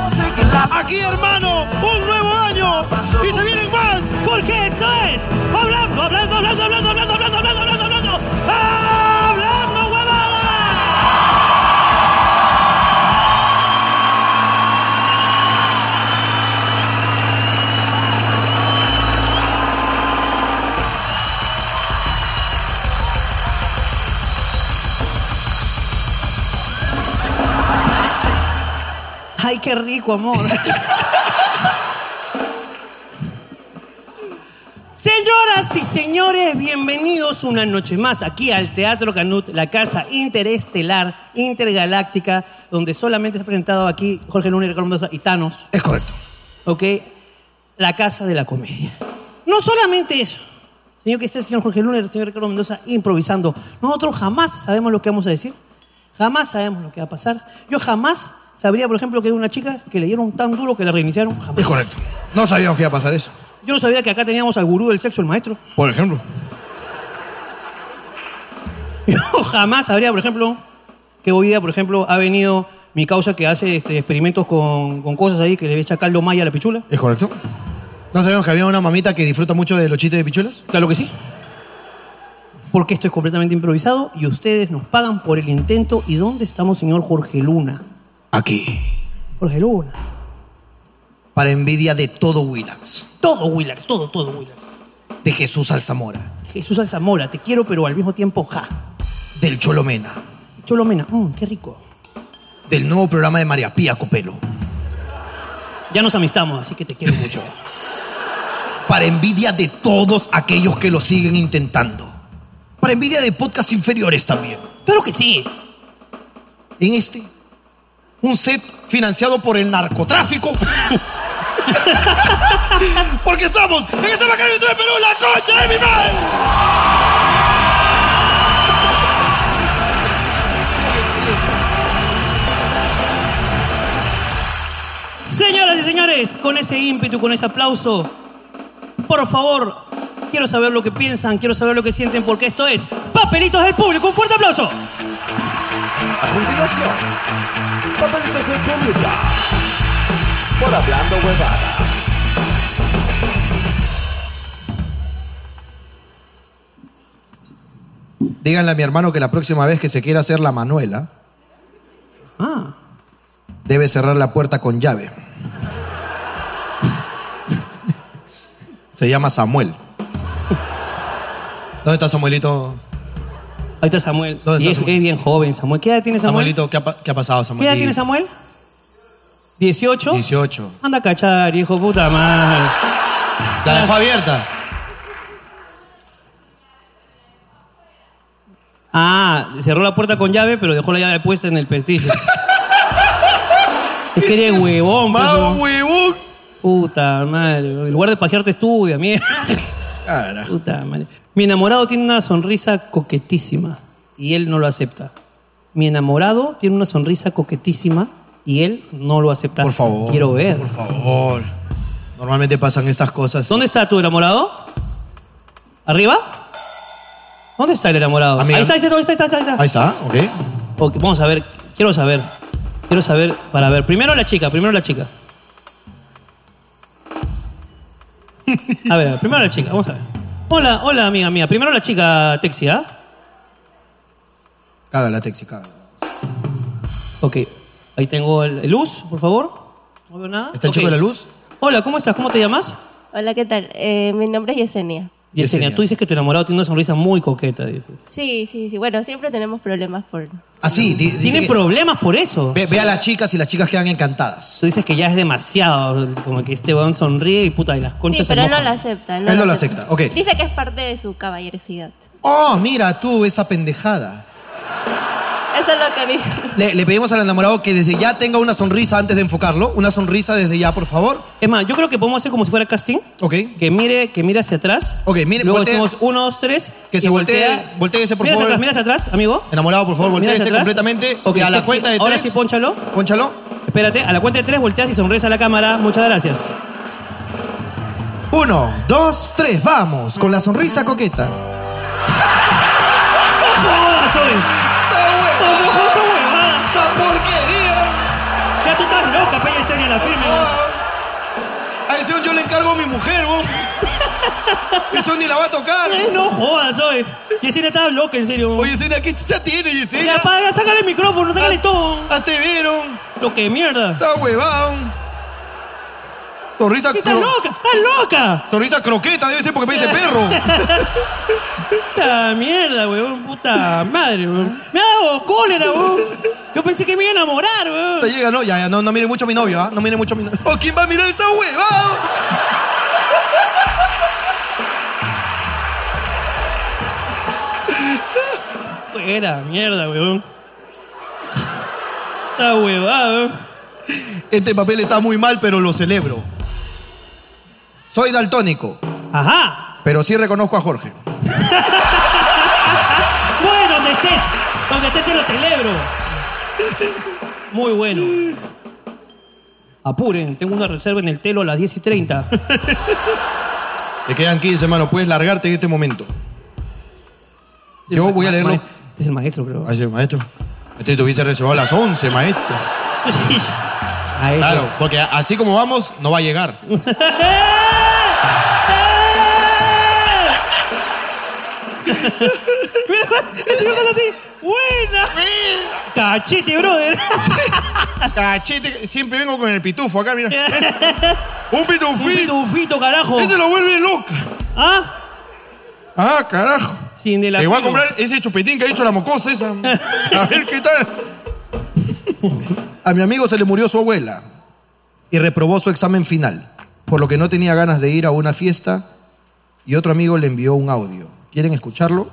Aquí, hermano, un nuevo año y se vienen más, porque esto es hablando, hablando, hablando, hablando, hablando, hablando, hablando, hablando, hablando, ¡Ah! hablando, huevada.
Ay, qué rico, amor. Señoras y señores, bienvenidos una noche más aquí al Teatro Canut, la casa interestelar, intergaláctica, donde solamente se ha presentado aquí Jorge Luna y Ricardo Mendoza y Thanos. Es correcto. ¿Ok? La casa de la comedia. No solamente eso, señor que está el señor Jorge Luna y el señor Ricardo Mendoza improvisando. Nosotros jamás sabemos lo que vamos a decir, jamás sabemos lo que va a pasar. Yo jamás sabría, por ejemplo, que hay una chica que le dieron tan duro que la reiniciaron. Jamás.
Es correcto. No sabíamos que iba a pasar eso.
Yo no sabía que acá teníamos al gurú del sexo, el maestro.
Por ejemplo.
Yo jamás sabría, por ejemplo, que hoy día, por ejemplo, ha venido mi causa que hace este, experimentos con, con cosas ahí, que le echa caldo maya a la pichula.
¿Es correcto? ¿No sabíamos que había una mamita que disfruta mucho de los chistes de pichulas?
Claro que sí. Porque esto es completamente improvisado y ustedes nos pagan por el intento. ¿Y dónde estamos, señor Jorge Luna?
Aquí.
Jorge Luna.
Para envidia de todo Willax.
Todo Willax, todo, todo Willax.
De Jesús Alzamora.
Jesús Alzamora, te quiero, pero al mismo tiempo, ja.
Del Cholomena.
Cholomena, mmm, qué rico.
Del nuevo programa de María Pía Copelo.
Ya nos amistamos, así que te quiero mucho.
Para envidia de todos aquellos que lo siguen intentando. Para envidia de podcasts inferiores también.
Claro que sí.
En este, un set financiado por el narcotráfico. Porque estamos en este bacano YouTube de Perú, la concha de mi madre.
Señoras y señores, con ese ímpetu, con ese aplauso, por favor, quiero saber lo que piensan, quiero saber lo que sienten, porque esto es Papelitos del Público. Un fuerte aplauso.
A continuación, papelitos del público por hablando huevadas.
Díganle a mi hermano que la próxima vez que se quiera hacer la Manuela, debe cerrar la puerta con llave. Se llama Samuel. ¿Dónde está Samuelito?
Ahí está Samuel.
¿Dónde
Y
está
es,
Samuel?
es bien joven, Samuel. ¿Qué edad tiene Samuel?
Samuelito, ¿qué ha, pa- qué ha pasado, Samuel?
¿Qué edad tiene Samuel? ¿18?
18.
Anda a cachar, hijo puta madre.
La dejó abierta.
Ah, cerró la puerta con llave, pero dejó la llave puesta en el pestillo. es que eres huevón,
Más
huevón! Puta madre. En lugar de pajearte estudia, mierda. Puta madre. Mi enamorado tiene una sonrisa coquetísima y él no lo acepta. Mi enamorado tiene una sonrisa coquetísima y él no lo acepta. Por favor. Quiero ver. Por
favor. Normalmente pasan estas cosas.
¿Dónde está tu enamorado? ¿Arriba? ¿Dónde está el enamorado?
Amiga.
Ahí está, ahí está, ahí está, ahí está, ahí está.
Ahí está, ok.
Ok, vamos a ver, quiero saber. Quiero saber para ver. Primero la chica, primero la chica. A ver, primero la chica, vamos a ver. Hola, hola amiga mía. Primero la chica Texi, ¿ah?
Cágala, Texi, cágala.
Ok, ahí tengo el, luz, por favor. No veo nada.
¿Está el chico de la luz?
Hola, ¿cómo estás? ¿Cómo te llamas?
Hola, ¿qué tal? Eh, mi nombre es Yesenia.
Yesenia, tú dices que tu enamorado tiene una sonrisa muy coqueta, dices.
Sí, sí, sí. Bueno, siempre tenemos problemas por...
Ah,
Así,
Tienen problemas por eso.
Ve, ve a las chicas y las chicas quedan encantadas.
Tú dices que ya es demasiado, como que este weón sonríe y puta, y las
Sí,
conchas
pero
se
él no
mojan.
lo acepta.
Él no lo acepta, ok.
Dice que es parte de su caballerosidad.
Oh, mira tú, esa pendejada.
Eso es lo que vi.
Le, le pedimos al enamorado que desde ya tenga una sonrisa antes de enfocarlo. Una sonrisa desde ya, por favor.
Es más, yo creo que podemos hacer como si fuera casting.
Ok.
Que mire, que mire hacia atrás.
Ok, mire,
Luego
voltee.
decimos uno, dos, tres.
Que
y
se voltee. Volteese, por
mira
favor.
Hacia atrás, mira hacia atrás, amigo.
Enamorado, por favor,
Mira hacia
volteese
atrás.
completamente.
Ok,
Y a la
sí,
cuenta de
Ahora
tres.
sí, ponchalo.
Ponchalo.
Espérate, a la cuenta de tres volteas y sonríes a la cámara. Muchas gracias.
Uno, dos, tres, vamos. Con la sonrisa coqueta.
Ya tú estás loca, pella en serio, la firme.
A ese yo le encargo a mi mujer, vos. Eso ni la va a tocar.
No jodas, oye. Yesenia estaba loca, en serio. Oye,
Yesenia, ¿qué chicha tiene, Yesenia?
Ya, apaga, sácale el micrófono, sácale todo.
Hazte vieron.
Lo que mierda.
Esa huevada. Sonrisa
¡Estás
cro-
loca! ¡Estás loca!
Sonrisa croqueta, debe ser porque me dice perro.
Puta mierda, weón. Puta madre, weón. Me ha dado cólera, weón. Yo pensé que me iba a enamorar, weón.
Se llega, no, ya, ya, no, no mire mucho a mi novio, ¿ah? No mire mucho a mi novio. ¡Oh, quién va a mirar esa huevada!
Era mierda, weón. Esta huevada, weón.
Este papel está muy mal, pero lo celebro. Soy daltónico,
Ajá.
pero sí reconozco a Jorge.
Bueno, donde estés. Donde estés te lo celebro. Muy bueno. Apuren, tengo una reserva en el telo a las 10 y 30.
Te quedan 15, hermano. Puedes largarte en este momento. Yo voy a leerlo.
Este es el maestro, creo.
Ay, sí, maestro. Este te hubiese reservado a las 11, maestro. Claro, porque así como vamos, no va a llegar.
Mira, el señor está Este así. ¡Buena! ¡Cachete, brother!
Cachete, siempre vengo con el pitufo acá, mira. Un pitufito.
Un pitufito, carajo.
Este lo vuelve loca.
¿Ah?
Ah, carajo.
Sin de la
Te voy a
filo.
comprar ese chupetín que ha hecho la mocosa esa. A ver qué tal. A mi amigo se le murió su abuela y reprobó su examen final, por lo que no tenía ganas de ir a una fiesta y otro amigo le envió un audio. ¿Quieren escucharlo?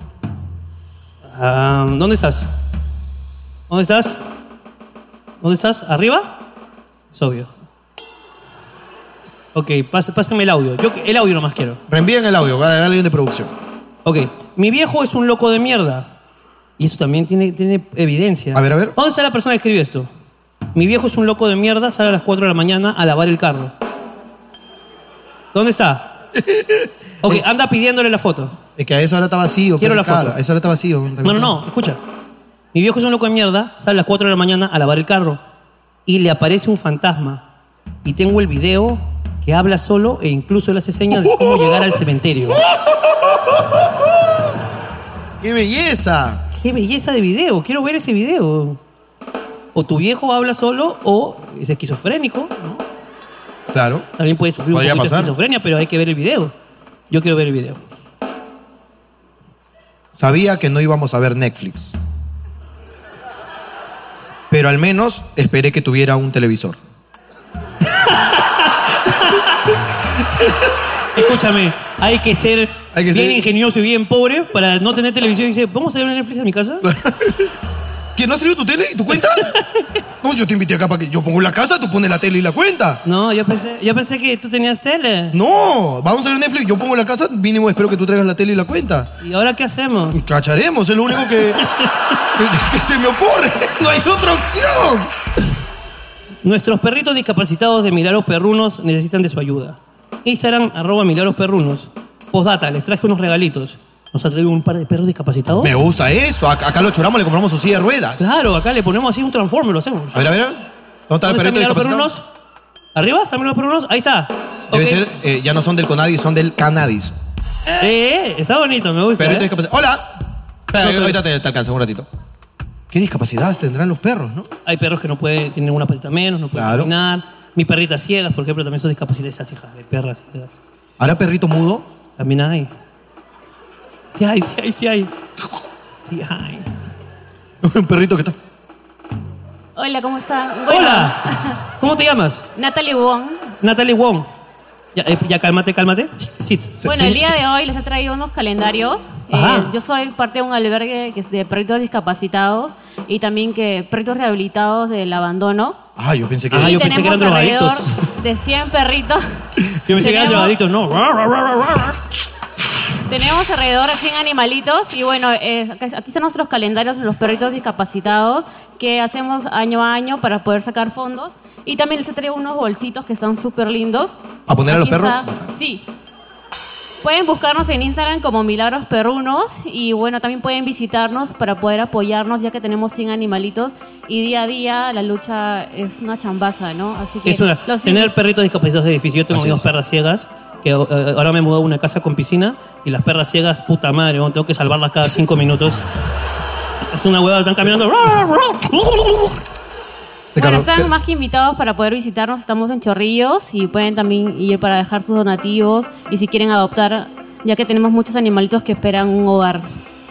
Ah, ¿Dónde estás? ¿Dónde estás? ¿Dónde estás? ¿Arriba? Es obvio. Ok, pas- pásame el audio. Yo el audio nomás quiero.
Reenvíen el audio, a alguien de producción.
Ok, mi viejo es un loco de mierda. Y eso también tiene, tiene evidencia.
A ver, a ver.
¿Dónde está la persona que escribió esto? Mi viejo es un loco de mierda, sale a las 4 de la mañana a lavar el carro. ¿Dónde está? Ok, anda pidiéndole la foto.
Es que a esa hora está vacío.
Quiero
pero,
la foto.
claro, A esa hora está vacío.
No, no, no, escucha. Mi viejo es un loco de mierda, sale a las 4 de la mañana a lavar el carro y le aparece un fantasma. Y tengo el video que habla solo e incluso le hace señas de cómo llegar al cementerio.
¡Qué belleza!
¡Qué belleza de video! Quiero ver ese video. O tu viejo habla solo o es esquizofrénico. ¿no?
Claro.
También puede sufrir un
Podría
poquito de
pasar.
esquizofrenia, pero hay que ver el video. Yo quiero ver el video.
Sabía que no íbamos a ver Netflix. Pero al menos esperé que tuviera un televisor.
Escúchame, hay que ser
Hay que
bien
ser-
ingenioso y bien pobre para no tener televisión y decir, ¿vamos a ver Netflix en mi casa?
¿Quién no has traído tu tele y tu cuenta? No, yo te invité acá para que yo pongo la casa, tú pones la tele y la cuenta.
No, yo pensé, yo pensé que tú tenías tele.
No, vamos a ver Netflix, yo pongo la casa, mínimo espero que tú traigas la tele y la cuenta.
¿Y ahora qué hacemos?
Cacharemos, es lo único que, que- que se me ocurre. No hay otra opción.
Nuestros perritos discapacitados de Milagros Perrunos necesitan de su ayuda. Instagram, arroba Milagros Perrunos. Postdata, les traje unos regalitos. ¿Nos ha traído un par de perros discapacitados?
Me gusta eso, acá, acá lo choramos, le compramos su silla de ruedas.
Claro, acá le ponemos así un transformer, lo hacemos.
A ver, a ver. ¿Dónde está el perrito
¿Dónde están Milagros
discapacitado?
Perrunos? ¿Arriba? ¿Están Milagros Perrunos? Ahí está.
Debe
Ok.
ser, eh, ya no son del Conadis, son del Canadis.
Eh, eh, está bonito, me gusta.
Perrito
eh.
discapacitado. ¡Hola! Espera,
No, pero-
ahorita te, te alcanzo un ratito. ¿Qué discapacidades tendrán los perros, no?
Hay perros que no pueden, tienen una patita menos, no pueden
Claro.
caminar. Mi perrita ciegas, por ejemplo, también son discapacitadas hijas de perras ciegas.
¿Habrá perrito mudo?
También hay. Sí hay, sí hay, sí hay. Sí hay.
Un perrito que está.
Hola, ¿cómo están? Bueno,
Hola. ¿Cómo te llamas?
Natalie Wong.
Natalie Wong. Ya, eh, ya cálmate, cálmate. Sí.
Bueno, el día de hoy les he traído unos calendarios. Eh,
Ajá.
yo soy parte de un albergue que es de perritos discapacitados y también que perritos rehabilitados del abandono.
Ah, yo pensé que,
Y
yo
tenemos alrededor De 100 perritos.
Yo pensé que eran drogadictos, no. Ra, ra, ra, ra, ra.
Tenemos alrededor de 100 animalitos y bueno, eh, acá- aquí están nuestros calendarios de los perritos discapacitados que hacemos año a año para poder sacar fondos. Y también les he traído unos bolsitos que están súper lindos.
¿A poner a los
Aquí
perros?
está. Sí. Pueden buscarnos en Instagram como Milagros Perrunos y bueno, también pueden visitarnos para poder apoyarnos ya que tenemos 100 animalitos y día a día la lucha es una chambaza, ¿no? Así que
Es una,
los
tener perritos discapacitados de edificio. Yo tengo
Así
dos
es.
perras ciegas, que eh, ahora me he mudado a una casa con piscina, y las perras ciegas, puta madre, weón, tengo que salvarlas cada cinco minutos. Es una huevada, están caminando.
Bueno, están más que invitados para poder visitarnos. Estamos en Chorrillos y pueden también ir para dejar sus donativos y si quieren adoptar, ya que tenemos muchos animalitos que esperan un hogar.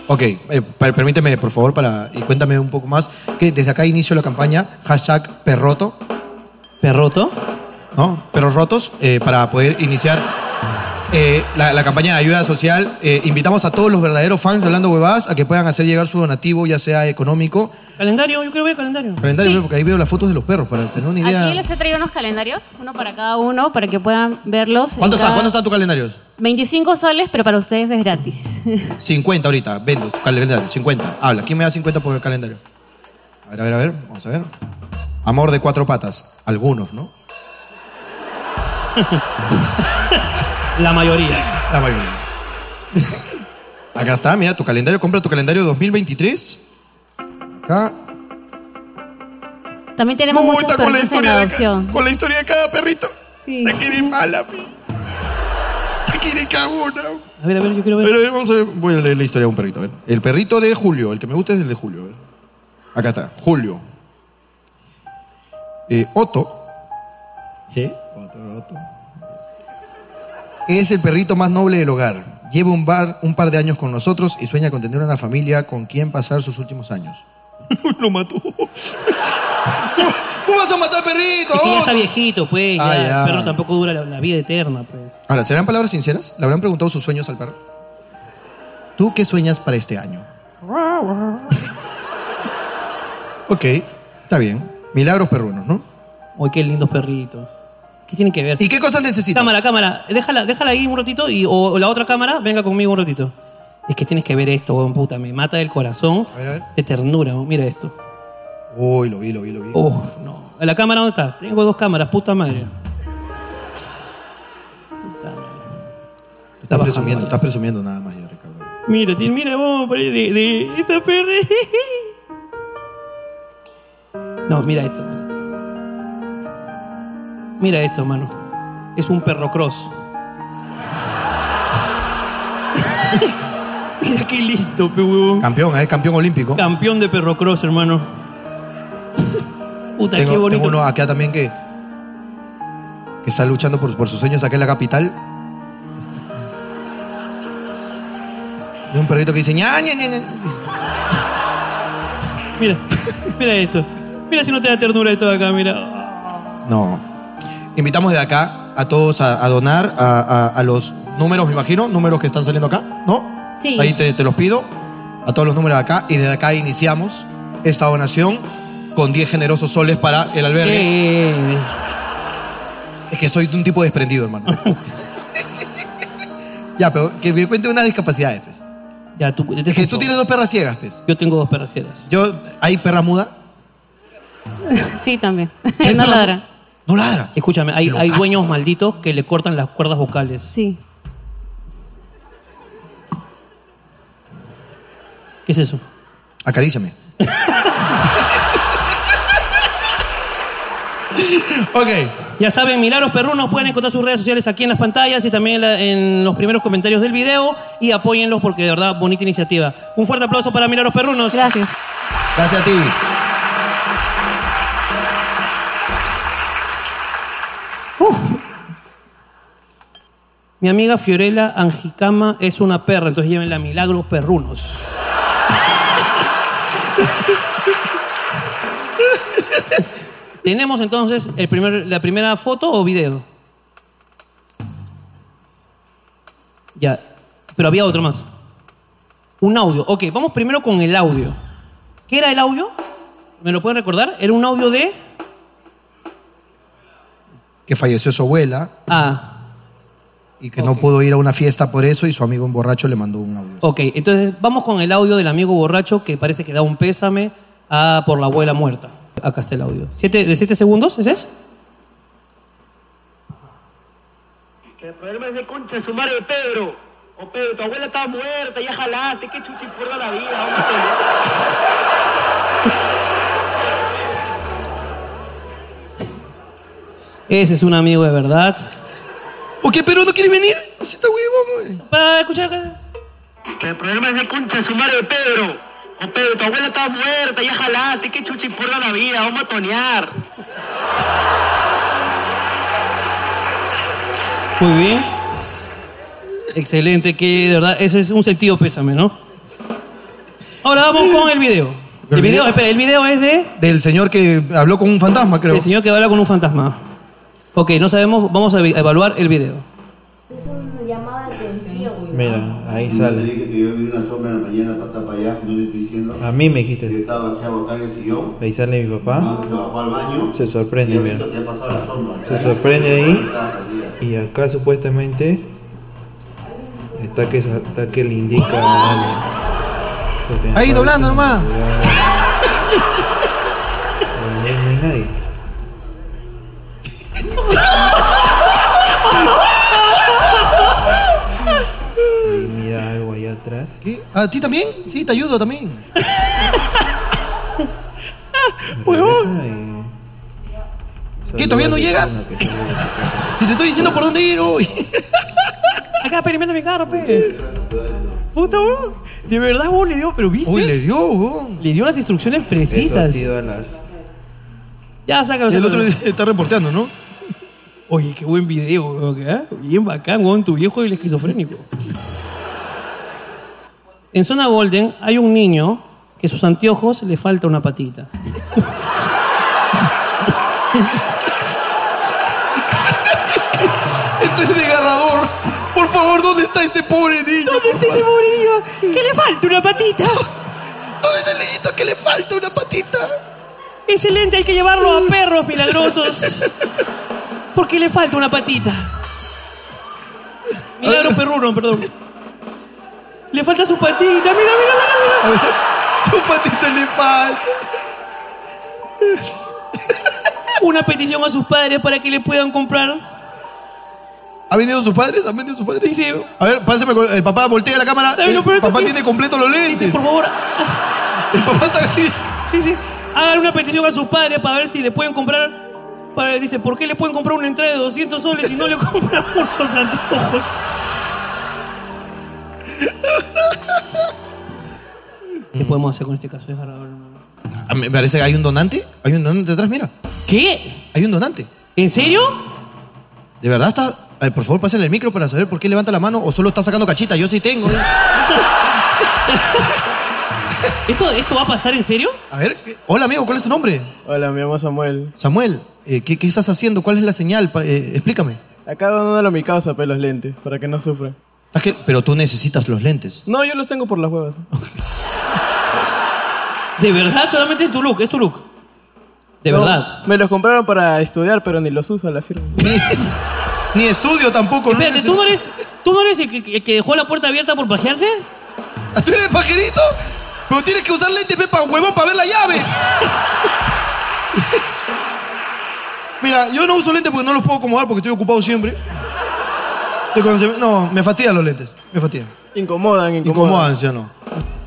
Ok, eh, per- permíteme, por favor, para, y cuéntame un poco más, que desde acá inicio la campaña, hashtag perroto.
¿Perroto?
¿No? Perros rotos, eh, para poder iniciar eh, la, la campaña de ayuda social. Eh, invitamos a todos los verdaderos fans de Hablando Huevadas a que puedan hacer llegar su donativo, ya sea económico.
Calendario, yo quiero ver el calendario.
Calendario, porque ahí veo las fotos de los perros, para tener una idea.
Aquí les he traído unos calendarios, uno para cada uno, para que puedan verlos. en
¿Cuántos están?
cada-
¿Cuántos están tus calendarios?
25 soles, pero para ustedes es gratis.
50 ahorita, vendo tu calendario, 50. Habla, ¿quién me da 50 por el calendario? A ver, a ver, a ver, vamos a ver. Amor de cuatro patas, algunos, ¿no?
La mayoría.
La mayoría. Acá está, mira tu calendario, compra tu calendario 2023. Acá.
También tenemos
No,
muchos
está con la
perritos en
historia de acá,
adopción.
con la historia de cada perrito.
Te
quieren mala, pi. Te quieren cagona.
A ver, a ver, yo quiero
ver. Pero, eh, vamos a ver, voy a leer la historia de un perrito. a ver. El perrito de Julio, el que me gusta es el de Julio. a ver. Acá está, Julio. Eh, Otto. ¿Eh? Otto, Otto. Es el perrito más noble del hogar. Lleva un, bar, un par de años con nosotros y sueña con tener una familia con quien pasar sus últimos años.
Lo mató.
¿Cómo vas a matar perrito?
Es que ya
Otto?
está viejito, pues.
Ah,
ya,
ya.
El perro tampoco dura la, la vida eterna, pues.
Ahora, ¿serán palabras sinceras? ¿Le habrán preguntado sus sueños al perro? ¿Tú qué sueñas para este año? Ok, está bien. Milagros perrunos, ¿no?
Uy, qué lindos perritos. ¿Qué tienen que ver?
¿Y qué cosas necesitas?
Cámara, cámara. Déjala, déjala ahí un ratito y, o, o la otra cámara, venga conmigo un ratito. Es que tienes que ver esto, weón, puta. Me mata del corazón
A ver, a ver.
de ternura. weón. Mira esto.
Uy, lo vi, lo vi, lo vi.
Uf, no. ¿La cámara dónde está? Tengo dos cámaras, puta madre.
estás presumiendo, estás presumiendo nada más ya, Ricardo.
Mira, ti- mira, vamos por ahí de, de esa perra. No, mira esto, mira esto. Mira esto, hermano. Es un perro cross. mira qué listo, pe huevón.
Campeón, ¿eh? Campeón olímpico.
Campeón de perro cross, hermano. Puta,
tengo,
qué
tengo
bonito.
uno acá también que, que está luchando por, por sus sueños acá en la capital. Y un perrito que dice, ña, ña, ña, ña.
Mira, mira esto. Mira si no te da ternura esto de acá, mira.
No. Invitamos de acá a todos a, a donar a, a- a los números, me imagino, números que están saliendo acá, ¿no?
Sí.
Ahí te, te los pido, a todos los números de acá, y desde acá iniciamos esta donación con 10 generosos soles para el albergue. Es que soy un tipo desprendido, hermano. ya, pero que me cuente unas discapacidades, pues.
Ya, tú,
es que tú tienes dos perras ciegas, pues.
Yo tengo dos perras ciegas.
Yo, ¿Hay perra muda?
sí, también. no ladra.
No ladra.
Escúchame, hay, hay dueños malditos que le cortan las cuerdas vocales.
Sí.
¿Qué es eso?
Acaríciame. ok.
Ya saben, Milagros Perrunos pueden encontrar sus redes sociales aquí en las pantallas y también en, la- en los primeros comentarios del video y apóyenlos porque de verdad, bonita iniciativa. Un fuerte aplauso para Milagros Perrunos.
Gracias.
Gracias a ti.
Uf. Mi amiga Fiorella Angicama es una perra, entonces llévenla a Milagros Perrunos. Tenemos entonces el primer- la primera foto o video. Ya, pero había otro más. Un audio. Ok, vamos primero con el audio. ¿Qué era el audio? ¿Me lo pueden recordar? Era un audio de.
que falleció su abuela
Ah,
y que no pudo ir a una fiesta por eso y su amigo un borracho le mandó un audio.
ok. Entonces vamos con el audio del amigo borracho que parece que da un pésame a- por la abuela muerta. Acá está el audio. ¿Siete, ¿De 7 segundos? ¿Ese es?
Que el problema es de concha de su madre de Pedro. O Pedro, tu abuela estaba muerta, ya jalaste, qué chucha importa la vida,
Ese es un amigo de verdad.
¿Por qué Pedro no quiere venir? Así está huevón,
güey. Para escuchar.
Que el problema es de concha de su madre de Pedro. O Pedro, tu abuela estaba muerta, ya jalaste, qué chucha importa la vida, vamos a tonear.
Muy bien. Excelente, que de verdad, eso es un sentido pésame, ¿no? Ahora vamos con el video. El video, espera, el video es de.
Del señor que habló con un fantasma, creo.
El señor que habla con un fantasma. Ok, no sabemos, vamos a ev- evaluar el video.
Mira, ahí sale. Te dije que yo vi una sombra en la mañana pasar para allá, no le estoy diciendo. A mí me dijiste. Yo estaba vaciado acá en el sillón. Ahí sale mi papá. Bajó al baño. Se sorprende, mira. Se sorprende ahí. Y acá supuestamente está que, está que le indica.
Ahí doblando nomás.
No hay nadie. Y mira algo allá atrás.
¿Qué? ¿A ti también? Sí, te ayudo también.
¡Huevón!
¿Qué, todavía no llegas? Si te estoy diciendo por dónde ir hoy.
Acá experimenta mi carro, pe. Puta, weón. De verdad, weón, le dio, pero viste.
Uy, le
dio, weón.
Le dio las instrucciones precisas.
sido a las
Ya, sácalo.
El otro
está reporteando, ¿no?
Oye, qué buen video, weón. ¿eh? Bien bacán, weón, tu viejo y el esquizofrénico. En zona Golden hay un niño que sus anteojos le falta una patita.
Esto es desgarrador. Por favor, ¿dónde está ese pobre niño? ¿Dónde está ese pobre niño?
¿Qué le falta una patita?
¿Dónde está el niñito que le falta una patita?
Excelente, hay que llevarlo a perros milagrosos. Porque le falta una patita. Milagro perruno, perdón. Le falta su patita, mira, mira, mira, mira.
Su patita le falta.
Una petición a sus padres para que le puedan comprar.
¿Ha venido sus padres? ¿Han venido sus padres?
Sí.
A ver, pásame con el papá, voltea la cámara.
Ay,
El
no, pero esto
papá
que-
tiene completo los lentes.
Dice, por favor.
El papá está
Dice, hagan una petición a sus padres para ver si le pueden comprar. Para, dice, ¿por qué le pueden comprar una entrada de 200 soles si no le compran unos anteojos? ¿Qué podemos hacer con este caso? Es agarrador, hermano.
Ah, Me parece que hay un donante. Hay un donante atrás, mira.
¿Qué?
Hay un donante. Ah.
¿En serio?
¿De verdad está? A ver, por favor, pásenle el micro para saber por qué levanta la mano o solo está sacando cachita. Yo sí tengo.
¿Esto, ¿Esto va a pasar en serio?
A ver, ¿qué- hola amigo, ¿cuál es tu nombre?
Hola, me llamo Samuel.
Samuel, eh, ¿qué, qué estás haciendo? ¿Cuál es la señal? Pa- eh, explícame.
Acá dándole a mi causa, pe, los lentes, para que no sufra.
Ah, que- pero tú necesitas los lentes.
No, yo los tengo por las huevas.
¿De verdad? Solamente es tu look, es tu look. De
No,
verdad.
Me los compraron para estudiar, pero ni los uso a la firma.
ni estudio tampoco.
Espérate, ¿tú no eres, tú no eres el, que, el que dejó la puerta abierta por pajearse?
¿Tú eres pajerito? Pero tienes que usar lentes, pepa, huevón, para ver la llave. Mira, yo no uso lentes porque no los puedo acomodar porque estoy ocupado siempre. Entonces, cuando se me- No, me fastidian los lentes. Me fastidian.
Incomodan, incomodan.
Incomodan, ¿sí o no?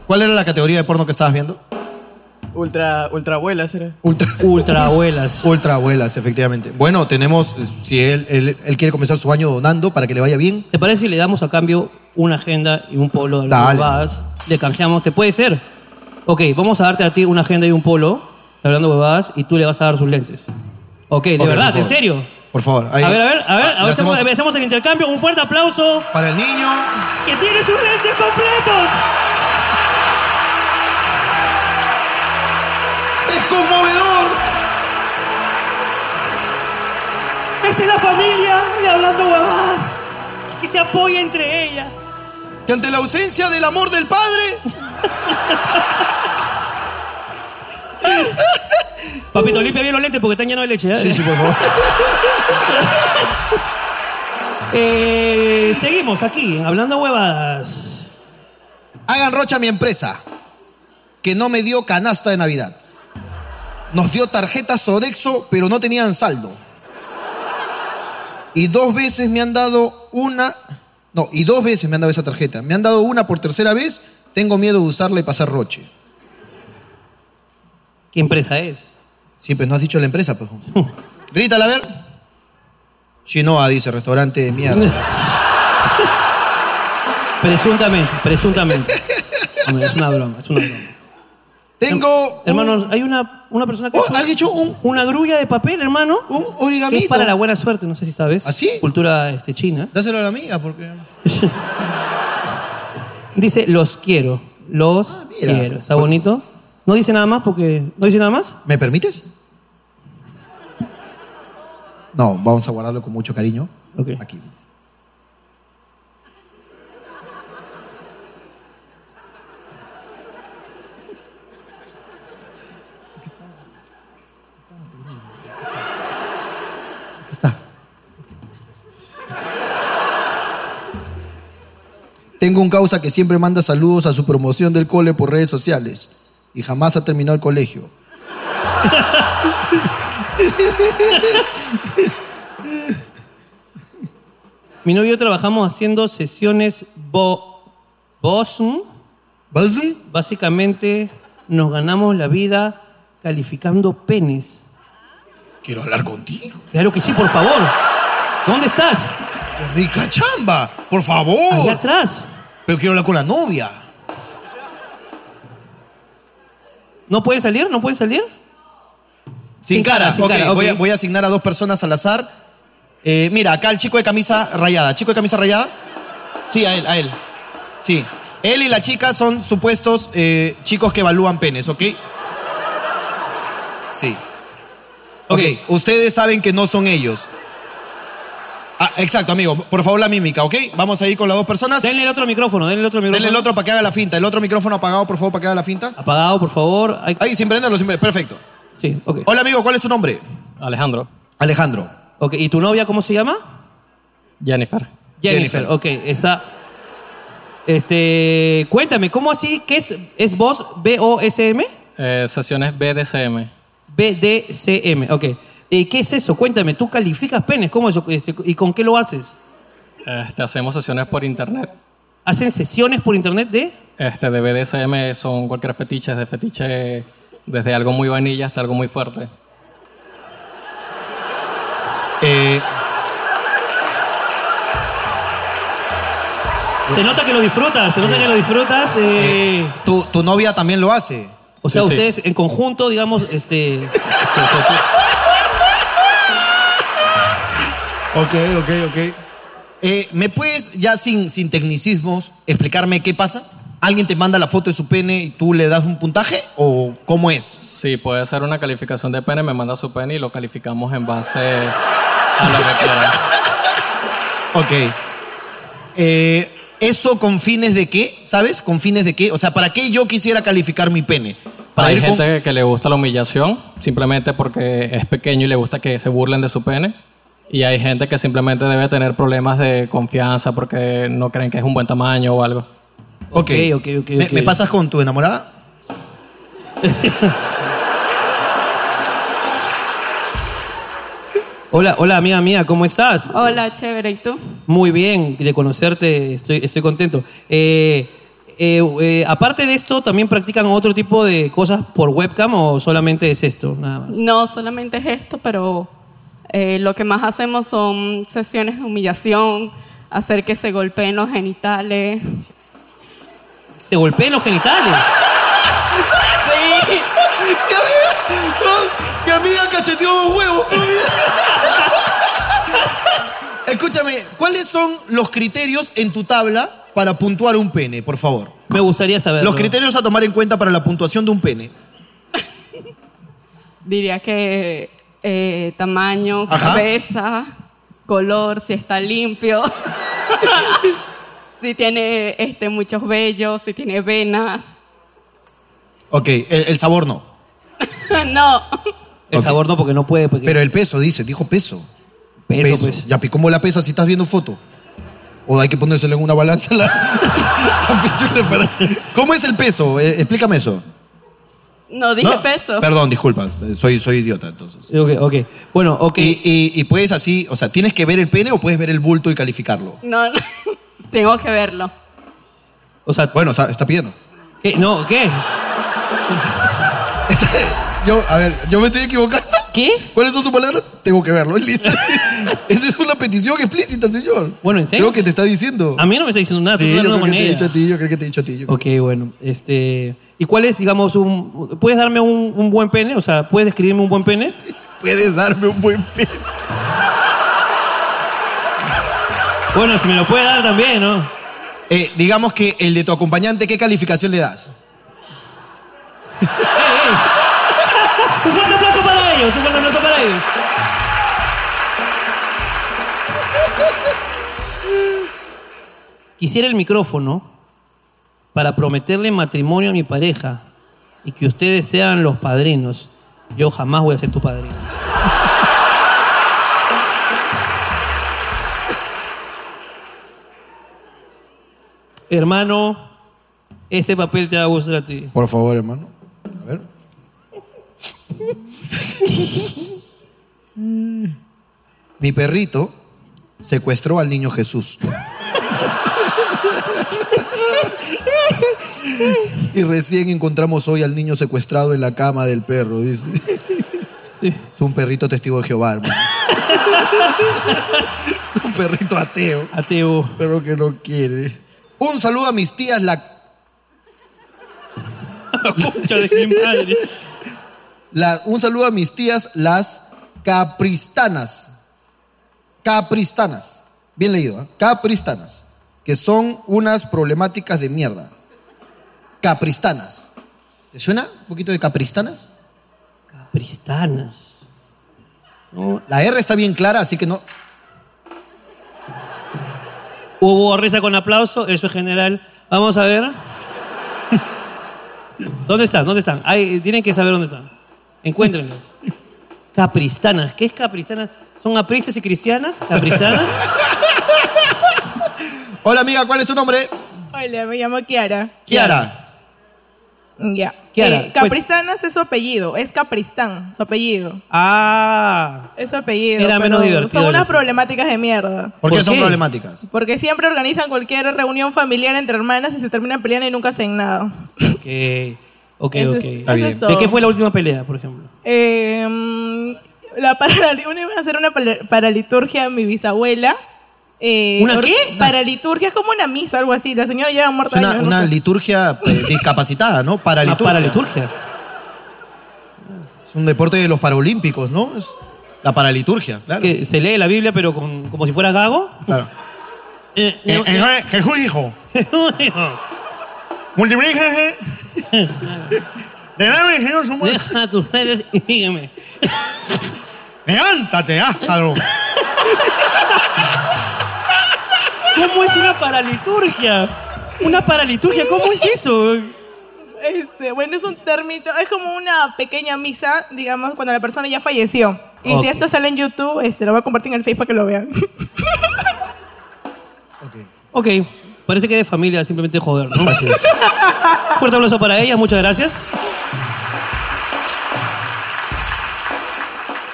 ¿Cuál era la categoría de porno que estabas viendo?
Ultra, ultra abuelas era.
Ultra,
ultra abuelas.
Ultra abuelas, efectivamente. Bueno, tenemos, eh, si él, él- él quiere comenzar su año donando para que le vaya bien.
¿Te parece si le damos a cambio una agenda y un polo de las
Dale.
huevadas? Le canjeamos, ¿te puede ser? Ok, vamos a darte a ti una agenda y un polo, hablando huevadas, y tú le vas a dar sus lentes. Ok, de
Ok,
verdad,
por
en
favor.
serio.
Por favor. ahí.
A ver, a ver, a ver,
Ah,
a
le
ver,
hacemos-
hacemos, hacemos el intercambio. Un fuerte aplauso.
Para el niño.
Que tiene sus lentes completos.
¡Es conmovedor!
Esta es la familia de Hablando Huevadas. Que se apoya entre ellas.
Que ante la ausencia del amor del padre.
Papito, limpia bien los lentes porque están llenos de leche. ¿eh? Sí, sí, por favor. Eh, seguimos aquí, en hablando huevadas.
Hagan rocha a mi empresa, que no me dio canasta de Navidad. Nos dio tarjetas Sodexo, pero no tenían saldo. Y dos veces me han dado una. No, y dos veces me han dado esa tarjeta. Me han dado una por tercera vez. Tengo miedo de usarla y pasar roche.
¿Qué empresa es?
Sí, pues no has dicho la empresa, pues. Grítala, a ver. Chinoa dice, restaurante de mierda.
Presuntamente, presuntamente. Hombre, es una broma, es una broma.
Tengo. Oh,
Hermanos, hay una, una persona que ha hecho, una grulla de papel, hermano.
Un
que es para la buena suerte, no sé si sabes.
¿Ah,
¿Así? Cultura este, china.
Dáselo a la amiga, porque.
Dice, los quiero. Los
Ah, mira.
quiero. Está bonito. No dice nada más porque. ¿No dice nada más?
¿Me permites? No, vamos a guardarlo con mucho cariño. Aquí. Tengo un causa que siempre manda saludos a su promoción del cole por redes sociales y jamás ha terminado el colegio.
Mi novio y yo trabajamos haciendo sesiones bo BOSM. Básicamente nos ganamos la vida calificando penes.
Quiero hablar contigo.
Claro que sí, por favor. ¿Dónde estás?
Rica chamba, por favor.
Allá atrás.
Pero quiero hablar con la novia.
¿No pueden salir? ¿No pueden salir?
Sin,
Sin cara,
cara,
sin
ok,
cara, ok.
Voy, a, voy a asignar a dos personas al azar. Eh, mira, acá el chico de camisa rayada. ¿Chico de camisa rayada? Sí, a él, a él. Sí. Él y la chica son supuestos eh, chicos que evalúan penes, ¿ok? Sí. ok, ustedes saben que no son ellos. Ah, exacto, amigo. Por favor, la mímica, ¿ok? Vamos a ir con las dos personas.
Denle el otro micrófono, denle el otro micrófono.
Denle el otro para que haga la finta. El otro micrófono apagado, por favor, para que haga la finta.
Apagado, por favor.
Ahí, sin prenderlo, sin prenderlo. Perfecto.
Sí, ok.
Hola, amigo, ¿cuál es tu nombre?
Alejandro.
Alejandro.
Ok, ¿y tu novia cómo se llama?
Jennifer.
Jennifer, ok, esa. Este, cuéntame, ¿cómo así? ¿Qué es? ¿Es vos B-O-S-M?
Eh, sesiones BDSM.
B-D-C-M, ok. ¿Y qué es eso? Cuéntame, ¿tú calificas penes? ¿Cómo eso? Este, ¿Y con qué lo haces?
Este, hacemos sesiones por internet.
¿Hacen sesiones por internet de?
Este, de BDSM son cualquier fetiche, de fetiche desde algo muy vanilla hasta algo muy fuerte.
Eh,
Se nota que lo disfrutas, se nota que lo disfrutas. eh.
¿Tu, tu novia también lo hace?
o sea, ustedes en conjunto, digamos, este.
Ok, ok, ok. Eh, ¿Me puedes, ya sin, sin tecnicismos, explicarme qué pasa? ¿Alguien te manda la foto de su pene y tú le das un puntaje? ¿O cómo es?
Sí, puede ser una calificación de pene, me manda su pene y lo calificamos en base a la declaración.
Ok. Eh, ¿Esto con fines de qué? ¿Sabes? ¿Con fines de qué? O sea, ¿para qué yo quisiera calificar mi pene? Para
Hay
ir con-
gente que le gusta la humillación simplemente porque es pequeño y le gusta que se burlen de su pene. Y hay gente que simplemente debe tener problemas de confianza porque no creen que es un buen tamaño o algo.
Ok, ok, ok. ¿Me, me pasas con tu enamorada?
Hola, hola, amiga mía, ¿cómo estás?
Ah.
Hola, chévere, ¿y tú?
Muy bien, de conocerte estoy, estoy contento. Eh, eh, eh, aparte de esto, ¿también practican otro tipo de cosas por webcam o solamente es esto? Nada más.
No, solamente es esto, pero eh, lo que más hacemos son sesiones de humillación, hacer que se golpeen los genitales.
Se golpean los genitales.
Sí.
¡Qué amiga! ¡Qué amiga cacheteó un huevo!
Escúchame, ¿cuáles son los criterios en tu tabla para puntuar un pene, por favor?
Me gustaría saberlo.
Los criterios a tomar en cuenta para la puntuación de un pene.
Diría que eh, tamaño, cabeza, color, si está limpio, si tiene este, muchos vellos, si tiene venas.
Ok, el, el sabor no.
no,
El sabor no, porque no puede.
Pero el peso, dice, dijo peso.
Peso,
peso.
pues.
Ya, ¿y ¿cómo la pesa si estás viendo foto? O hay que ponérselo en una balanza. la- la pichula para- ¿Cómo es el peso? Eh, explícame eso.
No dije
No,
peso.
Perdón, disculpas. eh, Soy, soy idiota, entonces.
Ok, ok. Bueno, ok.
Y, y- y puedes así, o sea, ¿tienes que ver el pene o puedes ver el bulto y calificarlo?
No, no. tengo que verlo.
O sea,
bueno, o sea, está pidiendo.
¿Qué? No, ¿qué?
Este, yo, a ver, yo me estoy equivocando.
¿Qué?
¿Cuáles son sus palabras? Tengo que verlo, es listo. Esa es una petición explícita, señor.
Bueno, en serio.
Creo que te está diciendo.
A mí no me está diciendo nada, tú
Sí,
estás
yo creo
hablando
que te
con
he
ella.
dicho a ti, yo creo que te he dicho a ti. yo creo
Ok, bueno, este. ¿Y cuál es, digamos, un. ¿Puedes darme un, un buen pene? O sea, ¿puedes describirme un buen pene?
Puedes darme un buen pene.
Bueno, si me lo puede dar también, ¿no?
Eh, digamos que el de tu acompañante, ¿qué calificación le das?
Un fuerte aplauso para ellos, un fuerte aplauso para ellos. Quisiera el micrófono para prometerle matrimonio a mi pareja y que ustedes sean los padrinos. Yo jamás voy a ser tu padrino. Hermano, este papel te va a gustar a ti.
Por favor, hermano. A ver.
Mm.
Mi perrito secuestró al niño Jesús y recién encontramos hoy al niño secuestrado en la cama del perro, dice. Es un perrito testigo de Jehová, hermano. Es un perrito ateo.
Ateo.
Pero que no quiere. Un saludo a mis tías, la
Concha de mi madre.
La- un saludo a mis tías, las capristanas. Capristanas. Bien leído, ¿eh? Capristanas. Que son unas problemáticas de mierda. Capristanas. ¿Te suena un poquito de capristanas?
Capristanas.
La R está bien clara, así que no.
Hubo risa con aplauso, eso es general. Vamos a ver. ¿Dónde están? ¿Dónde están? Ay, tienen que saber dónde están. Encuéntrenlos. Capristanas. ¿Qué es capristanas? ¿Son apristas y cristianas? ¿Capristanas?
Hola amiga, ¿cuál es tu nombre?
Hola, me llamo Kiara.
Kiara.
Ya.
Kiara,
Eh, Capristanas es su apellido, es Capristán, su apellido.
Ah.
Es su apellido.
Era
pero
menos divertido
Son unas
el-
problemáticas de mierda.
¿Por, qué son problemáticas?
Porque siempre organizan cualquier reunión familiar entre hermanas y se terminan peleando y nunca hacen nada.
Ok, ok,
Eso
ok.
es- Está bien. eso es todo.
¿De qué fue la última pelea, por ejemplo?
Eh, mm, la parali- una iban a hacer una pala- paraliturgia a mi bisabuela. Eh,
¿Una
or-
qué?
Paraliturgia es como una misa, algo así. La señora lleva muerta
Suena
años. no
una
sé.
liturgia eh, discapacitada, ¿no? Paraliturgia.
paraliturgia.
Es un deporte de los paralímpicos, ¿no? Es la paraliturgia, claro.
Que se lee la Biblia, pero con- como si fuera gago. Eh,
Claro.
Jesús dijo. Jesús dijo.
Multiplícate. De nada, Señor, su muerte.
Deja tus redes y sígueme.
Levántate, áspero.
¿Cómo es una paraliturgia? Una paraliturgia, ¿cómo es eso?
Este, bueno, es un término, es como una pequeña misa, digamos, cuando la persona ya falleció. Y
Ok.
si esto sale en YouTube, este, lo voy a compartir en el Facebook para que lo vean.
Ok, parece que de familia, simplemente joder, ¿no? Así es. Fuerte aplauso para ellas, muchas gracias.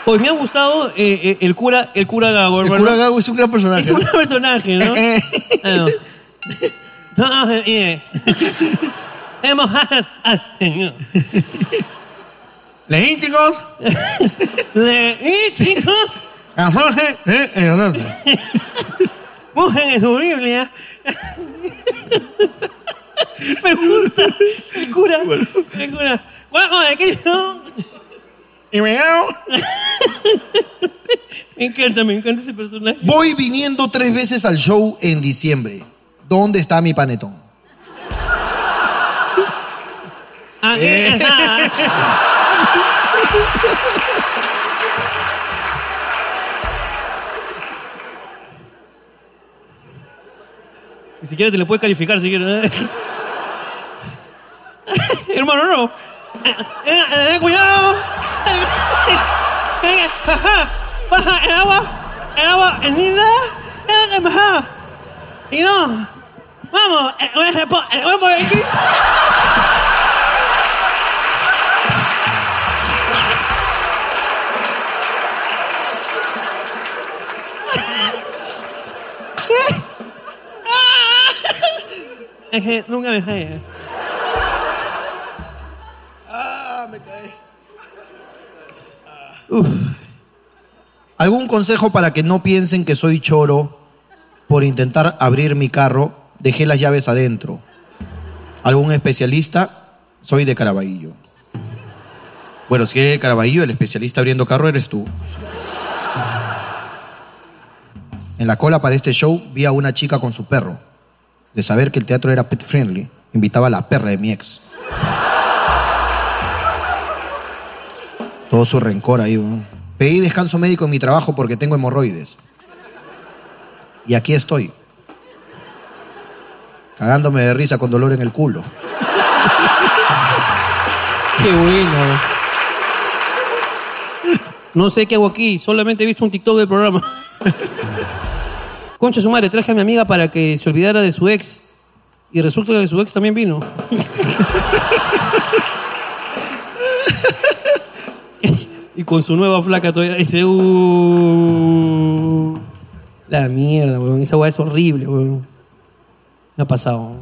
Hoy me ha gustado eh, eh, el cura, el cura Gago,
El
hermano.
cura Gago es un gran personaje.
Es un gran personaje, ¿no? Ah, no. No, eh, eh. Hemos al Señor.
Leínticos.
Leínticos.
Azoje, eh, eh, azoje.
Busquen en su Biblia. Me gusta. El cura. El cura. Vamos, de Cristo.
Y me llamo.
Me encanta, me encanta ese personaje.
Voy viniendo tres veces al show en diciembre. ¿Dónde está mi panetón?
Ah,
Eh.
ah. Ni siquiera te le puedes calificar si quieres. Hermano, no. Eh, eh, eh, cuidado.
Ajá, baja el agua, el agua, el linda, el baja. Y no, vamos, eh, el huevo, el huevo de Cristo.
Es que nunca me cae.
Ah, me caí.
Uf. ¿Algún consejo para que no piensen que soy choro por intentar abrir mi carro? Dejé las llaves adentro. ¿Algún especialista? Soy de Caraballo. Bueno, si eres de Caraballo, el especialista abriendo carro eres tú. En la cola para este show vi a una chica con su perro. De saber que el teatro era pet friendly, invitaba a la perra de mi ex. Todo su rencor ahí. weón. Pedí descanso médico en mi trabajo porque tengo hemorroides. Y aquí estoy. Cagándome de risa con dolor en el culo.
Qué bueno. No sé qué hago aquí, solamente he visto un TikTok del programa. Concha su madre, traje a mi amiga para que se olvidara de su ex. Y resulta que su ex también vino. y con su nueva flaca todavía dice, "Uh, La mierda, weón. Esa weá es horrible, weón. Me ha pasado.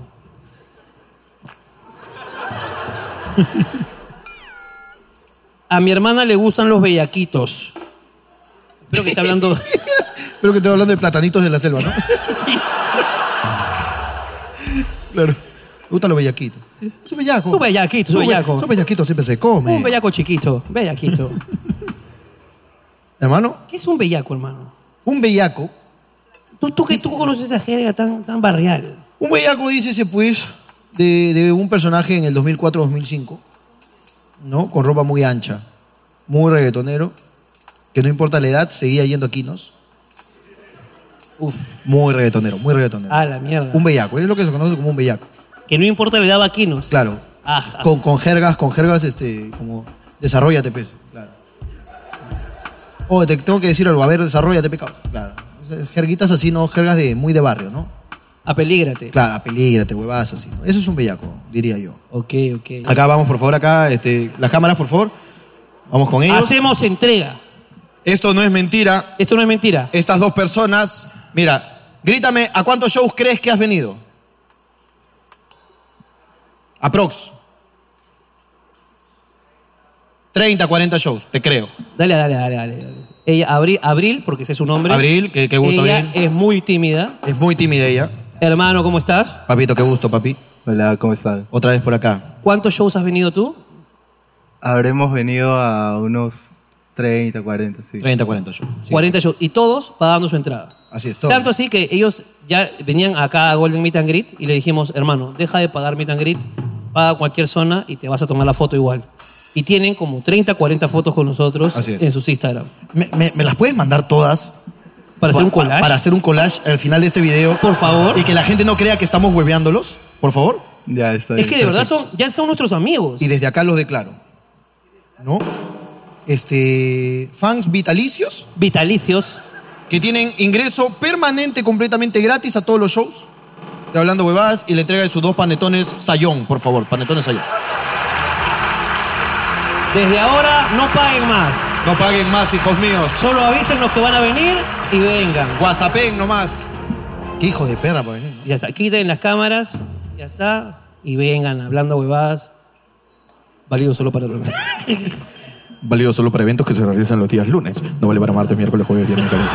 A mi hermana le gustan los bellaquitos. Espero que esté hablando.
Espero que esté hablando de platanitos de la selva, ¿no? Claro. Me gustan los bellaquitos. Su bellaco.
Su bellaquito, su
Su be-
bellaco.
Su bellaquito siempre se come.
Un bellaco chiquito, bellaquito.
Hermano,
¿Qué es un bellaco, hermano?
Un bellaco.
¿Tú, tú, que- tú conoces esa jerga tan, tan barrial?
un bellaco, dícese pues, de, de un personaje en el 2004-2005, ¿no? Con ropa muy ancha, muy reggaetonero, que no importa la edad, seguía yendo a quinos.
Uf.
Muy reggaetonero, muy reggaetonero.
Ah, la mierda.
Un bellaco, es lo que se conoce como un bellaco.
Que no importa la edad a quinos.
Claro.
Ah,
Con, con jergas, con jergas, este, como, desarrollate, pues. Claro. Oh, te tengo que decir algo, a ver, desarrollate, pecado. Claro. Esas Jerguitas así, no, jergas de, muy de barrio, ¿no?
Apelígrate.
Claro, apelígrate, huevadas así. ¿no? Eso es un bellaco, diría yo. Ah,
Ok, ok.
Acá vamos, por favor, acá, este, las cámaras, por favor. Vamos con ellos.
Hacemos entrega.
Esto no es mentira.
Esto no es mentira.
Estas dos personas, mira, grítame, ¿a cuántos shows crees que has venido? Aprox. 30, 40 shows, te creo.
Dale, dale, dale, dale. dale. Ella, Abril, Abril, porque ese es su nombre.
Abril, qué, qué gusto,
Ella
Abril.
es muy tímida.
Es muy tímida ella.
Hermano, ¿cómo estás?
Papito, qué gusto, papi.
Hola, ¿cómo están?
Otra vez por acá.
¿Cuántos shows has venido tú?
Habremos venido a unos 30, 40, sí.
30, 40 yo.
40 shows. Y todos pagando su entrada.
Así es,
Tanto así que ellos ya venían acá a Golden Meet and Greet y le dijimos, hermano, deja de pagar Meet and Greet, paga cualquier zona y te vas a tomar la foto igual. Y tienen como 30, 40 fotos con nosotros
Así es.
en sus Instagram.
¿Me, me- me las puedes mandar todas?
¿Para hacer un collage?
Para hacer un collage al final de este video. Por
favor.
Y que la gente no crea que estamos hueveándolos, por favor.
Ya está.
Es que de verdad son, ya son nuestros amigos.
Y desde acá los declaro. ¿No? Este. Fans vitalicios.
Vitalicios.
Que tienen ingreso permanente, completamente gratis a todos los shows. De hablando huevadas y la entrega de sus dos panetones Sayón, por favor. Panetones Sayón.
Desde ahora no paguen más.
No paguen más, hijos míos.
Solo avisen los que van a venir y vengan.
WhatsAppen nomás. Qué hijo de perra, por venir.
Ya está, quiten las cámaras, ya está, y vengan hablando huevadas. Válido solo para el programa.
Válido solo para eventos que se realizan los días lunes. No vale para martes, miércoles, jueves, viernes, sábado.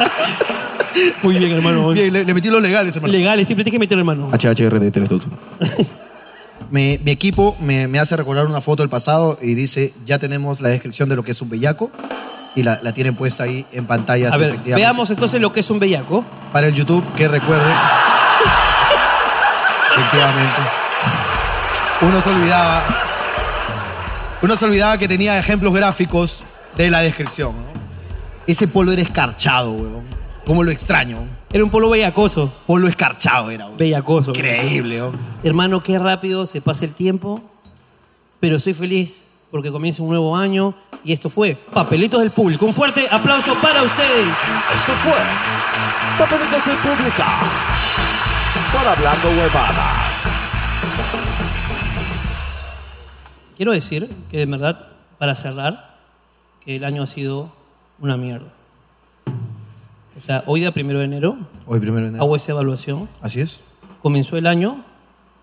Muy bien, hermano.
Bien, le, le metí los legales, hermano.
Legales, siempre tienes que meter, hermano.
HHRD 321.
Me- mi equipo me, me hace recordar una foto del pasado y dice, ya tenemos la descripción de lo que es un bellaco y la, la tienen puesta ahí en pantalla.
A ver, veamos entonces lo que es un bellaco.
Para el YouTube, que recuerde. efectivamente. Uno se olvidaba. Uno se olvidaba que tenía ejemplos gráficos de la descripción. ¿no? Ese polo era escarchado, weón. Como lo extraño.
Era un polo bellacoso.
Polo escarchado era, weón.
Bellacoso.
Increíble, weón.
Hermano, qué rápido se pasa el tiempo, pero estoy feliz porque comienza un nuevo año Y esto fue Papelitos del Público. Un fuerte aplauso para ustedes.
Esto fue Papelitos del Público. Por hablando huevadas.
Quiero decir que de verdad, para cerrar, que el año ha sido una mierda. O sea, hoy día primero de enero
Hoy primero de enero.
hago esa evaluación.
Así es.
Comenzó el año,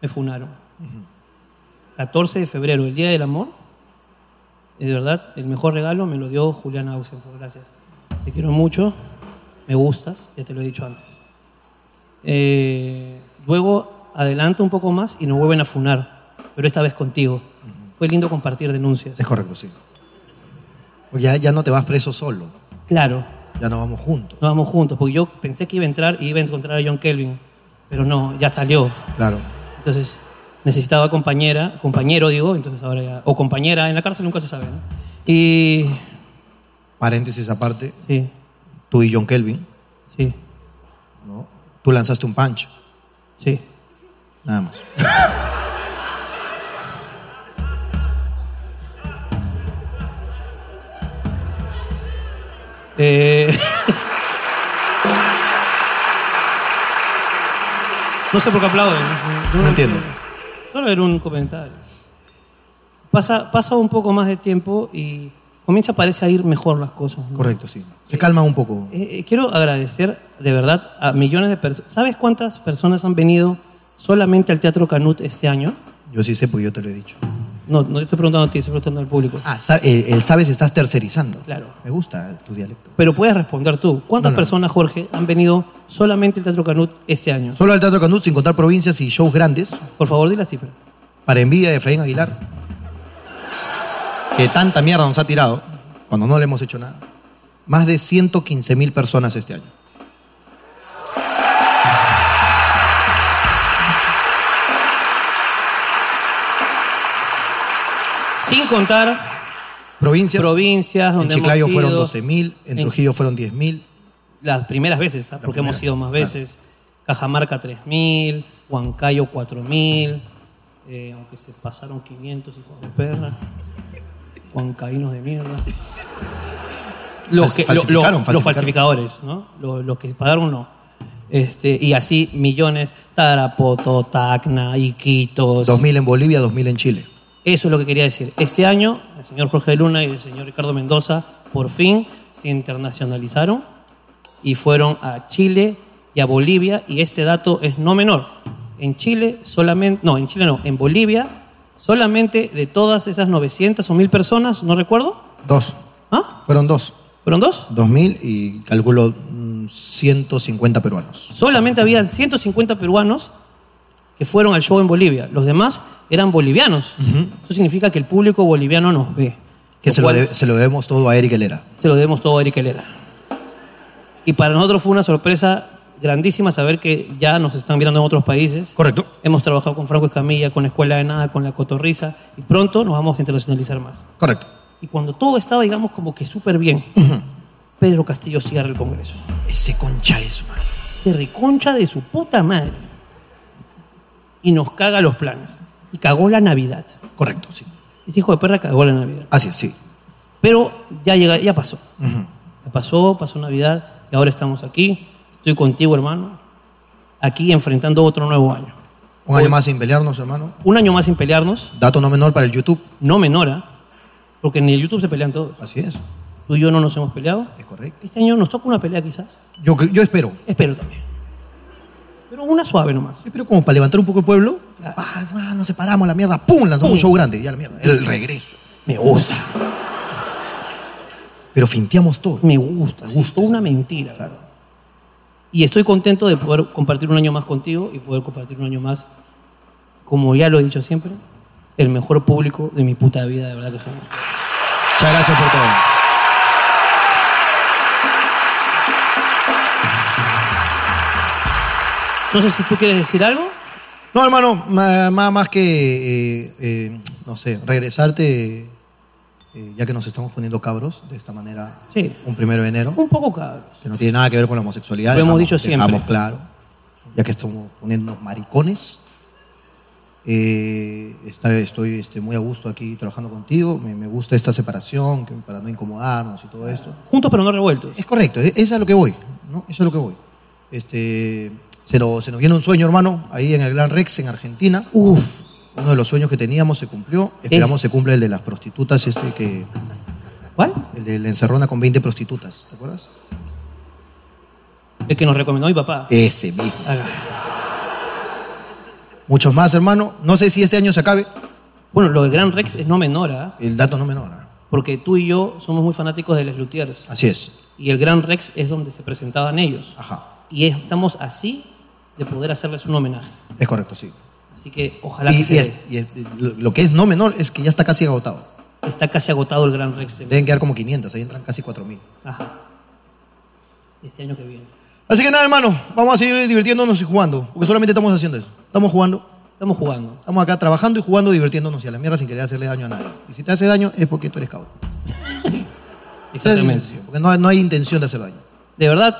me funaron. 14 de febrero, el Día del Amor. Y de verdad, el mejor regalo me lo dio Julián Ausenfeld. Gracias. Te quiero mucho, me gustas, ya te lo he dicho antes. Eh, luego adelanto un poco más y nos vuelven a funar, pero esta vez contigo. Fue lindo compartir denuncias.
Es correcto, sí. Porque ya, ya no te vas preso solo.
Claro.
Ya no vamos juntos.
Nos vamos juntos, porque yo pensé que iba a entrar y iba a encontrar a John Kelvin, pero no, ya salió.
Claro.
Entonces necesitaba compañera, compañero digo, entonces ahora ya, o compañera en la cárcel nunca se sabe. ¿no? Y
Paréntesis aparte.
Sí.
Tú y John Kelvin.
Sí.
¿No? Tú lanzaste un punch.
Sí.
Nada más.
eh, no sé por qué aplauden.
No entiendo.
Solo era un comentario. Pasa, pasa un poco más de tiempo y comienza parece a ir mejor las cosas. ¿no?
Correcto, sí. Se calma un poco.
Eh, eh, quiero agradecer de verdad a millones de personas. ¿Sabes cuántas personas han venido solamente al Teatro Canut este año?
Yo sí sé, porque yo te lo he dicho.
No, no te estoy preguntando a ti, estoy preguntando al público.
Ah, sa- eh, el sabes, estás tercerizando.
Claro.
Me gusta tu dialecto.
Pero puedes responder tú. ¿Cuántas
No, no.
personas, Jorge, han venido solamente al Teatro Canut este año?
Solo al Teatro Canut, sin contar provincias y shows grandes.
Por favor, di la cifra.
Para envidia de Efraín Aguilar. Que tanta mierda nos ha tirado cuando no le hemos hecho nada. Más de 115 mil personas este año.
Sin contar
Provincias.
provincias
En
donde
Chiclayo
hemos
fueron
ido,
12 mil, en
en-
Trujillo fueron 10 mil.
Las primeras veces, ¿ah? porque hemos
primeras,
ido más veces. Cajamarca 3.000, Huancayo 4.000, eh, aunque se pasaron 500 hijos de perra. Huancaínos de mierda. Los, que- lo- lo-
Falsificaron,
los
falsificaron.
falsificadores, ¿no? Los, los que pagaron no. Este, y así millones, Tarapoto, Tacna, Iquitos.
2.000 en Bolivia, 2.000 en Chile.
Eso es lo que quería decir. Este año, el señor Jorge Luna y el señor Ricardo Mendoza por fin se internacionalizaron y fueron a Chile y a Bolivia y este dato es no menor. En Chile solamente, no, en Chile no, en Bolivia solamente de todas esas 900 o 1000 personas, no recuerdo,
Dos.
¿Ah?
Fueron dos.
¿Fueron dos?
2.000 y calculo mm, 150 peruanos.
solamente habían 150 peruanos que fueron al show en Bolivia. Los demás eran bolivianos. Eso significa que el público boliviano nos ve.
Que
Lo
se lo,
cual-
de- se lo debemos todo a Eric Helera.
se lo debemos todo a Eric Helera. Y para nosotros fue una sorpresa grandísima saber que ya nos están mirando en otros países.
Correcto.
Hemos trabajado con Franco Escamilla, con la Escuela de Nada, con la Cotorriza, y pronto nos vamos a internacionalizar más.
Correcto.
Y cuando todo estaba, digamos, como que súper bien, Pedro Castillo cierra el Congreso.
Ese concha es, man.
Se reconcha de su puta madre. Y nos caga los planes. Y cagó la Navidad.
Correcto, sí.
Ese hijo de perra cagó la Navidad.
Así es, sí.
Pero ya, llega, ya pasó.
Ujú.
Ya pasó, pasó Navidad y ahora estamos aquí. Estoy contigo, hermano. Aquí enfrentando otro nuevo año.
Un año más sin pelearnos, hermano.
Un año más sin pelearnos.
Dato no menor para el YouTube.
No menora, porque en el YouTube se pelean todos.
Así es.
Tú y yo no nos hemos peleado.
Es correcto.
Este año nos toca una pelea quizás.
Yo, cre- yo espero.
Espero también. Pero una suave nomás.
Espero como para levantar un poco el pueblo. Ah, es más, nos separamos, la mierda. ¡Pum! Lanzamos un show grande. Ya la mierda. El regreso.
Me gusta.
Pero finteamos todo.
Me gusta. sí, toda una mentira. Y estoy contento de poder compartir un año más contigo y poder compartir un año más, como ya lo he dicho siempre, el mejor público de mi puta vida, de verdad que somos.
Muchas gracias por todo.
No sé si tú quieres decir algo.
No, hermano, ma- ma- más que, eh, eh, no sé, regresarte, eh, ya que nos estamos poniendo cabros de esta manera,
Sí.
un primero de enero,
Un poco cabrón.
que no tiene nada que ver con la homosexualidad.
Lo hemos dicho siempre.
Dejamos claro, ya que estamos poniéndonos maricones, eh, está- estoy este, muy a gusto aquí trabajando contigo, me, me gusta esta separación que- para no incomodarnos y todo esto.
Juntos pero no revueltos.
Es correcto, e- es a lo que voy, ¿no? Es a lo que voy. Este, se, nos, se nos viene un sueño, hermano, ahí en el Gran Rex, en Argentina. Uf. Uno de los sueños que teníamos se cumplió. Esperamos
Es-
se cumpla el de las prostitutas, este que... ¿Cuál? El de la encerrona con 20 prostitutas, ¿te acuerdas?
Es que nos recomendó mi papá.
Ese mismo. Muchos más, hermano. No sé si este año se acabe.
Bueno, lo de Gran Rex es no menor, ¿ah?
El dato no menor.
Porque tú y yo somos muy fanáticos de Les Lutiers.
Así es.
Y el Gran Rex es donde se presentaban ellos.
Ajá.
Y estamos así de poder hacerles un homenaje.
Es correcto, sí.
Así que ojalá
y,
que se
y es- y es- lo lo que es no menor es que ya está casi agotado.
Está casi agotado el Gran Rex.
Deben quedar como 500, ahí entran casi 4.000.
Ajá. Este año que viene.
Así que nada, hermano, vamos a seguir divirtiéndonos y jugando, porque solamente estamos haciendo eso. Estamos jugando.
Estamos jugando.
Estamos acá trabajando y jugando, divirtiéndonos y a la mierda sin querer hacerle daño a nadie. Y si te hace daño es porque tú eres cabrón.
Exactamente.
Porque no, no hay intención de hacer daño.
De verdad,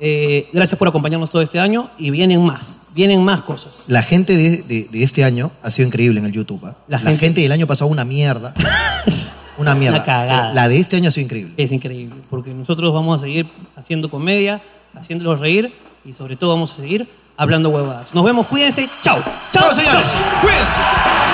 eh, gracias por acompañarnos todo este año y vienen más. Vienen más cosas.
La gente de, de- de este año ha sido increíble en el YouTube. ¿ah? La, gente... del año pasado una mierda. una mierda.
Una cagada.
La de este año ha sido increíble.
Es increíble, porque nosotros vamos a seguir haciendo comedia, haciéndolos reír y sobre todo vamos a seguir hablando huevadas. Nos vemos, cuídense, chao. Chao, señores. Cuídense.